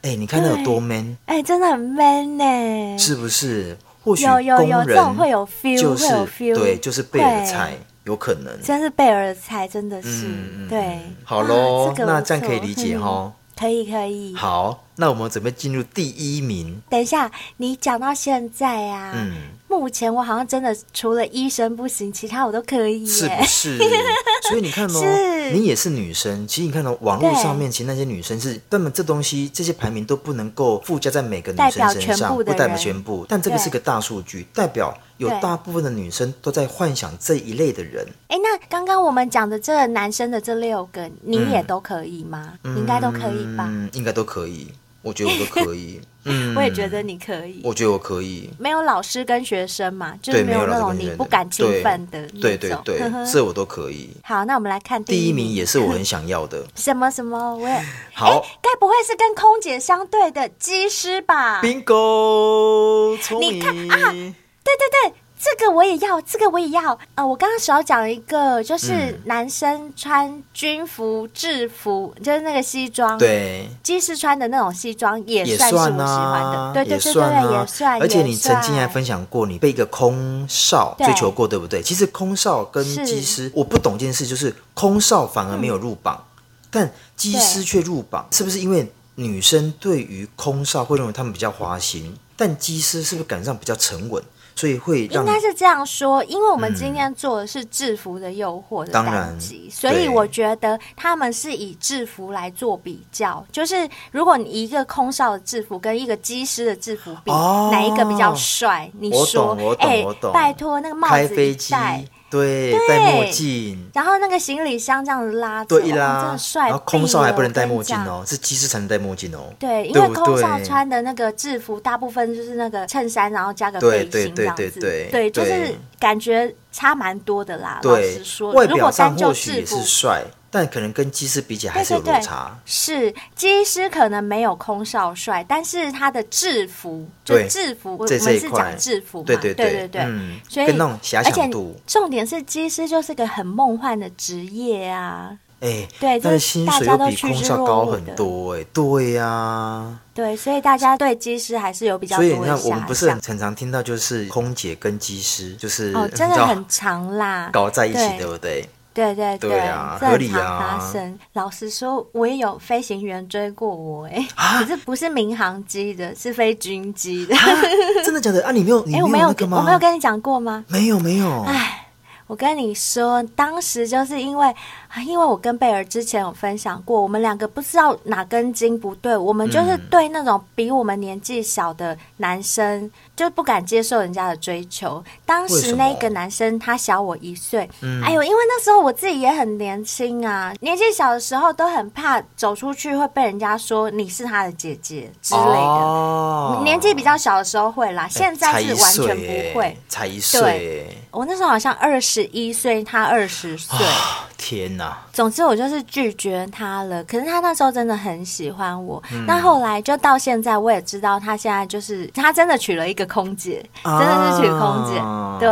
Speaker 4: 哎，你看那有多 man，
Speaker 3: 哎、真的很 man 呢、
Speaker 4: 是不是？或许
Speaker 3: 有
Speaker 4: 工
Speaker 3: 有有
Speaker 4: 人
Speaker 3: 这种会有 feel，
Speaker 4: 就
Speaker 3: 会
Speaker 4: 是
Speaker 3: 有 feel
Speaker 4: 对，就是贝尔
Speaker 3: 会
Speaker 4: 菜，有可能。
Speaker 3: 真是贝尔的菜，真的是、
Speaker 4: 嗯嗯
Speaker 3: 对。
Speaker 4: 好喽
Speaker 3: 啊个
Speaker 4: 那
Speaker 3: 不
Speaker 4: 这样可以
Speaker 3: 错
Speaker 4: 理解
Speaker 3: 嗯
Speaker 4: 齁
Speaker 3: 可以可以。
Speaker 4: 好，那我们准备进入第一名。
Speaker 3: 等一下，你讲到现在啊，
Speaker 4: 嗯，
Speaker 3: 目前我好像真的除了医生不行，其他我都可以
Speaker 4: 是
Speaker 3: 耶哎
Speaker 4: 不。是？所以你看
Speaker 3: 是
Speaker 4: 哦，你也是女生，其实你看哦，网络
Speaker 3: 对
Speaker 4: 上面其实那些女生是，他们这东西这些排名都不能够附加在每个女
Speaker 3: 代
Speaker 4: 生
Speaker 3: 表
Speaker 4: 身
Speaker 3: 全
Speaker 4: 上，
Speaker 3: 部的
Speaker 4: 不代表
Speaker 3: 人
Speaker 4: 全部。但这个
Speaker 3: 对
Speaker 4: 是个大数据，代表有
Speaker 3: 对
Speaker 4: 大部分的女生都在幻想这一类的人。
Speaker 3: 哎、那刚刚我们讲的这个男生的这六个，你也都可以吗？你应该都可以吧？
Speaker 4: 嗯，应该都可以，我觉得我都 可以。嗯，
Speaker 3: 我也觉得，你可以。
Speaker 4: 我觉得我可以。
Speaker 3: 没有老师跟学生嘛，就是
Speaker 4: 对，
Speaker 3: 没
Speaker 4: 有
Speaker 3: 那
Speaker 4: 老
Speaker 3: 种
Speaker 4: 师跟
Speaker 3: 你
Speaker 4: 人
Speaker 3: 不敢侵
Speaker 4: 对
Speaker 3: 犯的那
Speaker 4: 对对
Speaker 3: 种
Speaker 4: 对
Speaker 3: 呵呵，
Speaker 4: 这我都可以。
Speaker 3: 好，那我们来看
Speaker 4: 第一
Speaker 3: 一
Speaker 4: 名也是我很想要的。
Speaker 3: 什么什么，我也
Speaker 4: 好
Speaker 3: 该不会是跟空姐相对的机师吧？对
Speaker 4: Bingo，聪
Speaker 3: 你看啊嗯
Speaker 4: 明。
Speaker 3: 对对，这个我也要，这个我也要。呃，我刚刚少讲了一个，就是
Speaker 4: 嗯
Speaker 3: 男生穿军服制服，就是那个西装，，
Speaker 4: 对，
Speaker 3: 机师穿的那种西装也
Speaker 4: 也
Speaker 3: 算是我喜
Speaker 4: 算
Speaker 3: 欢的，
Speaker 4: 啊，
Speaker 3: 对对
Speaker 4: 也
Speaker 3: 对对
Speaker 4: 算
Speaker 3: 对，也
Speaker 4: 啊
Speaker 3: 算。
Speaker 4: 而且你
Speaker 3: 也算
Speaker 4: 曾经还分享过，你被一个空少
Speaker 3: 对
Speaker 4: 追求过，对不对？其实空少跟
Speaker 3: 是嗯
Speaker 4: 机师，我不懂这件事，就是空少反而没有入榜，但机师却入榜，是不是因为女生对于空少会认为他们比较花心，但机师是不是感觉上比较沉稳，所以会
Speaker 3: 应
Speaker 4: 让嗯
Speaker 3: 该是这样说，因为我们今天做的是制服的诱惑的
Speaker 4: 当
Speaker 3: 单
Speaker 4: 然
Speaker 3: 集，所以
Speaker 4: 对
Speaker 3: 我觉得他们是以制服来做比较，就是如果你一个空少的制服跟一个机师的制服比，
Speaker 4: 哦
Speaker 3: 哪一个比较帅？你
Speaker 4: 我
Speaker 3: 说
Speaker 4: 懂我，懂
Speaker 3: 哎、
Speaker 4: 我懂
Speaker 3: 拜托那个帽
Speaker 4: 开
Speaker 3: 子一
Speaker 4: 飞机
Speaker 3: 戴，，
Speaker 4: 对，
Speaker 3: 对
Speaker 4: 戴墨镜。
Speaker 3: 然后那个行李箱这样拉着，
Speaker 4: 对一
Speaker 3: 哇真
Speaker 4: 拉
Speaker 3: 的，帅
Speaker 4: 然后空少还不能戴
Speaker 3: 毙了
Speaker 4: 墨镜。
Speaker 3: 我跟你讲
Speaker 4: 哦，是机师才能戴墨镜哦。
Speaker 3: 对，啊因
Speaker 4: 对
Speaker 3: 为
Speaker 4: 不
Speaker 3: 空少
Speaker 4: 对
Speaker 3: 穿的那个制服，大部分就是那个衬衫，然后加个
Speaker 4: 对
Speaker 3: 背心这
Speaker 4: 对
Speaker 3: 样子
Speaker 4: 对。对
Speaker 3: 对，
Speaker 4: 对
Speaker 3: 就是感觉差蛮多的啦。老
Speaker 4: 对
Speaker 3: 实，说，
Speaker 4: 外
Speaker 3: 如果
Speaker 4: 表上
Speaker 3: 单就
Speaker 4: 或许
Speaker 3: 制
Speaker 4: 也
Speaker 3: 服
Speaker 4: 是，帅，但可能跟机师比起来还
Speaker 3: 对
Speaker 4: 是有
Speaker 3: 对
Speaker 4: 落
Speaker 3: 对
Speaker 4: 差。，
Speaker 3: 是机师可能没有空少帅，但是他的制服，就
Speaker 4: 对
Speaker 3: 制服，我我
Speaker 4: 在
Speaker 3: 们
Speaker 4: 这一
Speaker 3: 是
Speaker 4: 块
Speaker 3: 讲制服嘛？
Speaker 4: 对
Speaker 3: 对
Speaker 4: 对
Speaker 3: 对
Speaker 4: 对嗯
Speaker 3: 所以
Speaker 4: 跟那种遐
Speaker 3: 而且
Speaker 4: 想度
Speaker 3: 重点是机师就是个很梦幻的职业啊。
Speaker 4: 哎，
Speaker 3: 对这
Speaker 4: 他的薪
Speaker 3: 大
Speaker 4: 水
Speaker 3: 家
Speaker 4: 又
Speaker 3: 都
Speaker 4: 比
Speaker 3: 趋
Speaker 4: 空
Speaker 3: 之
Speaker 4: 少
Speaker 3: 若
Speaker 4: 高
Speaker 3: 鹜
Speaker 4: 很
Speaker 3: 的
Speaker 4: 多哎，对呀、
Speaker 3: 对，所以大家对机师还是有比较
Speaker 4: 所
Speaker 3: 多
Speaker 4: 以
Speaker 3: 的遐
Speaker 4: 你看，
Speaker 3: 想。
Speaker 4: 我们不是很常常听到就是空姐跟机师就是
Speaker 3: 哦，
Speaker 4: 你
Speaker 3: 真的
Speaker 4: 知道
Speaker 3: 很长啦，
Speaker 4: 搞在一起，
Speaker 3: 对
Speaker 4: 对不对？
Speaker 3: 对对对，
Speaker 4: 对啊
Speaker 3: 这
Speaker 4: 合
Speaker 3: 很
Speaker 4: 理
Speaker 3: 常
Speaker 4: 啊
Speaker 3: 发生。老实说，我也有飞行员追过我、欸，可是不是民航机的，是飞军机的。
Speaker 4: 啊，真的假的啊？你 没有，你
Speaker 3: 哎、我
Speaker 4: 没
Speaker 3: 没有
Speaker 4: 那个
Speaker 3: 跟，
Speaker 4: 吗？
Speaker 3: 我没有跟你讲过吗？
Speaker 4: 没有，没有，
Speaker 3: 哎，我跟你说，当时就是因为，啊因为我跟贝尔之前有分享过，我们两个不知道哪根筋不对，我们
Speaker 4: 嗯
Speaker 3: 就是对那种比我们年纪小的男生，就不敢接受人家的追求。当
Speaker 4: 为
Speaker 3: 时
Speaker 4: 什么
Speaker 3: 那个男生他小我一岁，
Speaker 4: 嗯
Speaker 3: 哎呦，因为那时候我自己也很年轻啊，年纪小的时候都很怕走出去会被人家说你是他的姐姐之类的。
Speaker 4: 哦哎
Speaker 3: 年纪比较小的时候会啦，现在是完全不会。，
Speaker 4: 才一岁哎，
Speaker 3: 我那时候好像二十一岁，他二十岁
Speaker 4: 才一岁。哎，天哪！
Speaker 3: 总之，我就是拒绝他了。可是他那时候真的很喜欢我。
Speaker 4: 嗯
Speaker 3: 那后来就到现在，我也知道他现在就是他真的娶了一个空姐，
Speaker 4: 啊
Speaker 3: 真的是娶空姐。对，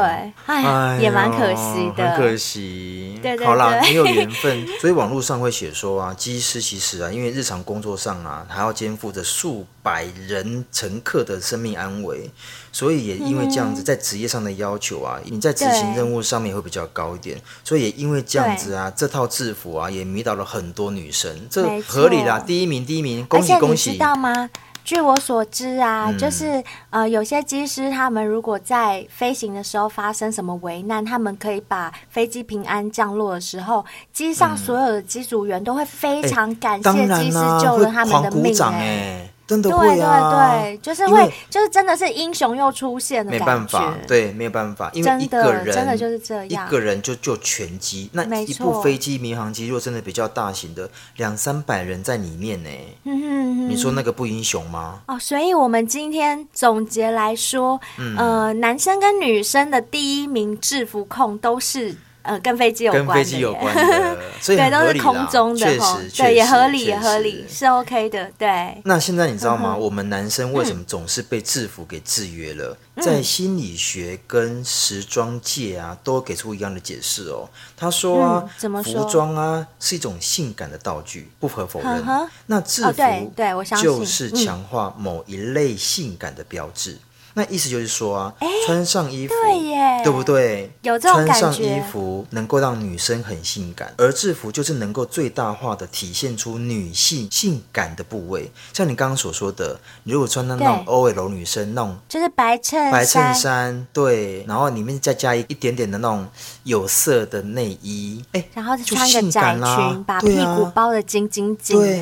Speaker 3: 哎呀，
Speaker 4: 哎呦
Speaker 3: 也蛮可惜的。
Speaker 4: 很可惜。
Speaker 3: 对对对
Speaker 4: 好啦，没有缘分。 所以网络上会写说啊，机师其实啊，因为日常工作上啊，还要肩负着数百人乘客的生命安危，所以也因为这样
Speaker 3: 嗯
Speaker 4: 子，在职业上的要求啊，你在执行
Speaker 3: 对
Speaker 4: 任务上面会比较高一点。所以也因为这样子啊，这套制服啊，也迷倒了很多女生，这
Speaker 3: 没错
Speaker 4: 合理啦。第一名，第一名，
Speaker 3: 而
Speaker 4: 恭喜
Speaker 3: 且你
Speaker 4: 恭
Speaker 3: 知
Speaker 4: 喜！嗯
Speaker 3: 道吗？据我所知啊，就是呃，有些机师他们如果在飞行的时候发生什么危难，他们可以把飞机平安降落的时候，机上所有的机组员都会非常感谢
Speaker 4: 哎当然
Speaker 3: 机师
Speaker 4: 啦、
Speaker 3: 救
Speaker 4: 会
Speaker 3: 了他们
Speaker 4: 狂
Speaker 3: 的
Speaker 4: 鼓
Speaker 3: 命、
Speaker 4: 掌
Speaker 3: 哎、
Speaker 4: 哎、真的
Speaker 3: 对
Speaker 4: 会
Speaker 3: 对
Speaker 4: 啊，
Speaker 3: 对，就是
Speaker 4: 因
Speaker 3: 会
Speaker 4: 为，
Speaker 3: 就是真的是英雄又出现的
Speaker 4: 没
Speaker 3: 感觉，
Speaker 4: 办法，对，没有办法，因
Speaker 3: 真的
Speaker 4: 为一个人
Speaker 3: 真的就是这样
Speaker 4: 一个人就就全机，那
Speaker 3: 没
Speaker 4: 一
Speaker 3: 错
Speaker 4: 部飞机、民航机，若真的比较大型的，两三百人在里面呢，
Speaker 3: 嗯哼哼
Speaker 4: 你说那个不英雄吗？
Speaker 3: 哦，所以我们今天总结来说，
Speaker 4: 嗯
Speaker 3: 呃，男生跟女生的第一名制服控都是呃跟飞机有
Speaker 4: 跟
Speaker 3: 关的耶，
Speaker 4: 飞机有关的，所 以
Speaker 3: 对，
Speaker 4: 很
Speaker 3: 都
Speaker 4: 合
Speaker 3: 是
Speaker 4: 理啦
Speaker 3: 空中的
Speaker 4: 确
Speaker 3: 哈
Speaker 4: 实，，确
Speaker 3: 对，也
Speaker 4: 实嗯
Speaker 3: 合理，
Speaker 4: 确
Speaker 3: 也合
Speaker 4: 实
Speaker 3: 理，是 OK 的，对，嗯
Speaker 4: 那现在你知道吗？我们男生为什么总是被制服给制约了？
Speaker 3: 嗯
Speaker 4: 在心理学跟时装界啊，都给出一样的解释哦。他说啊，
Speaker 3: 嗯怎么说
Speaker 4: 服装啊是一种性感的道具，不可否认。
Speaker 3: 嗯哼
Speaker 4: 那制
Speaker 3: 哦对
Speaker 4: 服
Speaker 3: 对我相信嗯
Speaker 4: 就是强化某一类性感的标志。那意思就是说啊，穿上衣服，
Speaker 3: 对耶
Speaker 4: 不对？
Speaker 3: 哎有这种感觉
Speaker 4: 穿上衣服能够让女生很性感，而制服就是能够最大化的体现出女性性感的部位。像你刚刚所说的，你如果穿到那种
Speaker 3: 对
Speaker 4: OL 女生那种
Speaker 3: 就是白衬
Speaker 4: 白衬衫，对，然后里面再加一一点点的那种有色的内衣，哎，
Speaker 3: 然后
Speaker 4: 就
Speaker 3: 穿个
Speaker 4: 性
Speaker 3: 窄
Speaker 4: 感
Speaker 3: 裙，
Speaker 4: 啦
Speaker 3: 把
Speaker 4: 对
Speaker 3: 屁
Speaker 4: 啊
Speaker 3: 股包得紧紧紧的
Speaker 4: 对，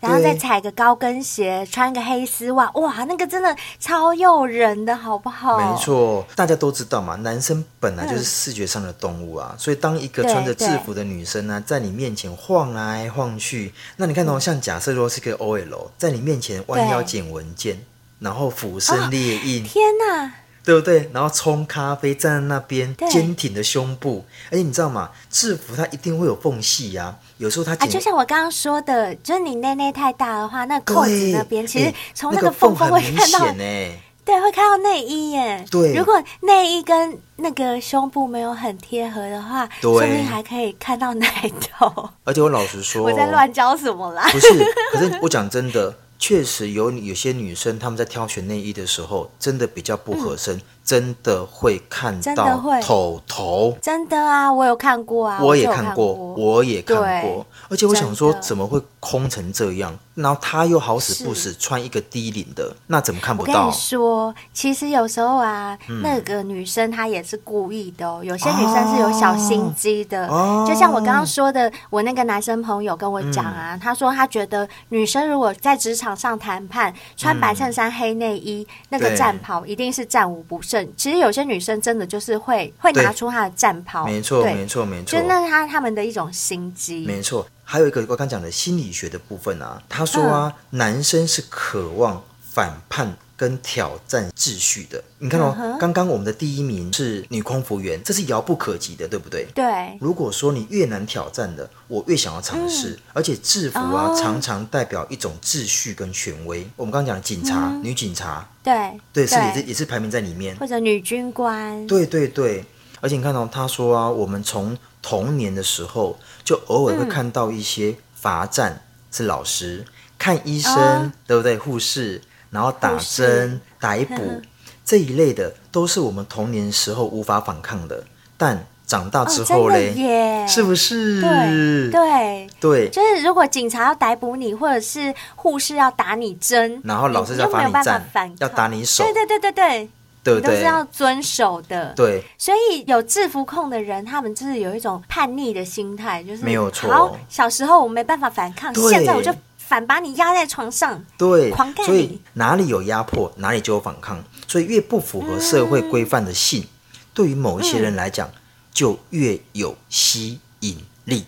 Speaker 3: 然后再
Speaker 4: 对
Speaker 3: 踩个高跟鞋，穿个黑丝袜，哇，那个真的超诱人的，好不好？
Speaker 4: 没错，大家都知道嘛，男生本
Speaker 3: 嗯
Speaker 4: 来就是视觉上的动物啊，所以当一个穿着制服的女生呢、啊在你面前晃来晃去，那你看
Speaker 3: 嗯
Speaker 4: 哦，像假设如果是个 OL，在你面前弯腰
Speaker 3: 对
Speaker 4: 捡文件，然后俯身猎印，
Speaker 3: 天哪，
Speaker 4: 对不对？然后冲咖啡站在那边
Speaker 3: 对，
Speaker 4: 坚挺的胸部，而且你知道吗？制服它一定会有缝隙呀、啊，有时候它
Speaker 3: 啊，
Speaker 4: 剪、
Speaker 3: 就像我刚刚说的，就是你内内太大的话，那
Speaker 4: 对
Speaker 3: 扣子那边其实
Speaker 4: 哎
Speaker 3: 从
Speaker 4: 那
Speaker 3: 个缝缝会
Speaker 4: 很明
Speaker 3: 看到，
Speaker 4: 显欸
Speaker 3: 对，会看到内衣耶。
Speaker 4: 对
Speaker 3: 如果内衣跟那个胸部没有很贴合的话，
Speaker 4: 对
Speaker 3: 说不定还可以看到奶头。
Speaker 4: 而且我老实说，
Speaker 3: 我在乱教什么啦？
Speaker 4: 不是，可是我讲真的，确实有有些女生她们在挑选内衣的时候，真的比较不合身，真的会看
Speaker 3: 嗯真的
Speaker 4: 到
Speaker 3: 会
Speaker 4: 头头。
Speaker 3: 真的啊，我有看过啊，
Speaker 4: 我也
Speaker 3: 就有
Speaker 4: 看
Speaker 3: 过，
Speaker 4: 过，我也看过，而且我想说
Speaker 3: 真，的
Speaker 4: 怎么会空成这样？然后她又好死不死穿一个低领的，那怎么看
Speaker 3: 我
Speaker 4: 不
Speaker 3: 跟你
Speaker 4: 到？嗯
Speaker 3: 说，其实有时候啊，那个女生她也是故意的哦。有些女生是有小心机的，
Speaker 4: 哦
Speaker 3: 就像我刚刚说的，我那个男生朋友跟我讲啊，
Speaker 4: 嗯
Speaker 3: 他说他觉得女生如果在职场上谈判，穿白衬衫、黑内衣，那个
Speaker 4: 对
Speaker 3: 战袍一定是战无不胜。其实有些女生真的就是会会拿
Speaker 4: 对
Speaker 3: 出她的战袍，
Speaker 4: 没错，
Speaker 3: 对
Speaker 4: 没，错，没错
Speaker 3: 就。那是她她们的一种心机，
Speaker 4: 没错，还有一个我刚讲的心理学的部分啊，他说啊，男生是渴望反叛。跟挑战秩序的，你看哦，刚刚我们的第一名是女空服员，这是遥不可及的，对不对？
Speaker 3: 对，
Speaker 4: 如果说你越难挑战的，我越想要尝试，而且制服啊、
Speaker 3: 哦
Speaker 4: 常常代表一种秩序跟权威。我们刚刚讲的警察、女警察，
Speaker 3: 对，
Speaker 4: 嗯对，是也是也是排名在里面。
Speaker 3: 或者女军官，
Speaker 4: 对对对，而且你看到、他说啊，我们从童年的时候就偶尔会看到一些罚站、是老师，看医生、
Speaker 3: 啊
Speaker 4: 对不对？护士，然后打
Speaker 3: 护士
Speaker 4: 针、逮 捕这一类的，都是我们童年时候无法反抗的，但长大之
Speaker 3: 哦，真
Speaker 4: 后
Speaker 3: 的
Speaker 4: 嘞，
Speaker 3: 耶，
Speaker 4: 是不是？嗯
Speaker 3: 对对。
Speaker 4: 对
Speaker 3: 就是如果警察要逮捕你，或者是护士要打你针，
Speaker 4: 然后老师要
Speaker 3: 你就没
Speaker 4: 罚
Speaker 3: 有
Speaker 4: 你
Speaker 3: 办法
Speaker 4: 站
Speaker 3: 反，
Speaker 4: 要
Speaker 3: 抗
Speaker 4: 打你手，
Speaker 3: 对对对对对，
Speaker 4: 对
Speaker 3: 你
Speaker 4: 不
Speaker 3: 都是
Speaker 4: 对？
Speaker 3: 要遵守的。，
Speaker 4: 对，
Speaker 3: 所以有制服控的人，他们就是有一种叛逆的心态，就是
Speaker 4: 没有错
Speaker 3: 好，小时候我没办法反抗，
Speaker 4: 对
Speaker 3: 现在我就反把你压在床上。
Speaker 4: 对
Speaker 3: 狂干，
Speaker 4: 所
Speaker 3: 你
Speaker 4: 以哪里有压迫，哪里就有反抗。所以越不符合社会规范的性，对于某一些人来讲，就越有吸引力。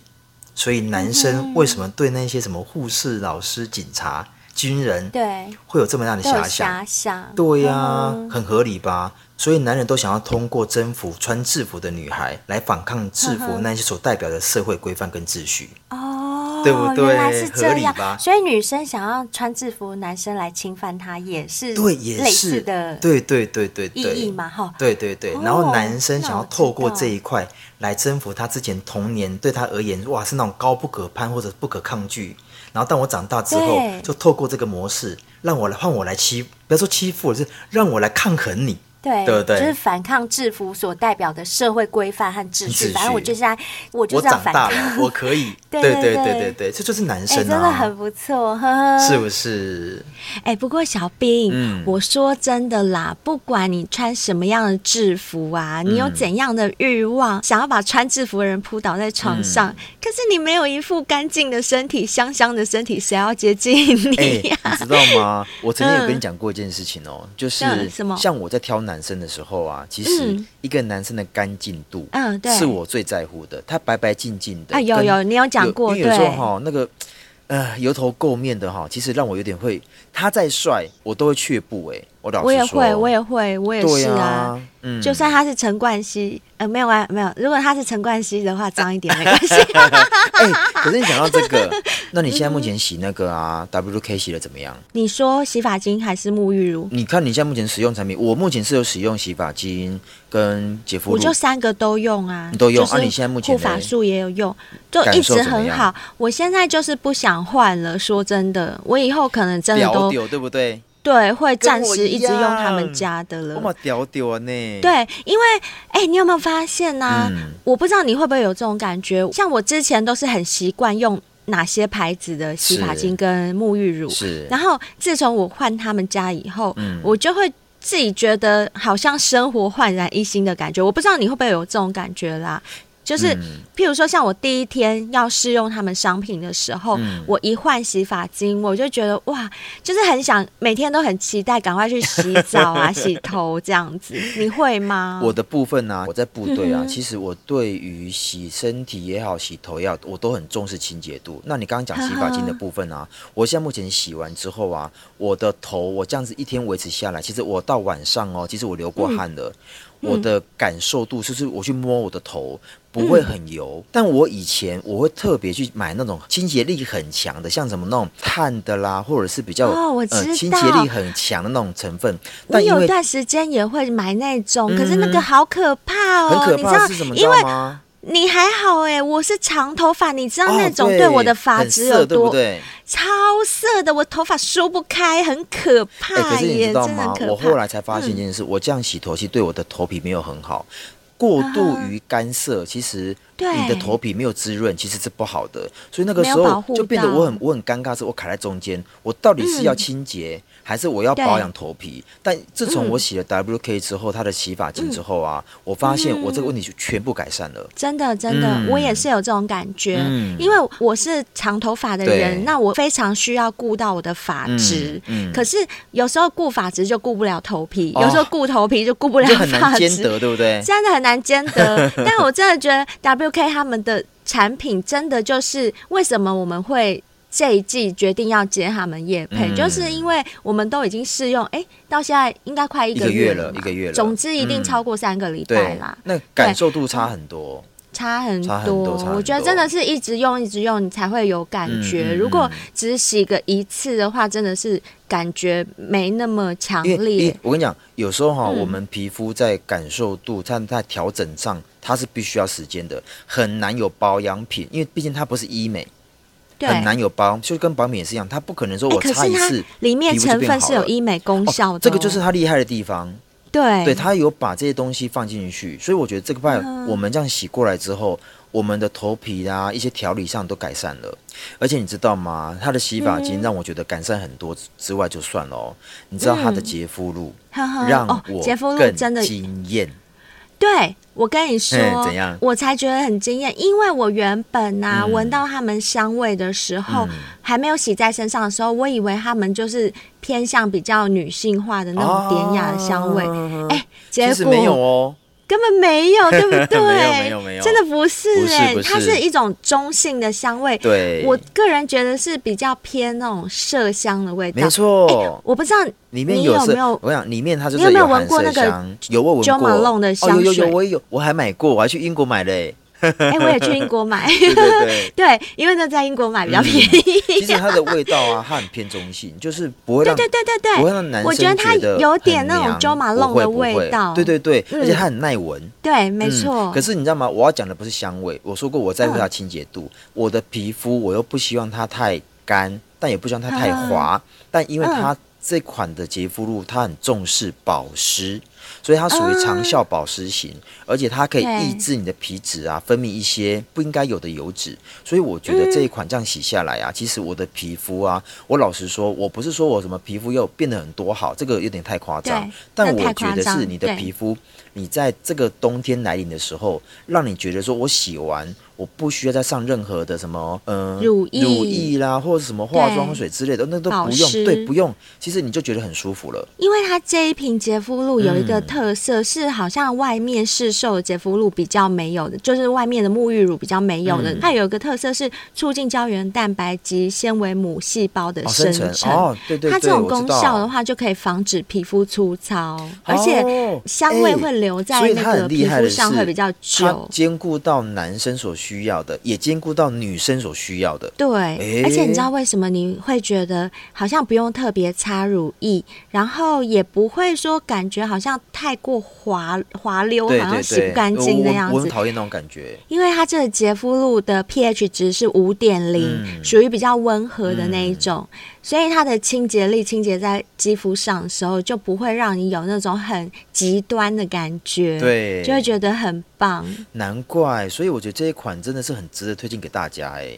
Speaker 4: 所以男生为什么对那些什么护士、老师、警察、军人，
Speaker 3: 对，
Speaker 4: 会有这么样的
Speaker 3: 都有
Speaker 4: 遐
Speaker 3: 遐
Speaker 4: 想？
Speaker 3: 想。
Speaker 4: 对呀、
Speaker 3: 嗯
Speaker 4: 很合理吧？所以男人都想要通过征服穿制服的女孩来反抗制
Speaker 3: 嗯
Speaker 4: 服那些所代表的社会规范跟秩序。
Speaker 3: 哦，
Speaker 4: 对不对
Speaker 3: 原来是这样
Speaker 4: 合理吧，
Speaker 3: 所以女生想要穿制服，男生来侵犯她也是
Speaker 4: 对，也
Speaker 3: 类
Speaker 4: 是
Speaker 3: 似的
Speaker 4: 对对对对
Speaker 3: 意
Speaker 4: 对，
Speaker 3: 义嘛，哈。
Speaker 4: 对对对，
Speaker 3: 哦
Speaker 4: 然后男生
Speaker 3: 那
Speaker 4: 想
Speaker 3: 我
Speaker 4: 要
Speaker 3: 知
Speaker 4: 透过
Speaker 3: 道
Speaker 4: 这一块来征服他之前童年对他而言，哇，是那种高不可攀或者不可抗拒。然后当我长大之后
Speaker 3: 对，
Speaker 4: 就透过这个模式，让我来换我来欺，不要说欺负，是让我来抗衡你。
Speaker 5: 对，
Speaker 6: 对不对
Speaker 5: 就是反抗制服所代表的社会规范和秩
Speaker 6: 秩
Speaker 5: 序。
Speaker 6: 序
Speaker 5: 反正我就是在，我就
Speaker 6: 我
Speaker 5: 是要
Speaker 6: 长
Speaker 5: 反
Speaker 6: 大
Speaker 5: 抗。
Speaker 6: 了，我可以。
Speaker 5: 对
Speaker 6: 对
Speaker 5: 对
Speaker 6: 对
Speaker 5: 对
Speaker 6: 对对，这就是男
Speaker 5: 哎、
Speaker 6: 生
Speaker 5: 真的
Speaker 6: 啊
Speaker 5: 很，不错，呵呵。
Speaker 6: 是不是？
Speaker 3: 哎，不过小兵，
Speaker 6: 嗯
Speaker 3: 我说真的啦，不管你穿什么样的制服啊，你
Speaker 6: 嗯
Speaker 3: 有怎样的欲望，想要把穿制服的人扑倒在
Speaker 6: 嗯
Speaker 3: 床上，可是你没有一副干净的身体、香香的身体，谁要接近
Speaker 4: 哎、
Speaker 3: 你呀、
Speaker 4: 你知道吗？我曾经有跟你讲过一件事情哦，就是
Speaker 3: 嗯什么
Speaker 4: 像我在挑男生的时候啊，其实
Speaker 3: 嗯
Speaker 4: 一个男生的干净度，
Speaker 3: 嗯对
Speaker 4: 是我最在乎的。他白白净净的
Speaker 3: 啊有
Speaker 4: 跟
Speaker 3: 有你有讲过
Speaker 4: 因为有时
Speaker 3: 对
Speaker 4: 候哈、那个呃油头垢面的哈、其实让我有点会，他再帅我都会却步哎、我老实
Speaker 3: 我也
Speaker 4: 说
Speaker 3: 会，我也会，我也
Speaker 4: 对
Speaker 3: 是
Speaker 4: 啊，嗯，
Speaker 3: 就算他是陈冠希，呃，没有啊，没有。如果他是陈冠希的话，脏一点没关系。
Speaker 4: 哎、可是你讲到这个，那你现在目前洗那个啊 WK 洗的怎么样？
Speaker 3: 你说洗发精还是沐浴乳？
Speaker 4: 你看你现在目前使用产品，我目前是有使用洗发精跟洁肤
Speaker 3: 我
Speaker 4: 露，
Speaker 3: 就三个都用啊，
Speaker 4: 你都用
Speaker 3: 就是
Speaker 4: 啊你现在目前
Speaker 3: 护发
Speaker 4: 嘞
Speaker 3: 素也有用，就
Speaker 4: 感
Speaker 3: 一
Speaker 4: 受
Speaker 3: 直
Speaker 4: 怎么
Speaker 3: 很
Speaker 4: 样
Speaker 3: 好。我现在就是不想换了，说真的，我以后可能真的
Speaker 4: 屌
Speaker 3: 都
Speaker 4: 屌，对不对？
Speaker 3: 对会
Speaker 4: 跟
Speaker 3: 暂
Speaker 4: 我
Speaker 3: 时
Speaker 4: 一
Speaker 3: 一直用他们
Speaker 4: 样
Speaker 3: 家的了
Speaker 4: 我。嘛屌屌啊呢？，
Speaker 3: 对，因为哎、你有没有发现呢、
Speaker 4: 嗯
Speaker 3: 我不知道你会不会有这种感觉，像我之前都是很习惯用哪些牌子的洗发
Speaker 4: 是
Speaker 3: 精跟沐浴乳，
Speaker 4: 是
Speaker 3: 然后自从我换他们家以后，
Speaker 4: 嗯
Speaker 3: 我就会。自己觉得好像生活焕然一新的感觉，我不知道你会不会有这种感觉啦。就是，
Speaker 4: 嗯
Speaker 3: 譬如说，像我第一天要试用他们商品的时候，
Speaker 4: 嗯
Speaker 3: 我一换洗发精，我就觉得哇，就是很想每天都很期待，赶快去洗澡 啊、洗头这样子。你会吗？
Speaker 4: 我的部分呢、啊，我在部队
Speaker 3: 嗯
Speaker 4: 啊，其实我对于洗身体也好，洗头也好，我都很重视清洁度。那你刚刚讲洗发精的部分啊，我现在目前洗完之后啊，我的头我这样子一天维持下来，其实我到晚上哦，其实我流过汗了。
Speaker 3: 嗯
Speaker 4: 我的感受度就是我去摸我的头不会很
Speaker 3: 嗯
Speaker 4: 油，但我以前我会特别去买那种清洁力很强的，像什么那种碳的啦，或者是比较、
Speaker 3: 哦我知
Speaker 4: 呃
Speaker 3: 道
Speaker 4: 清洁力很强的那种成分。
Speaker 3: 我
Speaker 4: 但因
Speaker 3: 有
Speaker 4: 为
Speaker 3: 段时间也会买那种，可是
Speaker 4: 嗯
Speaker 3: 那个好可怕哦，
Speaker 4: 很可
Speaker 3: 你知
Speaker 4: 怕
Speaker 3: 道
Speaker 4: 的是什么？，你知
Speaker 3: 因
Speaker 4: 道
Speaker 3: 为
Speaker 4: 吗？
Speaker 3: 你还好哎、我是长头发，你知道
Speaker 4: 哦
Speaker 3: 那种
Speaker 4: 对
Speaker 3: 对我的发
Speaker 4: 很
Speaker 3: 质
Speaker 4: 涩
Speaker 3: 有
Speaker 4: 对不
Speaker 3: 多
Speaker 4: 对？
Speaker 3: 超色的，我头发梳不开，很可怕
Speaker 4: 哎、可是你
Speaker 3: 耶，
Speaker 4: 知道
Speaker 3: 真的很
Speaker 4: 吗？
Speaker 3: 可怕。嗯
Speaker 4: 我后来才发现一件事，我这样洗头其实对我的头皮没有很好。过度于干涉，其实
Speaker 3: 嗯对
Speaker 4: 你的头皮没有滋润，其实是不好的。所以那个时
Speaker 3: 没有保
Speaker 4: 候
Speaker 3: 护
Speaker 4: 就变得
Speaker 3: 到嗯
Speaker 4: 我很我很尴尬，是我卡在中间，我到底是要清洁、还是我要
Speaker 3: 对
Speaker 4: 保养头皮？但自从我
Speaker 3: 嗯
Speaker 4: 洗了 WK 之后，它的洗发精之后啊，我发现我
Speaker 3: 嗯
Speaker 4: 这个问题就全部改善了。
Speaker 3: 真的，真的，
Speaker 4: 嗯
Speaker 3: 我也是有这种感觉，
Speaker 4: 嗯
Speaker 3: 因为我是长头发的
Speaker 4: 对
Speaker 3: 人，那我非常需要顾到我的发质。
Speaker 4: 嗯嗯
Speaker 3: 可是有时候顾发质就顾不了头皮，
Speaker 4: 哦
Speaker 3: 有时候顾头皮就顾不了
Speaker 4: 就很难
Speaker 3: 发
Speaker 4: 兼
Speaker 3: 质，
Speaker 4: 得，对不对？
Speaker 3: 真的很难兼 得。但我真的觉得 WK 他们的产品真的就是为什么我们会。这一季决定要接他们业配，
Speaker 4: 嗯
Speaker 3: 就是因为我们都已经试用，哎、到现在应该快一
Speaker 4: 一个月
Speaker 3: 月
Speaker 4: 了
Speaker 3: 嘛
Speaker 4: 一个月了
Speaker 3: 总之一定
Speaker 4: 嗯
Speaker 3: 超过三个礼拜
Speaker 4: 对
Speaker 3: 啦。，
Speaker 4: 那感受度差很多。
Speaker 3: 差很
Speaker 4: 差很多差很
Speaker 3: 我觉得
Speaker 4: 多
Speaker 3: 真的是一直用一直用，你才会有感觉。
Speaker 4: 嗯嗯
Speaker 3: 如果
Speaker 4: 嗯
Speaker 3: 只洗个一次的话，真的是感觉没那么强
Speaker 4: 因为因
Speaker 3: 烈
Speaker 4: 为。我跟你讲，有时候哈、
Speaker 3: 嗯
Speaker 4: 我们皮肤在感受度、它在调整上，它是必须要时间的，很难有保养品，因为毕竟它不是医美，
Speaker 3: 对，
Speaker 4: 很难有保养，就跟保养品也是一样，它不可能说
Speaker 3: 哎
Speaker 4: 我
Speaker 3: 可
Speaker 4: 擦
Speaker 3: 是
Speaker 4: 一
Speaker 3: 它
Speaker 4: 次。
Speaker 3: 里面
Speaker 4: 皮肤就
Speaker 3: 成
Speaker 4: 变
Speaker 3: 分
Speaker 4: 好
Speaker 3: 是有
Speaker 4: 了
Speaker 3: 医美功效的哦、
Speaker 4: 这个就是它厉害的地方，
Speaker 3: 对嗯
Speaker 4: 对它有把这些东西放进去，所以我觉得这个派我们这样洗过来之后，我们的头皮啊一些调理上都改善了，而且你知道吗？它的洗发精让我觉得改善很多之之外就算了哦，你知道它的
Speaker 3: 嗯
Speaker 4: 洁肤露
Speaker 3: 呵呵
Speaker 4: 让
Speaker 3: 哦
Speaker 4: 我
Speaker 3: 洁肤露
Speaker 4: 更
Speaker 3: 真的
Speaker 4: 惊艳。
Speaker 3: 对。我跟你说
Speaker 4: 哎，怎样
Speaker 3: 我才觉得很惊艳，因为我原本呐、
Speaker 4: 嗯
Speaker 3: 闻、到他们香味的时候，
Speaker 4: 嗯
Speaker 3: 还没有洗在身上的时候，我以为他们就是偏向比较女性化的那种典雅的香味。哎、结
Speaker 4: 哦其
Speaker 3: 果
Speaker 4: 实没有哦，
Speaker 3: 根本没有，对不对？
Speaker 4: 没有没有没有
Speaker 3: 真的不是
Speaker 4: 不是
Speaker 3: 哎、
Speaker 4: 不是
Speaker 3: 它是一种中性的香味。
Speaker 4: 对，
Speaker 3: 我个人觉得是比较偏那种麝香的味道。哎
Speaker 4: 没错，
Speaker 3: 我不知道
Speaker 4: 里面
Speaker 3: 你
Speaker 4: 有
Speaker 3: 有
Speaker 4: 是
Speaker 3: 没 有
Speaker 4: 我想里面它就
Speaker 3: 你
Speaker 4: 是
Speaker 3: 有没有
Speaker 4: 含
Speaker 3: 闻过那
Speaker 4: 麝
Speaker 3: 个
Speaker 4: 香有我闻
Speaker 3: Jo
Speaker 4: 过
Speaker 3: Malone 的香
Speaker 4: 哦，有有
Speaker 3: 水
Speaker 4: 有，我有，我还买过，我还去英国买嘞，
Speaker 3: 哎、我也去英国买，
Speaker 4: 对对对。
Speaker 3: 对，因为那在英国买比较便宜。
Speaker 4: 其实它的味道啊，它很偏中性，就是不会
Speaker 3: 对
Speaker 4: 让
Speaker 3: 对对对
Speaker 4: 嗯不会
Speaker 3: 对，
Speaker 4: 让男
Speaker 3: 我
Speaker 4: 生
Speaker 3: 觉得它
Speaker 4: 得
Speaker 3: 有点
Speaker 4: 很
Speaker 3: 那种
Speaker 4: 娘
Speaker 3: Jo
Speaker 4: 不
Speaker 3: Malone
Speaker 4: 会
Speaker 3: 的
Speaker 4: 不会
Speaker 3: 味道
Speaker 4: 对对对，而且
Speaker 3: 嗯
Speaker 4: 它很耐闻，
Speaker 3: 对，没
Speaker 4: 嗯
Speaker 3: 错。嗯
Speaker 4: 可是你知道吗？我要讲的不是香味，我说过我在乎它的清洁度，我的皮肤我又不希望它太干，但也不希望它
Speaker 3: 嗯
Speaker 4: 太滑，但因为它这款的洁肤露它很重视保湿，所以它属于长效保湿型，而且它可以抑制你的皮脂啊分泌一些不应该有的油脂。所以我觉
Speaker 3: 嗯
Speaker 4: 得这一款这样洗下来啊，其实我的皮肤啊，我老实说，我不是说我什么皮肤又变得很多好，这个有点太夸张
Speaker 3: 对。
Speaker 4: 但
Speaker 3: 那太
Speaker 4: 我
Speaker 3: 夸
Speaker 4: 觉得
Speaker 3: 张
Speaker 4: 是你的
Speaker 3: 对
Speaker 4: 皮肤，你在这个冬天来临的时候，让你觉得说我洗完。我不需要再上任何的什么，呃，
Speaker 3: 乳液
Speaker 4: 乳液啦，或者什么化妆
Speaker 3: 对
Speaker 4: 水之类的，那都
Speaker 3: 保
Speaker 4: 不用，
Speaker 3: 湿
Speaker 4: 对，不用。其实你就觉得很舒服了。
Speaker 3: 因为它这一瓶洁肤露有一个
Speaker 4: 嗯
Speaker 3: 特色、是，好像外面市售的洁肤露比较没有的，就是外面的沐浴乳比较没有的。
Speaker 4: 嗯
Speaker 3: 它有一个特色是促进胶原蛋白及纤维母细胞的
Speaker 4: 哦，
Speaker 3: 生
Speaker 4: 生
Speaker 3: 成。
Speaker 4: 成哦，对对对，
Speaker 3: 它这种
Speaker 4: 我知
Speaker 3: 功
Speaker 4: 道
Speaker 3: 效的，话，就可以防止皮肤粗糙，而且香味会留在
Speaker 4: 哦哎所以
Speaker 3: 那
Speaker 4: 它
Speaker 3: 个
Speaker 4: 很厉
Speaker 3: 皮
Speaker 4: 害
Speaker 3: 肤
Speaker 4: 的
Speaker 3: 上
Speaker 4: 是
Speaker 3: 会比较
Speaker 4: 它
Speaker 3: 久。
Speaker 4: 兼顾到男生所需要的，也兼顾到女生所需要的。
Speaker 3: 对，
Speaker 4: 诶
Speaker 3: 而且你知道为什么你会觉得好像不用特别擦乳液，然后也不会说感觉好像太过滑滑溜，好
Speaker 4: 对对
Speaker 3: 像洗
Speaker 4: 对，
Speaker 3: 不干净的
Speaker 4: 我
Speaker 3: 样
Speaker 4: 我我
Speaker 3: 子
Speaker 4: 很。讨厌那种感觉。
Speaker 3: 因为它这个洁肤露的 pH 值是五点零，
Speaker 4: 嗯
Speaker 3: 属于比较温和的那一种，所以它的清洁力清洁在肌肤上的时候，就不会让你有那种很极端的感觉，
Speaker 4: 对
Speaker 3: 就会觉得很棒。
Speaker 4: 难怪，所以我觉得这一款真的是很值得推荐给大家哎。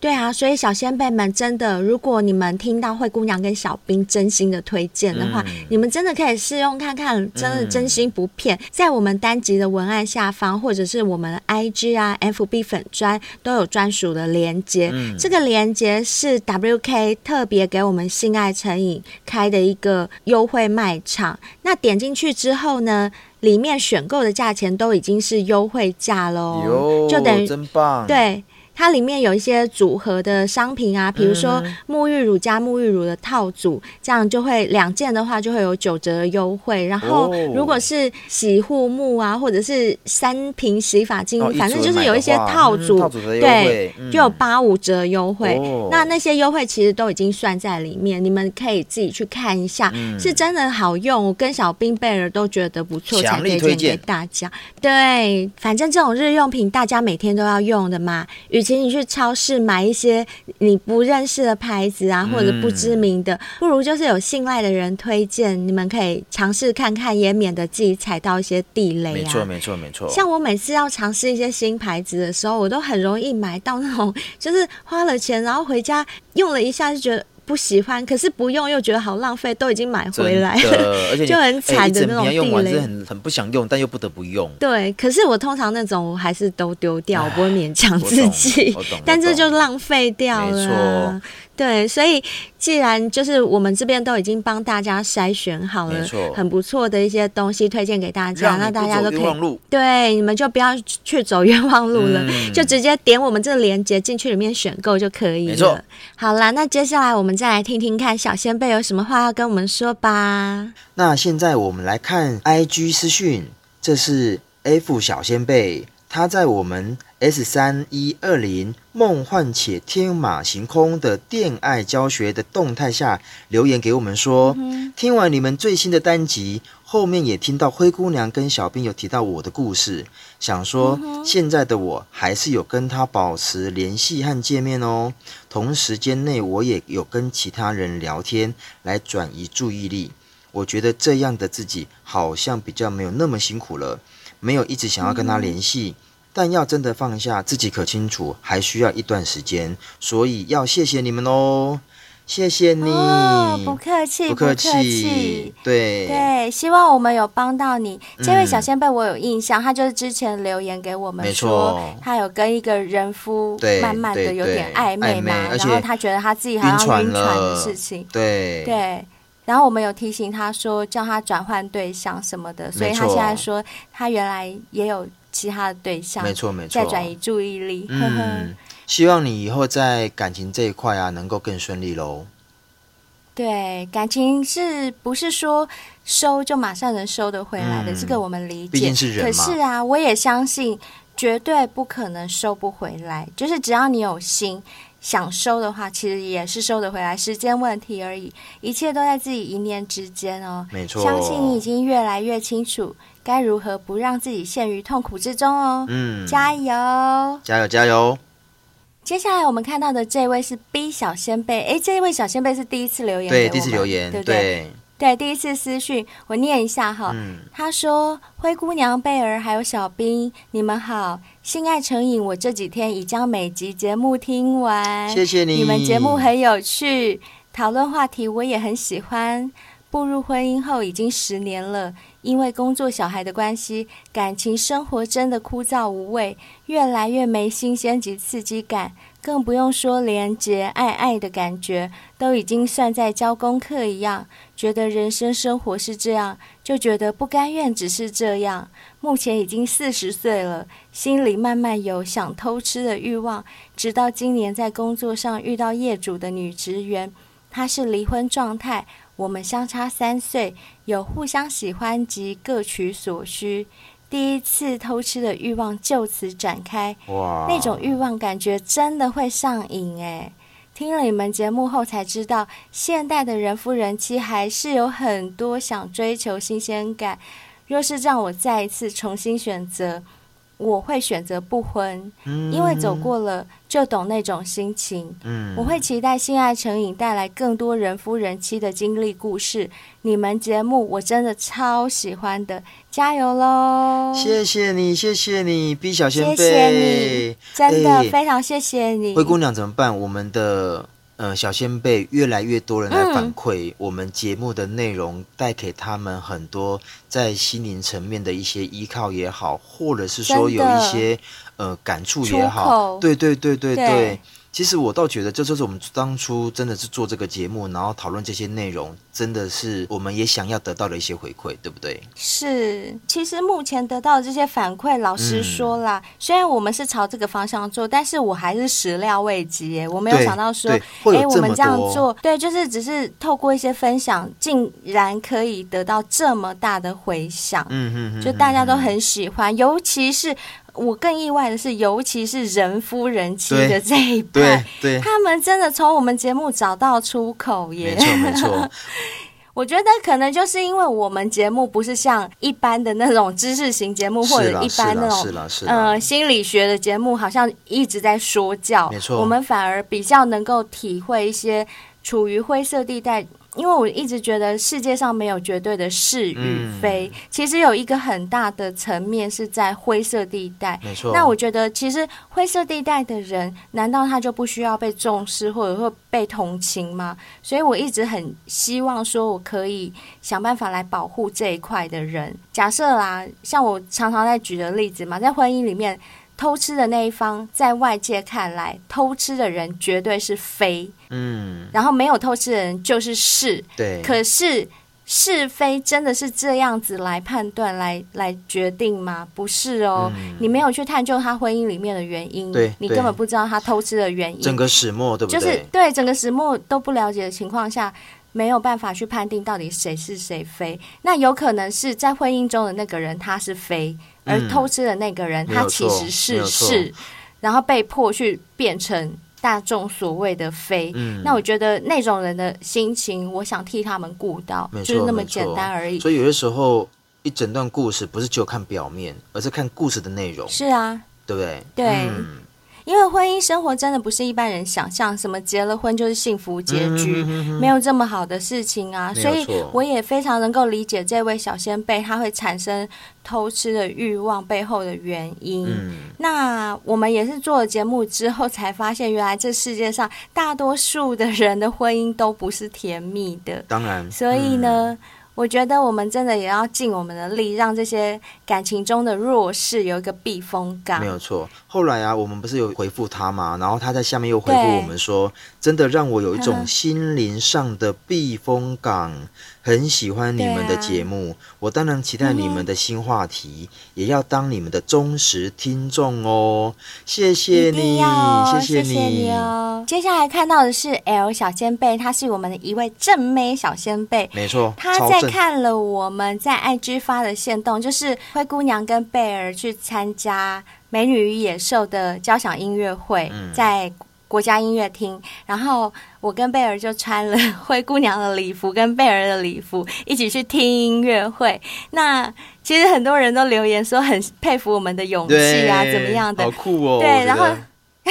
Speaker 3: 对啊，所以小先辈们真的，如果你们听到灰姑娘跟小兵真心的推荐的话，
Speaker 4: 嗯
Speaker 3: 你们真的可以试用看看，真的
Speaker 4: 嗯
Speaker 3: 真心不骗。在我们单集的文案下方，或者是我们的 IG 啊、FB 粉砖都有专属的连接。
Speaker 4: 嗯
Speaker 3: 这个连接是 WK 特别给我们性爱成瘾开的一个优惠卖场。那点进去之后呢，里面选购的价钱都已经是优惠价喽，
Speaker 4: 哟，
Speaker 3: 哦就等于
Speaker 4: 真棒。，
Speaker 3: 对，它里面有一些组合的商品啊，比如说
Speaker 4: 嗯
Speaker 3: 沐浴乳加沐浴乳的套组，这样就会两件的话就会有九折的优惠。然后
Speaker 4: 哦
Speaker 3: 如果是洗护沐啊，或者是三瓶洗发精，
Speaker 4: 哦一
Speaker 3: 反正就
Speaker 4: 组
Speaker 3: 是
Speaker 4: 买
Speaker 3: 有
Speaker 4: 的
Speaker 3: 一些
Speaker 4: 话
Speaker 3: 套
Speaker 4: 嗯
Speaker 3: 组，
Speaker 4: 套组的优
Speaker 3: 对
Speaker 4: 惠，嗯
Speaker 3: 就有八五折优惠。
Speaker 4: 哦
Speaker 3: 那那些优惠其实都已经算在里面，你们可以自己去看一下，
Speaker 4: 嗯
Speaker 3: 是真的好用。我跟小冰贝尔都觉得不错，才
Speaker 4: 强力
Speaker 3: 推
Speaker 4: 推
Speaker 3: 荐给
Speaker 4: 荐
Speaker 3: 大家。对，反正这种日用品大家每天都要用的嘛。与其你去超市买一些你不认识的牌子啊，或者不知名
Speaker 4: 嗯
Speaker 3: 的，不如就是有信赖的人推荐，你们可以尝试看看，也免得自己踩到一些地雷
Speaker 4: 没
Speaker 3: 啊。
Speaker 4: 错没错没错。
Speaker 3: 像我每次要尝试一些新牌子的时候，我都很容易买到那种，就是花了钱，然后回家用了一下就觉得不喜欢，可是不用又觉得好浪费，都已经买回来
Speaker 4: 真
Speaker 3: 了。
Speaker 4: 的，而且
Speaker 3: 就很
Speaker 4: 哎
Speaker 3: 惨
Speaker 4: 一
Speaker 3: 的
Speaker 4: 整
Speaker 3: 那种
Speaker 4: 瓶要用
Speaker 3: 地
Speaker 4: 完
Speaker 3: 雷
Speaker 4: 是很很不想用，但又不得不用。
Speaker 3: 对，可是我通常那种我还是都丢掉，我不会勉强
Speaker 4: 我
Speaker 3: 自
Speaker 4: 懂
Speaker 3: 己
Speaker 4: 我懂，
Speaker 3: 但
Speaker 4: 我
Speaker 3: 这就
Speaker 4: 懂
Speaker 3: 浪费掉了啊。对，所以既然就是我们这边都已经帮大家筛选好了
Speaker 4: 没错，
Speaker 3: 很不错的一些东西推荐给大家，
Speaker 4: 让
Speaker 3: 那
Speaker 4: 你
Speaker 3: 大
Speaker 4: 不
Speaker 3: 家都
Speaker 4: 走
Speaker 3: 可
Speaker 4: 冤
Speaker 3: 以
Speaker 4: 枉路
Speaker 3: 对，你们就不要去走冤枉路了，
Speaker 4: 嗯
Speaker 3: 就直接点我们这个链接进去里面选购就可以
Speaker 4: 没错
Speaker 3: 了。好啦，那接下来我们再来听听看小先贝有什么话要跟我们说吧。
Speaker 4: 那现在我们来看 IG 私讯，这是 F 小先辈，他在我们 S 三一二零梦幻且天马行空的恋爱教学的动态下留言给我们说，听完你们最新的单集，后面也听到灰姑娘跟小兵有提到我的故事，想
Speaker 7: 嗯
Speaker 4: 说现在的我还是有跟他保持联系和见面哦，同时间内我也有跟其他人聊天来转移注意力。我觉得这样的自己好像比较没有那么辛苦了，没有一直想要跟他联系。
Speaker 7: 嗯
Speaker 4: 但要真的放下，自己可清楚，还需要一段时间，所以要谢谢你们哦，谢谢你，
Speaker 7: 哦，不客气，
Speaker 4: 不
Speaker 7: 客
Speaker 4: 客气，对，
Speaker 7: 对，希望我们有帮到你。这位小
Speaker 4: 嗯
Speaker 7: 先辈我有印象，他就是之前留言给我们
Speaker 4: 没
Speaker 7: 说
Speaker 4: 错，
Speaker 7: 他有跟一个人夫
Speaker 4: 对
Speaker 7: 慢慢的
Speaker 4: 对
Speaker 7: 有
Speaker 4: 对
Speaker 7: 点暧昧
Speaker 4: 暧
Speaker 7: 嘛
Speaker 4: 昧，而
Speaker 7: 然后
Speaker 4: 且
Speaker 7: 他觉得他自己好
Speaker 4: 晕
Speaker 7: 像
Speaker 4: 船
Speaker 7: 晕船的
Speaker 4: 了
Speaker 7: 事情，
Speaker 4: 对，
Speaker 7: 对。然后我们有提醒他说叫他转换对象什么的，所以
Speaker 4: 没
Speaker 7: 他现在
Speaker 4: 错
Speaker 7: 说他原来也有其他的对象，
Speaker 4: 没错没错
Speaker 7: 在转移注意力。呵呵
Speaker 4: 嗯， 希望你以后在感情这一块啊，能够更顺利喽。
Speaker 7: 对，感情是不是说收就马上能收得回来的？
Speaker 4: 嗯
Speaker 7: 这个我们理解，
Speaker 4: 毕竟是人
Speaker 7: 可
Speaker 4: 嘛
Speaker 7: 是啊，我也相信，绝对不可能收不回来。就是只要你有心想收的话，其实也是收得回来，时间问题而已。一切都在自己一念之间哦。
Speaker 4: 没错
Speaker 7: 相信你已经越来越清楚该如何不让自己陷于痛苦之中哦。
Speaker 4: 嗯，
Speaker 7: 加油！
Speaker 4: 加油加油！
Speaker 7: 接下来我们看到的这位是 B 小先辈，诶，这位小先辈是第一次留言给我
Speaker 4: 对，
Speaker 7: 们，
Speaker 4: 第一次留言，
Speaker 7: 对不对
Speaker 4: 对
Speaker 3: 对，哦第一次私讯我念一下哈。
Speaker 4: 嗯
Speaker 3: 他说：“灰姑娘、贝儿还有小兵，你们好，性爱成瘾，我这几天已将每集节目听完，
Speaker 4: 谢谢你
Speaker 3: 你们节目很有趣，讨论话题我也很喜欢。步入婚姻后已经十年了，因为工作、小孩的关系，感情生活真的枯燥无味，越来越没新鲜及刺激感，更不用说连结爱爱的感觉，都已经算在交功课一样。觉得人生生活是这样，就觉得不甘愿只是这样。目前已经四十岁了，心里慢慢有想偷吃的欲望。直到今年在工作上遇到业主的女职员，她是离婚状态，我们相差三岁，有互相喜欢及各取所需。第一次偷吃的欲望就此展开，
Speaker 4: 哇
Speaker 3: 那种欲望感觉真的会上瘾哎。听了你们节目后才知道，现代的人夫人妻还是有很多想追求新鲜感。若是让我再一次重新选择，我会选择不婚，
Speaker 4: 嗯
Speaker 3: 因为走过了就懂那种心情。
Speaker 4: 嗯
Speaker 3: 我会期待性爱成瘾带来更多人夫人妻的经历故事。你们节目我真的超喜欢的，加油喽！
Speaker 4: 谢谢你，谢谢你，B 小
Speaker 3: 谢
Speaker 4: 先
Speaker 3: 谢你，，
Speaker 4: 辈
Speaker 3: 真的
Speaker 4: 哎
Speaker 3: 非常谢谢你。
Speaker 4: 灰姑娘怎么办？我们的呃小先辈越来越多人来
Speaker 3: 嗯
Speaker 4: 反馈、我们节目的内容，带给他们很多在心灵层面的一些依靠也好，或者是说
Speaker 3: 真
Speaker 4: 有
Speaker 3: 的
Speaker 4: 一些呃感触也
Speaker 3: 出
Speaker 4: 好
Speaker 3: 口，
Speaker 4: 对对对对对。
Speaker 3: 对
Speaker 4: 其实我倒觉得，这就是我们当初真的是做这个节目，然后讨论这些内容，真的是我们也想要得到的一些回馈，对不对？
Speaker 3: 是，其实目前得到的这些反馈，老实说啦，
Speaker 4: 嗯
Speaker 3: 虽然我们是朝这个方向做，但是我还是始料未及耶，我没有
Speaker 4: 对
Speaker 3: 想到说，
Speaker 4: 对
Speaker 3: 哎
Speaker 4: 会有，
Speaker 3: 我
Speaker 4: 这
Speaker 3: 们
Speaker 4: 么
Speaker 3: 这样
Speaker 4: 多
Speaker 3: 做，对，就是只是透过一些分享，竟然可以得到这么大的回响，
Speaker 4: 嗯哼哼
Speaker 3: 就大家都很喜欢，尤其是我更意外的是，尤其是人夫人妻
Speaker 4: 对
Speaker 3: 的这一
Speaker 4: 对
Speaker 3: 派。
Speaker 4: 对，
Speaker 3: 他们真的从我们节目找到出口耶，
Speaker 4: 没错 没错。
Speaker 3: 我觉得可能就是因为我们节目不是像一般的那种知识型节目，
Speaker 4: 是
Speaker 3: 或者
Speaker 4: 啦
Speaker 3: 一般那
Speaker 4: 是啦是啦
Speaker 3: 种
Speaker 4: 是啦
Speaker 3: 呃心理学的节目，好像一直在说教。
Speaker 4: 没错
Speaker 3: 我们反而比较能够体会一些处于灰色地带。因为我一直觉得世界上没有绝对的是与非，
Speaker 4: 嗯
Speaker 3: 其实有一个很大的层面是在灰色地带。
Speaker 4: 没错
Speaker 3: 那我觉得其实灰色地带的人，难道他就不需要被重视，或者会被同情吗？所以我一直很希望说，我可以想办法来保护这一块的人。假设啦，像我常常在举的例子嘛，在婚姻里面偷吃的那一方，在外界看来，偷吃的人绝对是非，
Speaker 4: 嗯，
Speaker 3: 然后没有偷吃的人就是是。
Speaker 4: 对。
Speaker 3: 可是是非真的是这样子来判断、来来决定吗？不是哦，你没有去探究他婚姻里面的原因
Speaker 4: 嗯对，
Speaker 3: 你
Speaker 4: 对
Speaker 3: 根本不知道他偷吃的原因。
Speaker 4: 整个始末，对不
Speaker 3: 就
Speaker 4: 对？
Speaker 3: 是对整个石墨都不了解的情况下，没有办法去判定到底谁是谁非。那有可能是在婚姻中的那个人他是非，而
Speaker 4: 嗯
Speaker 3: 偷吃的那个人
Speaker 4: 没
Speaker 3: 他
Speaker 4: 有
Speaker 3: 其
Speaker 4: 错
Speaker 3: 实
Speaker 4: 没
Speaker 3: 是
Speaker 4: 有错
Speaker 3: 是，然后被迫去变成。大众所谓的非，
Speaker 4: 嗯
Speaker 3: 那我觉得那种人的心情，我想替他们顾到，
Speaker 4: 没
Speaker 3: 就
Speaker 4: 错，
Speaker 3: 是那么
Speaker 4: 没错
Speaker 3: 简单而已。
Speaker 4: 所以有些时候，一整段故事不是只有看表面，而是看故事的内容，
Speaker 3: 是啊，
Speaker 4: 对不对？
Speaker 3: 对
Speaker 4: 嗯
Speaker 3: 因为婚姻生活真的不是一般人想象，什么结了婚就是幸福结
Speaker 4: 嗯
Speaker 3: 局，没有这么好的事情啊。
Speaker 4: 没
Speaker 3: 所
Speaker 4: 有
Speaker 3: 以
Speaker 4: 错
Speaker 3: 我也非常能够理解这位小先辈他会产生偷吃的欲望背后的原因。
Speaker 4: 嗯，
Speaker 3: 那我们也是做了节目之后才发现，原来这世界上大多数的人的婚姻都不是甜蜜的。
Speaker 4: 当然。
Speaker 3: 所以
Speaker 4: 嗯，
Speaker 3: 呢，我觉得我们真的也要尽我们的力，让这些感情中的弱势有一个避风港
Speaker 4: 没。有错。后来啊，我们不是有回复他嘛，然后他在下面又回复
Speaker 3: 对嗯
Speaker 4: 我们说，真的让我有一
Speaker 3: 呵
Speaker 4: 种
Speaker 3: 呵
Speaker 4: 心灵上的避风港，很喜欢你们的
Speaker 3: 对啊
Speaker 4: 节目，我当然期待你们的新话题，也要当你们的忠实听众哦。谢谢
Speaker 3: 一定
Speaker 4: 你，
Speaker 3: 要哦
Speaker 4: 谢
Speaker 3: 谢哦。接下来看到的是 L 小先辈，他是我们的一位正妹小先辈。
Speaker 4: 没错，
Speaker 3: 他
Speaker 4: 超
Speaker 3: 在
Speaker 4: 正
Speaker 3: 看了我们在 IG 发的线动，就是灰姑娘跟贝儿去参加《美女与野兽》的交响音乐会，
Speaker 4: 嗯
Speaker 3: 在国家音乐厅。然后我跟贝儿就穿了 灰姑娘的礼服跟贝儿的礼服，一起去听音乐会。那其实很多人都留言说很佩服我们的勇气
Speaker 4: 对
Speaker 3: 啊，怎么样的
Speaker 4: 好？酷哦。
Speaker 3: 对
Speaker 4: 我觉
Speaker 3: 然后
Speaker 4: 得，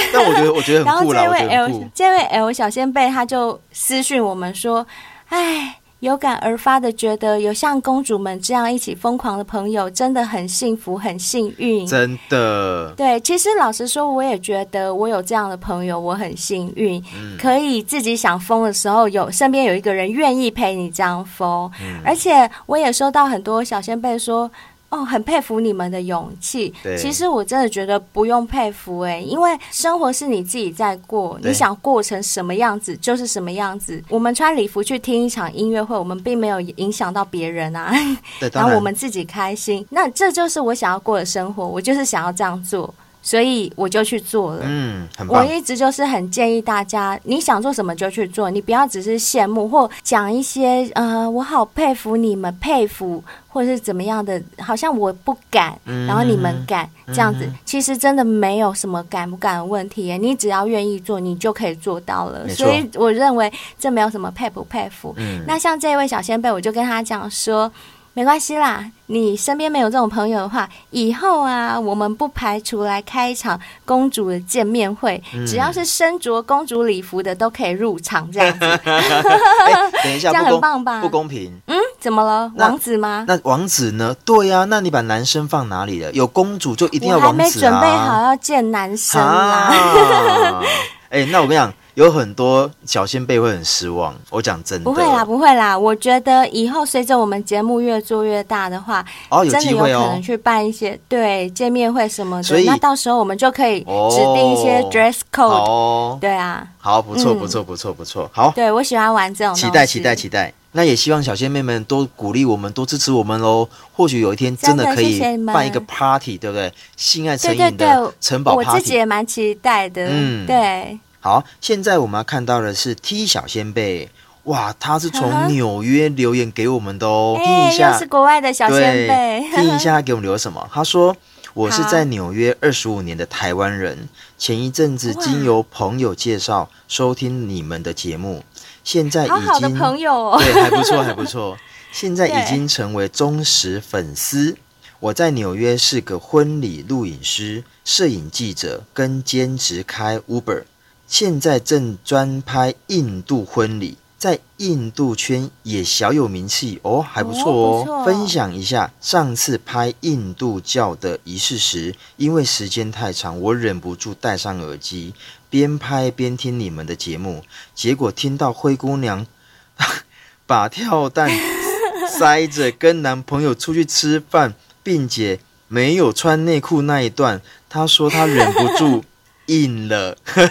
Speaker 4: 但我觉得我觉得
Speaker 3: 然
Speaker 4: 很
Speaker 3: 后
Speaker 4: 酷啦，
Speaker 3: 这
Speaker 4: 我
Speaker 3: 位
Speaker 4: 觉得很
Speaker 3: L
Speaker 4: 酷。
Speaker 3: 这位 L 小先辈他就私讯我们说，哎。有感而发的觉得，有像公主们这样一起疯狂的朋友，真的很幸福，很幸运。
Speaker 4: 真的，
Speaker 3: 对，其实老实说，我也觉得我有这样的朋友，我很幸运，
Speaker 4: 嗯
Speaker 3: 可以自己想疯的时候有，身边有一个人愿意陪你这样疯。
Speaker 4: 嗯
Speaker 3: 而且我也收到很多小先辈说。哦，很佩服你们的勇气
Speaker 4: 对。
Speaker 3: 其实我真的觉得不用佩服哎、因为生活是你自己在过，
Speaker 4: 对
Speaker 3: 你想过成什么样子就是什么样子。我们穿礼服去听一场音乐会，我们并没有影响到别人啊。
Speaker 4: 对，
Speaker 3: 然
Speaker 4: 当
Speaker 3: 后
Speaker 4: 然
Speaker 3: 我们自己开心，那这就是我想要过的生活，我就是想要这样做，所以我就去做了。
Speaker 4: 嗯，很
Speaker 3: 我
Speaker 4: 棒，
Speaker 3: 一直就是很建议大家，你想做什么就去做，你不要只是羡慕或讲一些呃，我好佩服你们，佩服或者是怎么样的，好像我不敢，
Speaker 4: 嗯
Speaker 3: 然后你们敢这样子，其实真的没有什么敢不敢的问题耶，你只要愿意做，你就可以做到了。
Speaker 4: 没错
Speaker 3: 所以我认为这没有什么佩不佩服，
Speaker 4: 嗯，
Speaker 3: 那像这位小先辈，我就跟他讲说，没关系啦，你身边没有这种朋友的话，以后啊，我们不排除来开一场公主的见面会，
Speaker 4: 嗯
Speaker 3: 只要是身着公主礼服的都可以入场，这 样子。
Speaker 4: 哎，等一下，
Speaker 3: 这样
Speaker 4: 不
Speaker 3: 很
Speaker 4: 公
Speaker 3: 棒吧
Speaker 4: 不公平。
Speaker 3: 嗯，怎么了，
Speaker 4: 那
Speaker 3: 王子吗？
Speaker 4: 那王子呢？对呀、那你把男生放哪里了？有公主就一定要
Speaker 3: 我还
Speaker 4: 王
Speaker 3: 没
Speaker 4: 子啊！
Speaker 3: 准备好要见男生啦。
Speaker 4: 啊！ 哎、那我跟你讲，有很多小先辈会很失望。我讲真的，
Speaker 3: 不会啦，不会啦！我觉得以后随着我们节目越做越大的话，
Speaker 4: 哦有
Speaker 3: 真的
Speaker 4: 机
Speaker 3: 有
Speaker 4: 会
Speaker 3: 可
Speaker 4: 哦
Speaker 3: 能去办一些对见面会什么
Speaker 4: 所
Speaker 3: 的。
Speaker 4: 以
Speaker 3: 那到时候我们就可以
Speaker 4: 哦
Speaker 3: 指定一些 dress code。
Speaker 4: 好哦，
Speaker 3: 对啊，
Speaker 4: 好，不错，
Speaker 3: 嗯
Speaker 4: 不错，不错，不错，好，
Speaker 3: 对哦我喜欢玩这种东西。
Speaker 4: 期待，期待，期待。那也希望小仙妹们多鼓励我们，多支持我们喽。或许有一天真的
Speaker 3: 真的
Speaker 4: 可以
Speaker 3: 谢谢你们
Speaker 4: 办一个 party，对不对？性爱成
Speaker 3: 对对
Speaker 4: 瘾
Speaker 3: 对
Speaker 4: 的，城堡
Speaker 3: 我
Speaker 4: party。
Speaker 3: 自己也蛮期待的。
Speaker 4: 嗯
Speaker 3: 对，
Speaker 4: 好，现在我们要看到的是 T 小先辈，哇，他是
Speaker 3: 呵
Speaker 4: 从
Speaker 3: 呵
Speaker 4: 纽约留言给我们的哦，听
Speaker 3: 哎，
Speaker 4: 一下。
Speaker 3: 又是国外的小
Speaker 4: 对，，
Speaker 3: 先辈
Speaker 4: 听一下他给我们留了什么？他说：“我是
Speaker 3: 好
Speaker 4: 在纽约二十五年的台湾人，前一阵子
Speaker 3: 哇
Speaker 4: 经由朋友介绍收听你们的节目，现在已
Speaker 3: 好
Speaker 4: 经
Speaker 3: 好的朋友哦。
Speaker 4: 对，还不错，还不错。现在已
Speaker 3: 对
Speaker 4: 经成为忠实粉丝。我在纽约是个婚礼录影师、摄影记者，跟兼职开 Uber。现在正专拍印度婚礼，在印度圈也小有名气哦，还不错
Speaker 3: 哦
Speaker 4: 哦。
Speaker 3: 不错
Speaker 4: 分享一下上次拍印度教的仪式时，因为时间太长，我忍不住戴上耳机，边拍边听你们的节目，结果听到灰姑娘 把跳蛋塞着跟男朋友出去吃饭，并且没有穿内裤那一段，她说她忍不 住硬了，她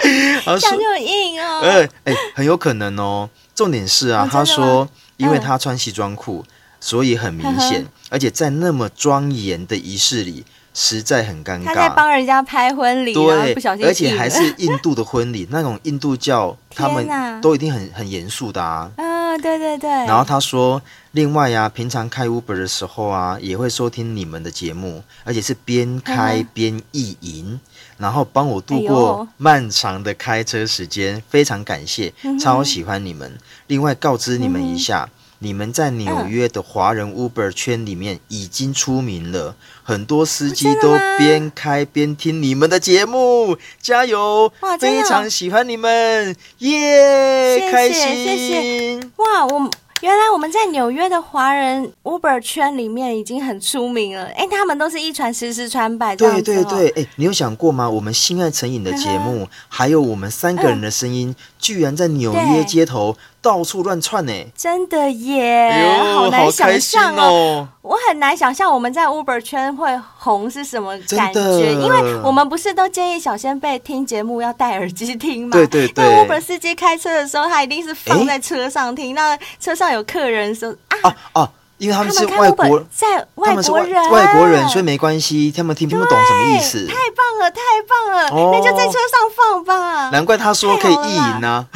Speaker 3: 这样
Speaker 4: 说
Speaker 3: 就硬哦，
Speaker 4: 呃，哎、很有可能哦。重点是啊，
Speaker 3: 哦
Speaker 4: 他
Speaker 3: 真的
Speaker 4: 说
Speaker 3: 吗，
Speaker 4: 因为
Speaker 3: 嗯
Speaker 4: 他穿西装裤，所以很明显
Speaker 3: 呵，
Speaker 4: 而且在那么庄严的仪式里，实在很尴
Speaker 3: 他在
Speaker 4: 尬。
Speaker 3: 帮人家拍婚礼，然后
Speaker 4: 对
Speaker 3: 不小，心
Speaker 4: 而且还
Speaker 3: 硬了。
Speaker 4: 是印度的婚礼，那种印度教他
Speaker 3: 天
Speaker 4: 们
Speaker 3: 哪
Speaker 4: 都一定很很严肃的啊。
Speaker 3: 啊，对对对。
Speaker 4: 然后他说，另外啊，平常开 Uber 的时候啊，也会收听你们的节目，而且是边开
Speaker 3: 嗯
Speaker 4: 边意淫，然后帮我度
Speaker 3: 哎
Speaker 4: 过
Speaker 3: 呦
Speaker 4: 漫长的开车时间，非常感谢，
Speaker 3: 嗯
Speaker 4: 超喜欢你们。另外告知你们一下。你们在纽约的华人 Uber 圈里面已经出名了，很多司机
Speaker 3: 哦真的
Speaker 4: 都
Speaker 3: 吗
Speaker 4: 边开边听你们的节目，加油！
Speaker 3: 哇真
Speaker 4: 非
Speaker 3: 的哦
Speaker 4: 常喜欢你们，耶、
Speaker 3: 谢谢
Speaker 4: 开心，
Speaker 3: 谢谢哇，我们原来我们在纽约的华人 Uber 圈里面已经很出名了，哎，他们都是一传十，十传百这样
Speaker 4: 对
Speaker 3: 子、嗯
Speaker 4: 对
Speaker 3: 哦。
Speaker 4: 对，哎，你有想过吗？我们性爱成瘾的节目，还有我们三个人的声音，居然在纽约
Speaker 3: 对
Speaker 4: 街头到处乱窜呢！
Speaker 3: 真的耶，
Speaker 4: 哎呦
Speaker 3: 嗯难
Speaker 4: 开
Speaker 3: 想
Speaker 4: 心
Speaker 3: 象啊
Speaker 4: 哦！
Speaker 3: 我很难想象我们在 Uber 圈会红是什么感
Speaker 4: 真的
Speaker 3: 觉，因为我们不是都建议小先辈听节目要戴耳机听吗？
Speaker 4: 对对对
Speaker 3: 那 Uber 司机开车的时候，他一定是
Speaker 4: 诶
Speaker 3: 放在车上听。那车上有客人的时候啊，
Speaker 4: 啊啊，因为他
Speaker 3: 他
Speaker 4: 们是
Speaker 3: 开
Speaker 4: 外
Speaker 3: Uber
Speaker 4: 国，
Speaker 3: 在
Speaker 4: 他
Speaker 3: 外
Speaker 4: 们是
Speaker 3: 国
Speaker 4: 外
Speaker 3: 人，
Speaker 4: 外国人，所以没关系，他们听不懂什么意
Speaker 3: 对。
Speaker 4: 思
Speaker 3: 太棒了，太棒了！
Speaker 4: 哦
Speaker 3: 那就在车上放吧，
Speaker 4: 难怪他说可
Speaker 3: 太
Speaker 4: 以
Speaker 3: 好了
Speaker 4: 意淫啊呢、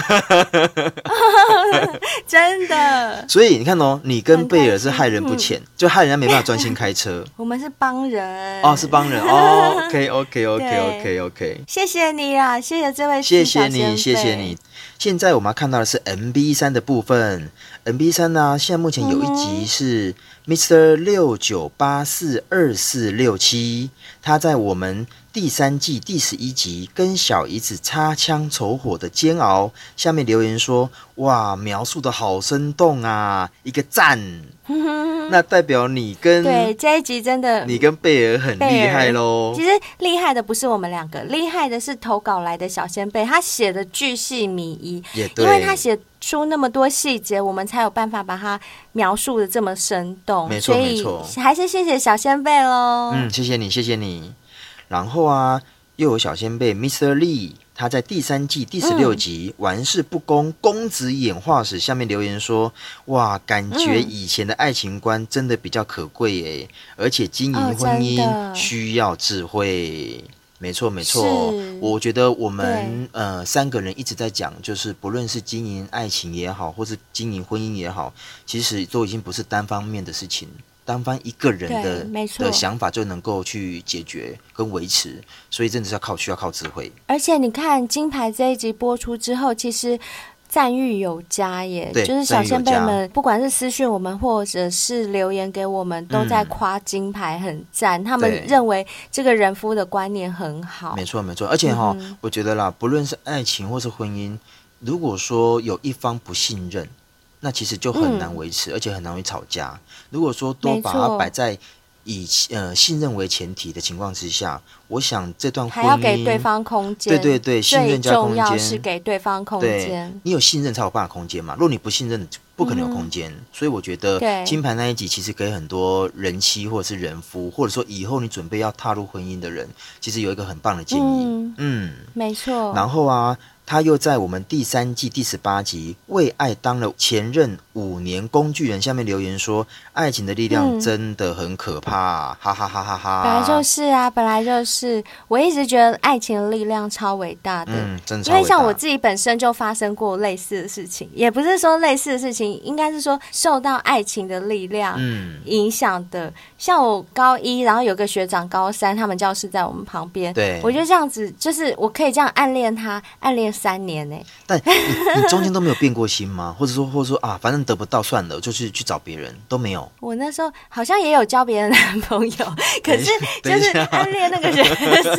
Speaker 3: 真的，
Speaker 4: 所以你看哦，你跟贝尔是
Speaker 3: 很开心
Speaker 4: 害人不浅，就害人家没办法专心开 车
Speaker 3: 我们是帮人
Speaker 4: 哦，是帮人哦。OK OK OK OK OK。
Speaker 3: 谢谢你啊，谢谢这位
Speaker 4: 谢
Speaker 3: 小
Speaker 4: 谢
Speaker 3: 先
Speaker 4: 你，
Speaker 3: 辈
Speaker 4: 谢谢你。。现在我们要看到的是 MB 三的部分，MB 三呢，现在目前有一
Speaker 3: 嗯
Speaker 4: 集是 Mr 六九八四二四六七，他在我们第三季第十一集《跟小姨子擦枪走火的煎熬》。下面留言说：“哇，描述的好生动啊，一个赞。”那代表你
Speaker 3: 嗯对，
Speaker 4: 跟
Speaker 3: 这一集真的
Speaker 4: 你跟贝尔很
Speaker 3: 贝
Speaker 4: 厉
Speaker 3: 尔
Speaker 4: 害喽
Speaker 3: 其。实厉害的不是我们两个，厉害的是投稿来的小先辈，他写的巨细靡遗，
Speaker 4: 也对
Speaker 3: 因为他写出那么多细节，我们才有办法把它描述的这么生动。
Speaker 4: 没错
Speaker 3: 所
Speaker 4: 没
Speaker 3: 以
Speaker 4: 错
Speaker 3: 还是谢谢小先辈喽。
Speaker 4: 嗯，谢谢你，谢谢你。然后啊，又有小先辈 Mr. Lee，他在第三季第十六集
Speaker 3: 嗯
Speaker 4: 《玩世不恭：公子演化史》下面留言说：“哇，感觉
Speaker 3: 嗯
Speaker 4: 以前的爱情观真的比较可贵诶，而且经
Speaker 3: 哦
Speaker 4: 营婚
Speaker 3: 真
Speaker 4: 姻
Speaker 3: 的
Speaker 4: 需要智慧。”没错，没错
Speaker 3: 是，
Speaker 4: 我觉得我们呃三个人一直在讲，就是不论是经营爱情也好，或是经营婚姻也好，其实都已经不是单方面的事情，单方一个人
Speaker 3: 对
Speaker 4: 的
Speaker 3: 没错
Speaker 4: 的想法就能够去解决跟维持，所以真的是要靠需要靠智慧。
Speaker 3: 而且你看《金牌》这一集播出之后，其实。赞誉有加耶，
Speaker 4: 对
Speaker 3: 就是小先辈
Speaker 4: 赞誉
Speaker 3: 们，不管是私讯我们，或者是留言给我们，都在夸金牌很赞。他们
Speaker 4: 对
Speaker 3: 认为这个人夫的观念很好，嗯
Speaker 4: 没错没错，而且哈、我觉得啦，不论是爱情或是婚姻，如果说有一方不信任，那其实就很难维持，而且很难会吵架。如果说都
Speaker 3: 嗯没
Speaker 4: 把它
Speaker 3: 错
Speaker 4: 摆在以呃信任为前提的情况之下，我想这段婚
Speaker 3: 还
Speaker 4: 姻
Speaker 3: 要给对方空间。
Speaker 4: 对对对信
Speaker 3: 最
Speaker 4: 任加空
Speaker 3: 重
Speaker 4: 间
Speaker 3: 要是给对方空
Speaker 4: 对
Speaker 3: 间。
Speaker 4: 你有信任才有办法空间嘛。如果你不信任，不可能有空间。所以我觉得
Speaker 3: 嗯对
Speaker 4: 金牌那一集其实给很多人妻或者是人夫，或者说以后你准备要踏入婚姻的人，其实有一个很棒的建议。
Speaker 3: 嗯
Speaker 4: 嗯
Speaker 3: 没错。
Speaker 4: 然后啊，他又在我们第三季第十八集《为爱当了前任五年工具人》下面留言说：“爱情的力量
Speaker 3: 嗯
Speaker 4: 真的很可怕，哈哈哈哈哈！”
Speaker 3: 本来就是啊，本来就是。我一直觉得爱情的力量超伟大的。
Speaker 4: 嗯，真的超
Speaker 3: 因为
Speaker 4: 伟大
Speaker 3: 像我自己本身就发生过类似的事情，也不是说类似的事情，应该是说受到爱情的力量
Speaker 4: 嗯，
Speaker 3: 影响的。像我高一，然后有个学长高三，他们教室在我们旁边，
Speaker 4: 对
Speaker 3: 我就这样子，就是我可以这样暗恋他，暗恋三年欸呢、
Speaker 4: 但你你中间都没有变过心吗？或者说，或者说啊，反正得不到算了，就去去找别人，都没有。
Speaker 3: 我那时候好像也有交别人男朋友，可是就
Speaker 4: 等一
Speaker 3: 是
Speaker 4: 下
Speaker 3: 暗恋那个人上。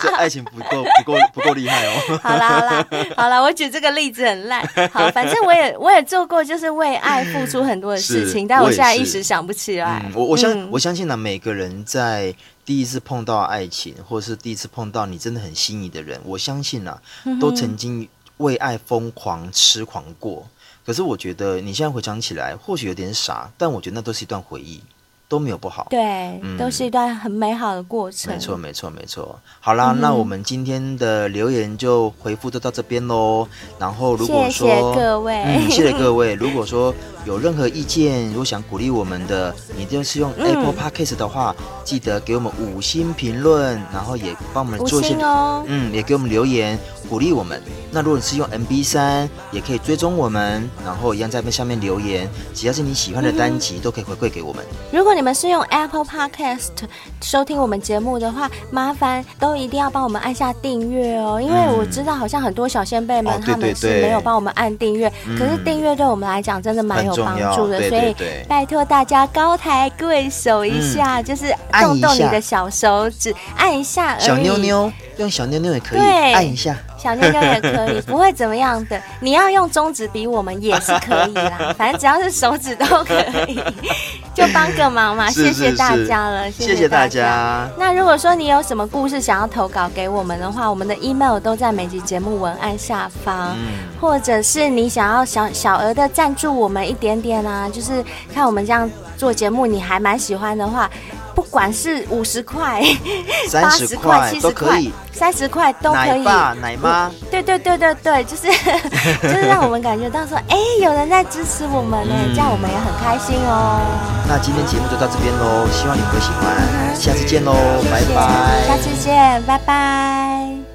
Speaker 4: 这爱情不够不够不够厉害哦。
Speaker 3: 好啦好啦好啦，我举这个例子很烂。好，反正我也我也做过，就是为爱付出很多的事
Speaker 4: 是
Speaker 3: 情，但
Speaker 4: 我
Speaker 3: 我
Speaker 4: 也
Speaker 3: 现在
Speaker 4: 是
Speaker 3: 一时想不起来。
Speaker 4: 嗯，我我相、
Speaker 3: 嗯
Speaker 4: 我相信呢，每个人在第一次碰到爱情，或者是第一次碰到你真的很心仪的人，我相信啊，都曾经为爱疯狂痴狂过。可是我觉得你现在回想起来，或许有点傻，但我觉得那都是一段回忆，都没有不好。
Speaker 3: 对，
Speaker 4: 嗯
Speaker 3: 都是一段很美好的过程。嗯
Speaker 4: 没错，没错，没错。好啦，那我们今天的留言就回复就到这边喽。然后如果
Speaker 3: 谢
Speaker 4: 说
Speaker 3: 谢各位。
Speaker 4: 嗯，谢谢各位。如 果说有任何意见，如果想鼓励我们的，你就是用
Speaker 3: 嗯
Speaker 4: Apple Podcast 的话，记得给我们五星评论，然后也帮我们
Speaker 3: 五
Speaker 4: 做一些
Speaker 3: 星，哦，
Speaker 4: 嗯，也给我们留言鼓励我们。那如果你是用 MB 三，也可以追踪我们，然后一样在下面留言，只要是你喜欢
Speaker 3: 嗯
Speaker 4: 的单集，都可以回馈给我们。
Speaker 3: 如果你们是用 Apple Podcast 收听我们节目的话，麻烦都一定要帮我们按下订阅哦，因为
Speaker 4: 嗯
Speaker 3: 我知道好像很多小先辈们、
Speaker 4: 哦对
Speaker 3: 他们是
Speaker 4: 对对
Speaker 3: 没有帮我们按订阅，可是订阅对我们来讲真的蛮有帮助的，
Speaker 4: 很重要对
Speaker 3: 所以
Speaker 4: 对对
Speaker 3: 拜托大家高抬贵手一下，就是动动
Speaker 4: 嗯按一
Speaker 3: 你
Speaker 4: 下
Speaker 3: 的小手指，按一下而已。
Speaker 4: 小妞妞，用小妞妞也可以
Speaker 3: 哎对
Speaker 4: 按一下。
Speaker 3: 小妞妞也可以， 不会怎么样的。你要用中指比我们也是可以 啦，反正只要是手指都可以， 就帮个忙嘛。谢
Speaker 4: 是是
Speaker 3: 谢大家了，
Speaker 4: 是
Speaker 3: 谢
Speaker 4: 谢谢大
Speaker 3: 大
Speaker 4: 家
Speaker 3: 那如果说你有什么故事想要投稿给我们的话，我们的 email 都在每集节目文案下方，
Speaker 4: 嗯
Speaker 3: 或者是你想要小小额的赞助我们一点点啊，就是看我们这样做节目，你还蛮喜欢的话。不管是五十块、八
Speaker 4: 30
Speaker 3: 十
Speaker 4: 块
Speaker 3: 块、七
Speaker 4: 都
Speaker 3: 十
Speaker 4: 可
Speaker 3: 块
Speaker 4: 以、
Speaker 3: 三十块都可
Speaker 4: 奶
Speaker 3: 以，
Speaker 4: 爸奶妈，
Speaker 3: 对对对对对，就是 就是让我们感觉到说，哎、有人在支持我们呢，这样我们也很开心哦。
Speaker 4: 那今天节目就到这边喽，希望你们会喜欢，下次见喽，拜
Speaker 3: 谢谢
Speaker 4: 拜。
Speaker 3: 下次见，拜拜。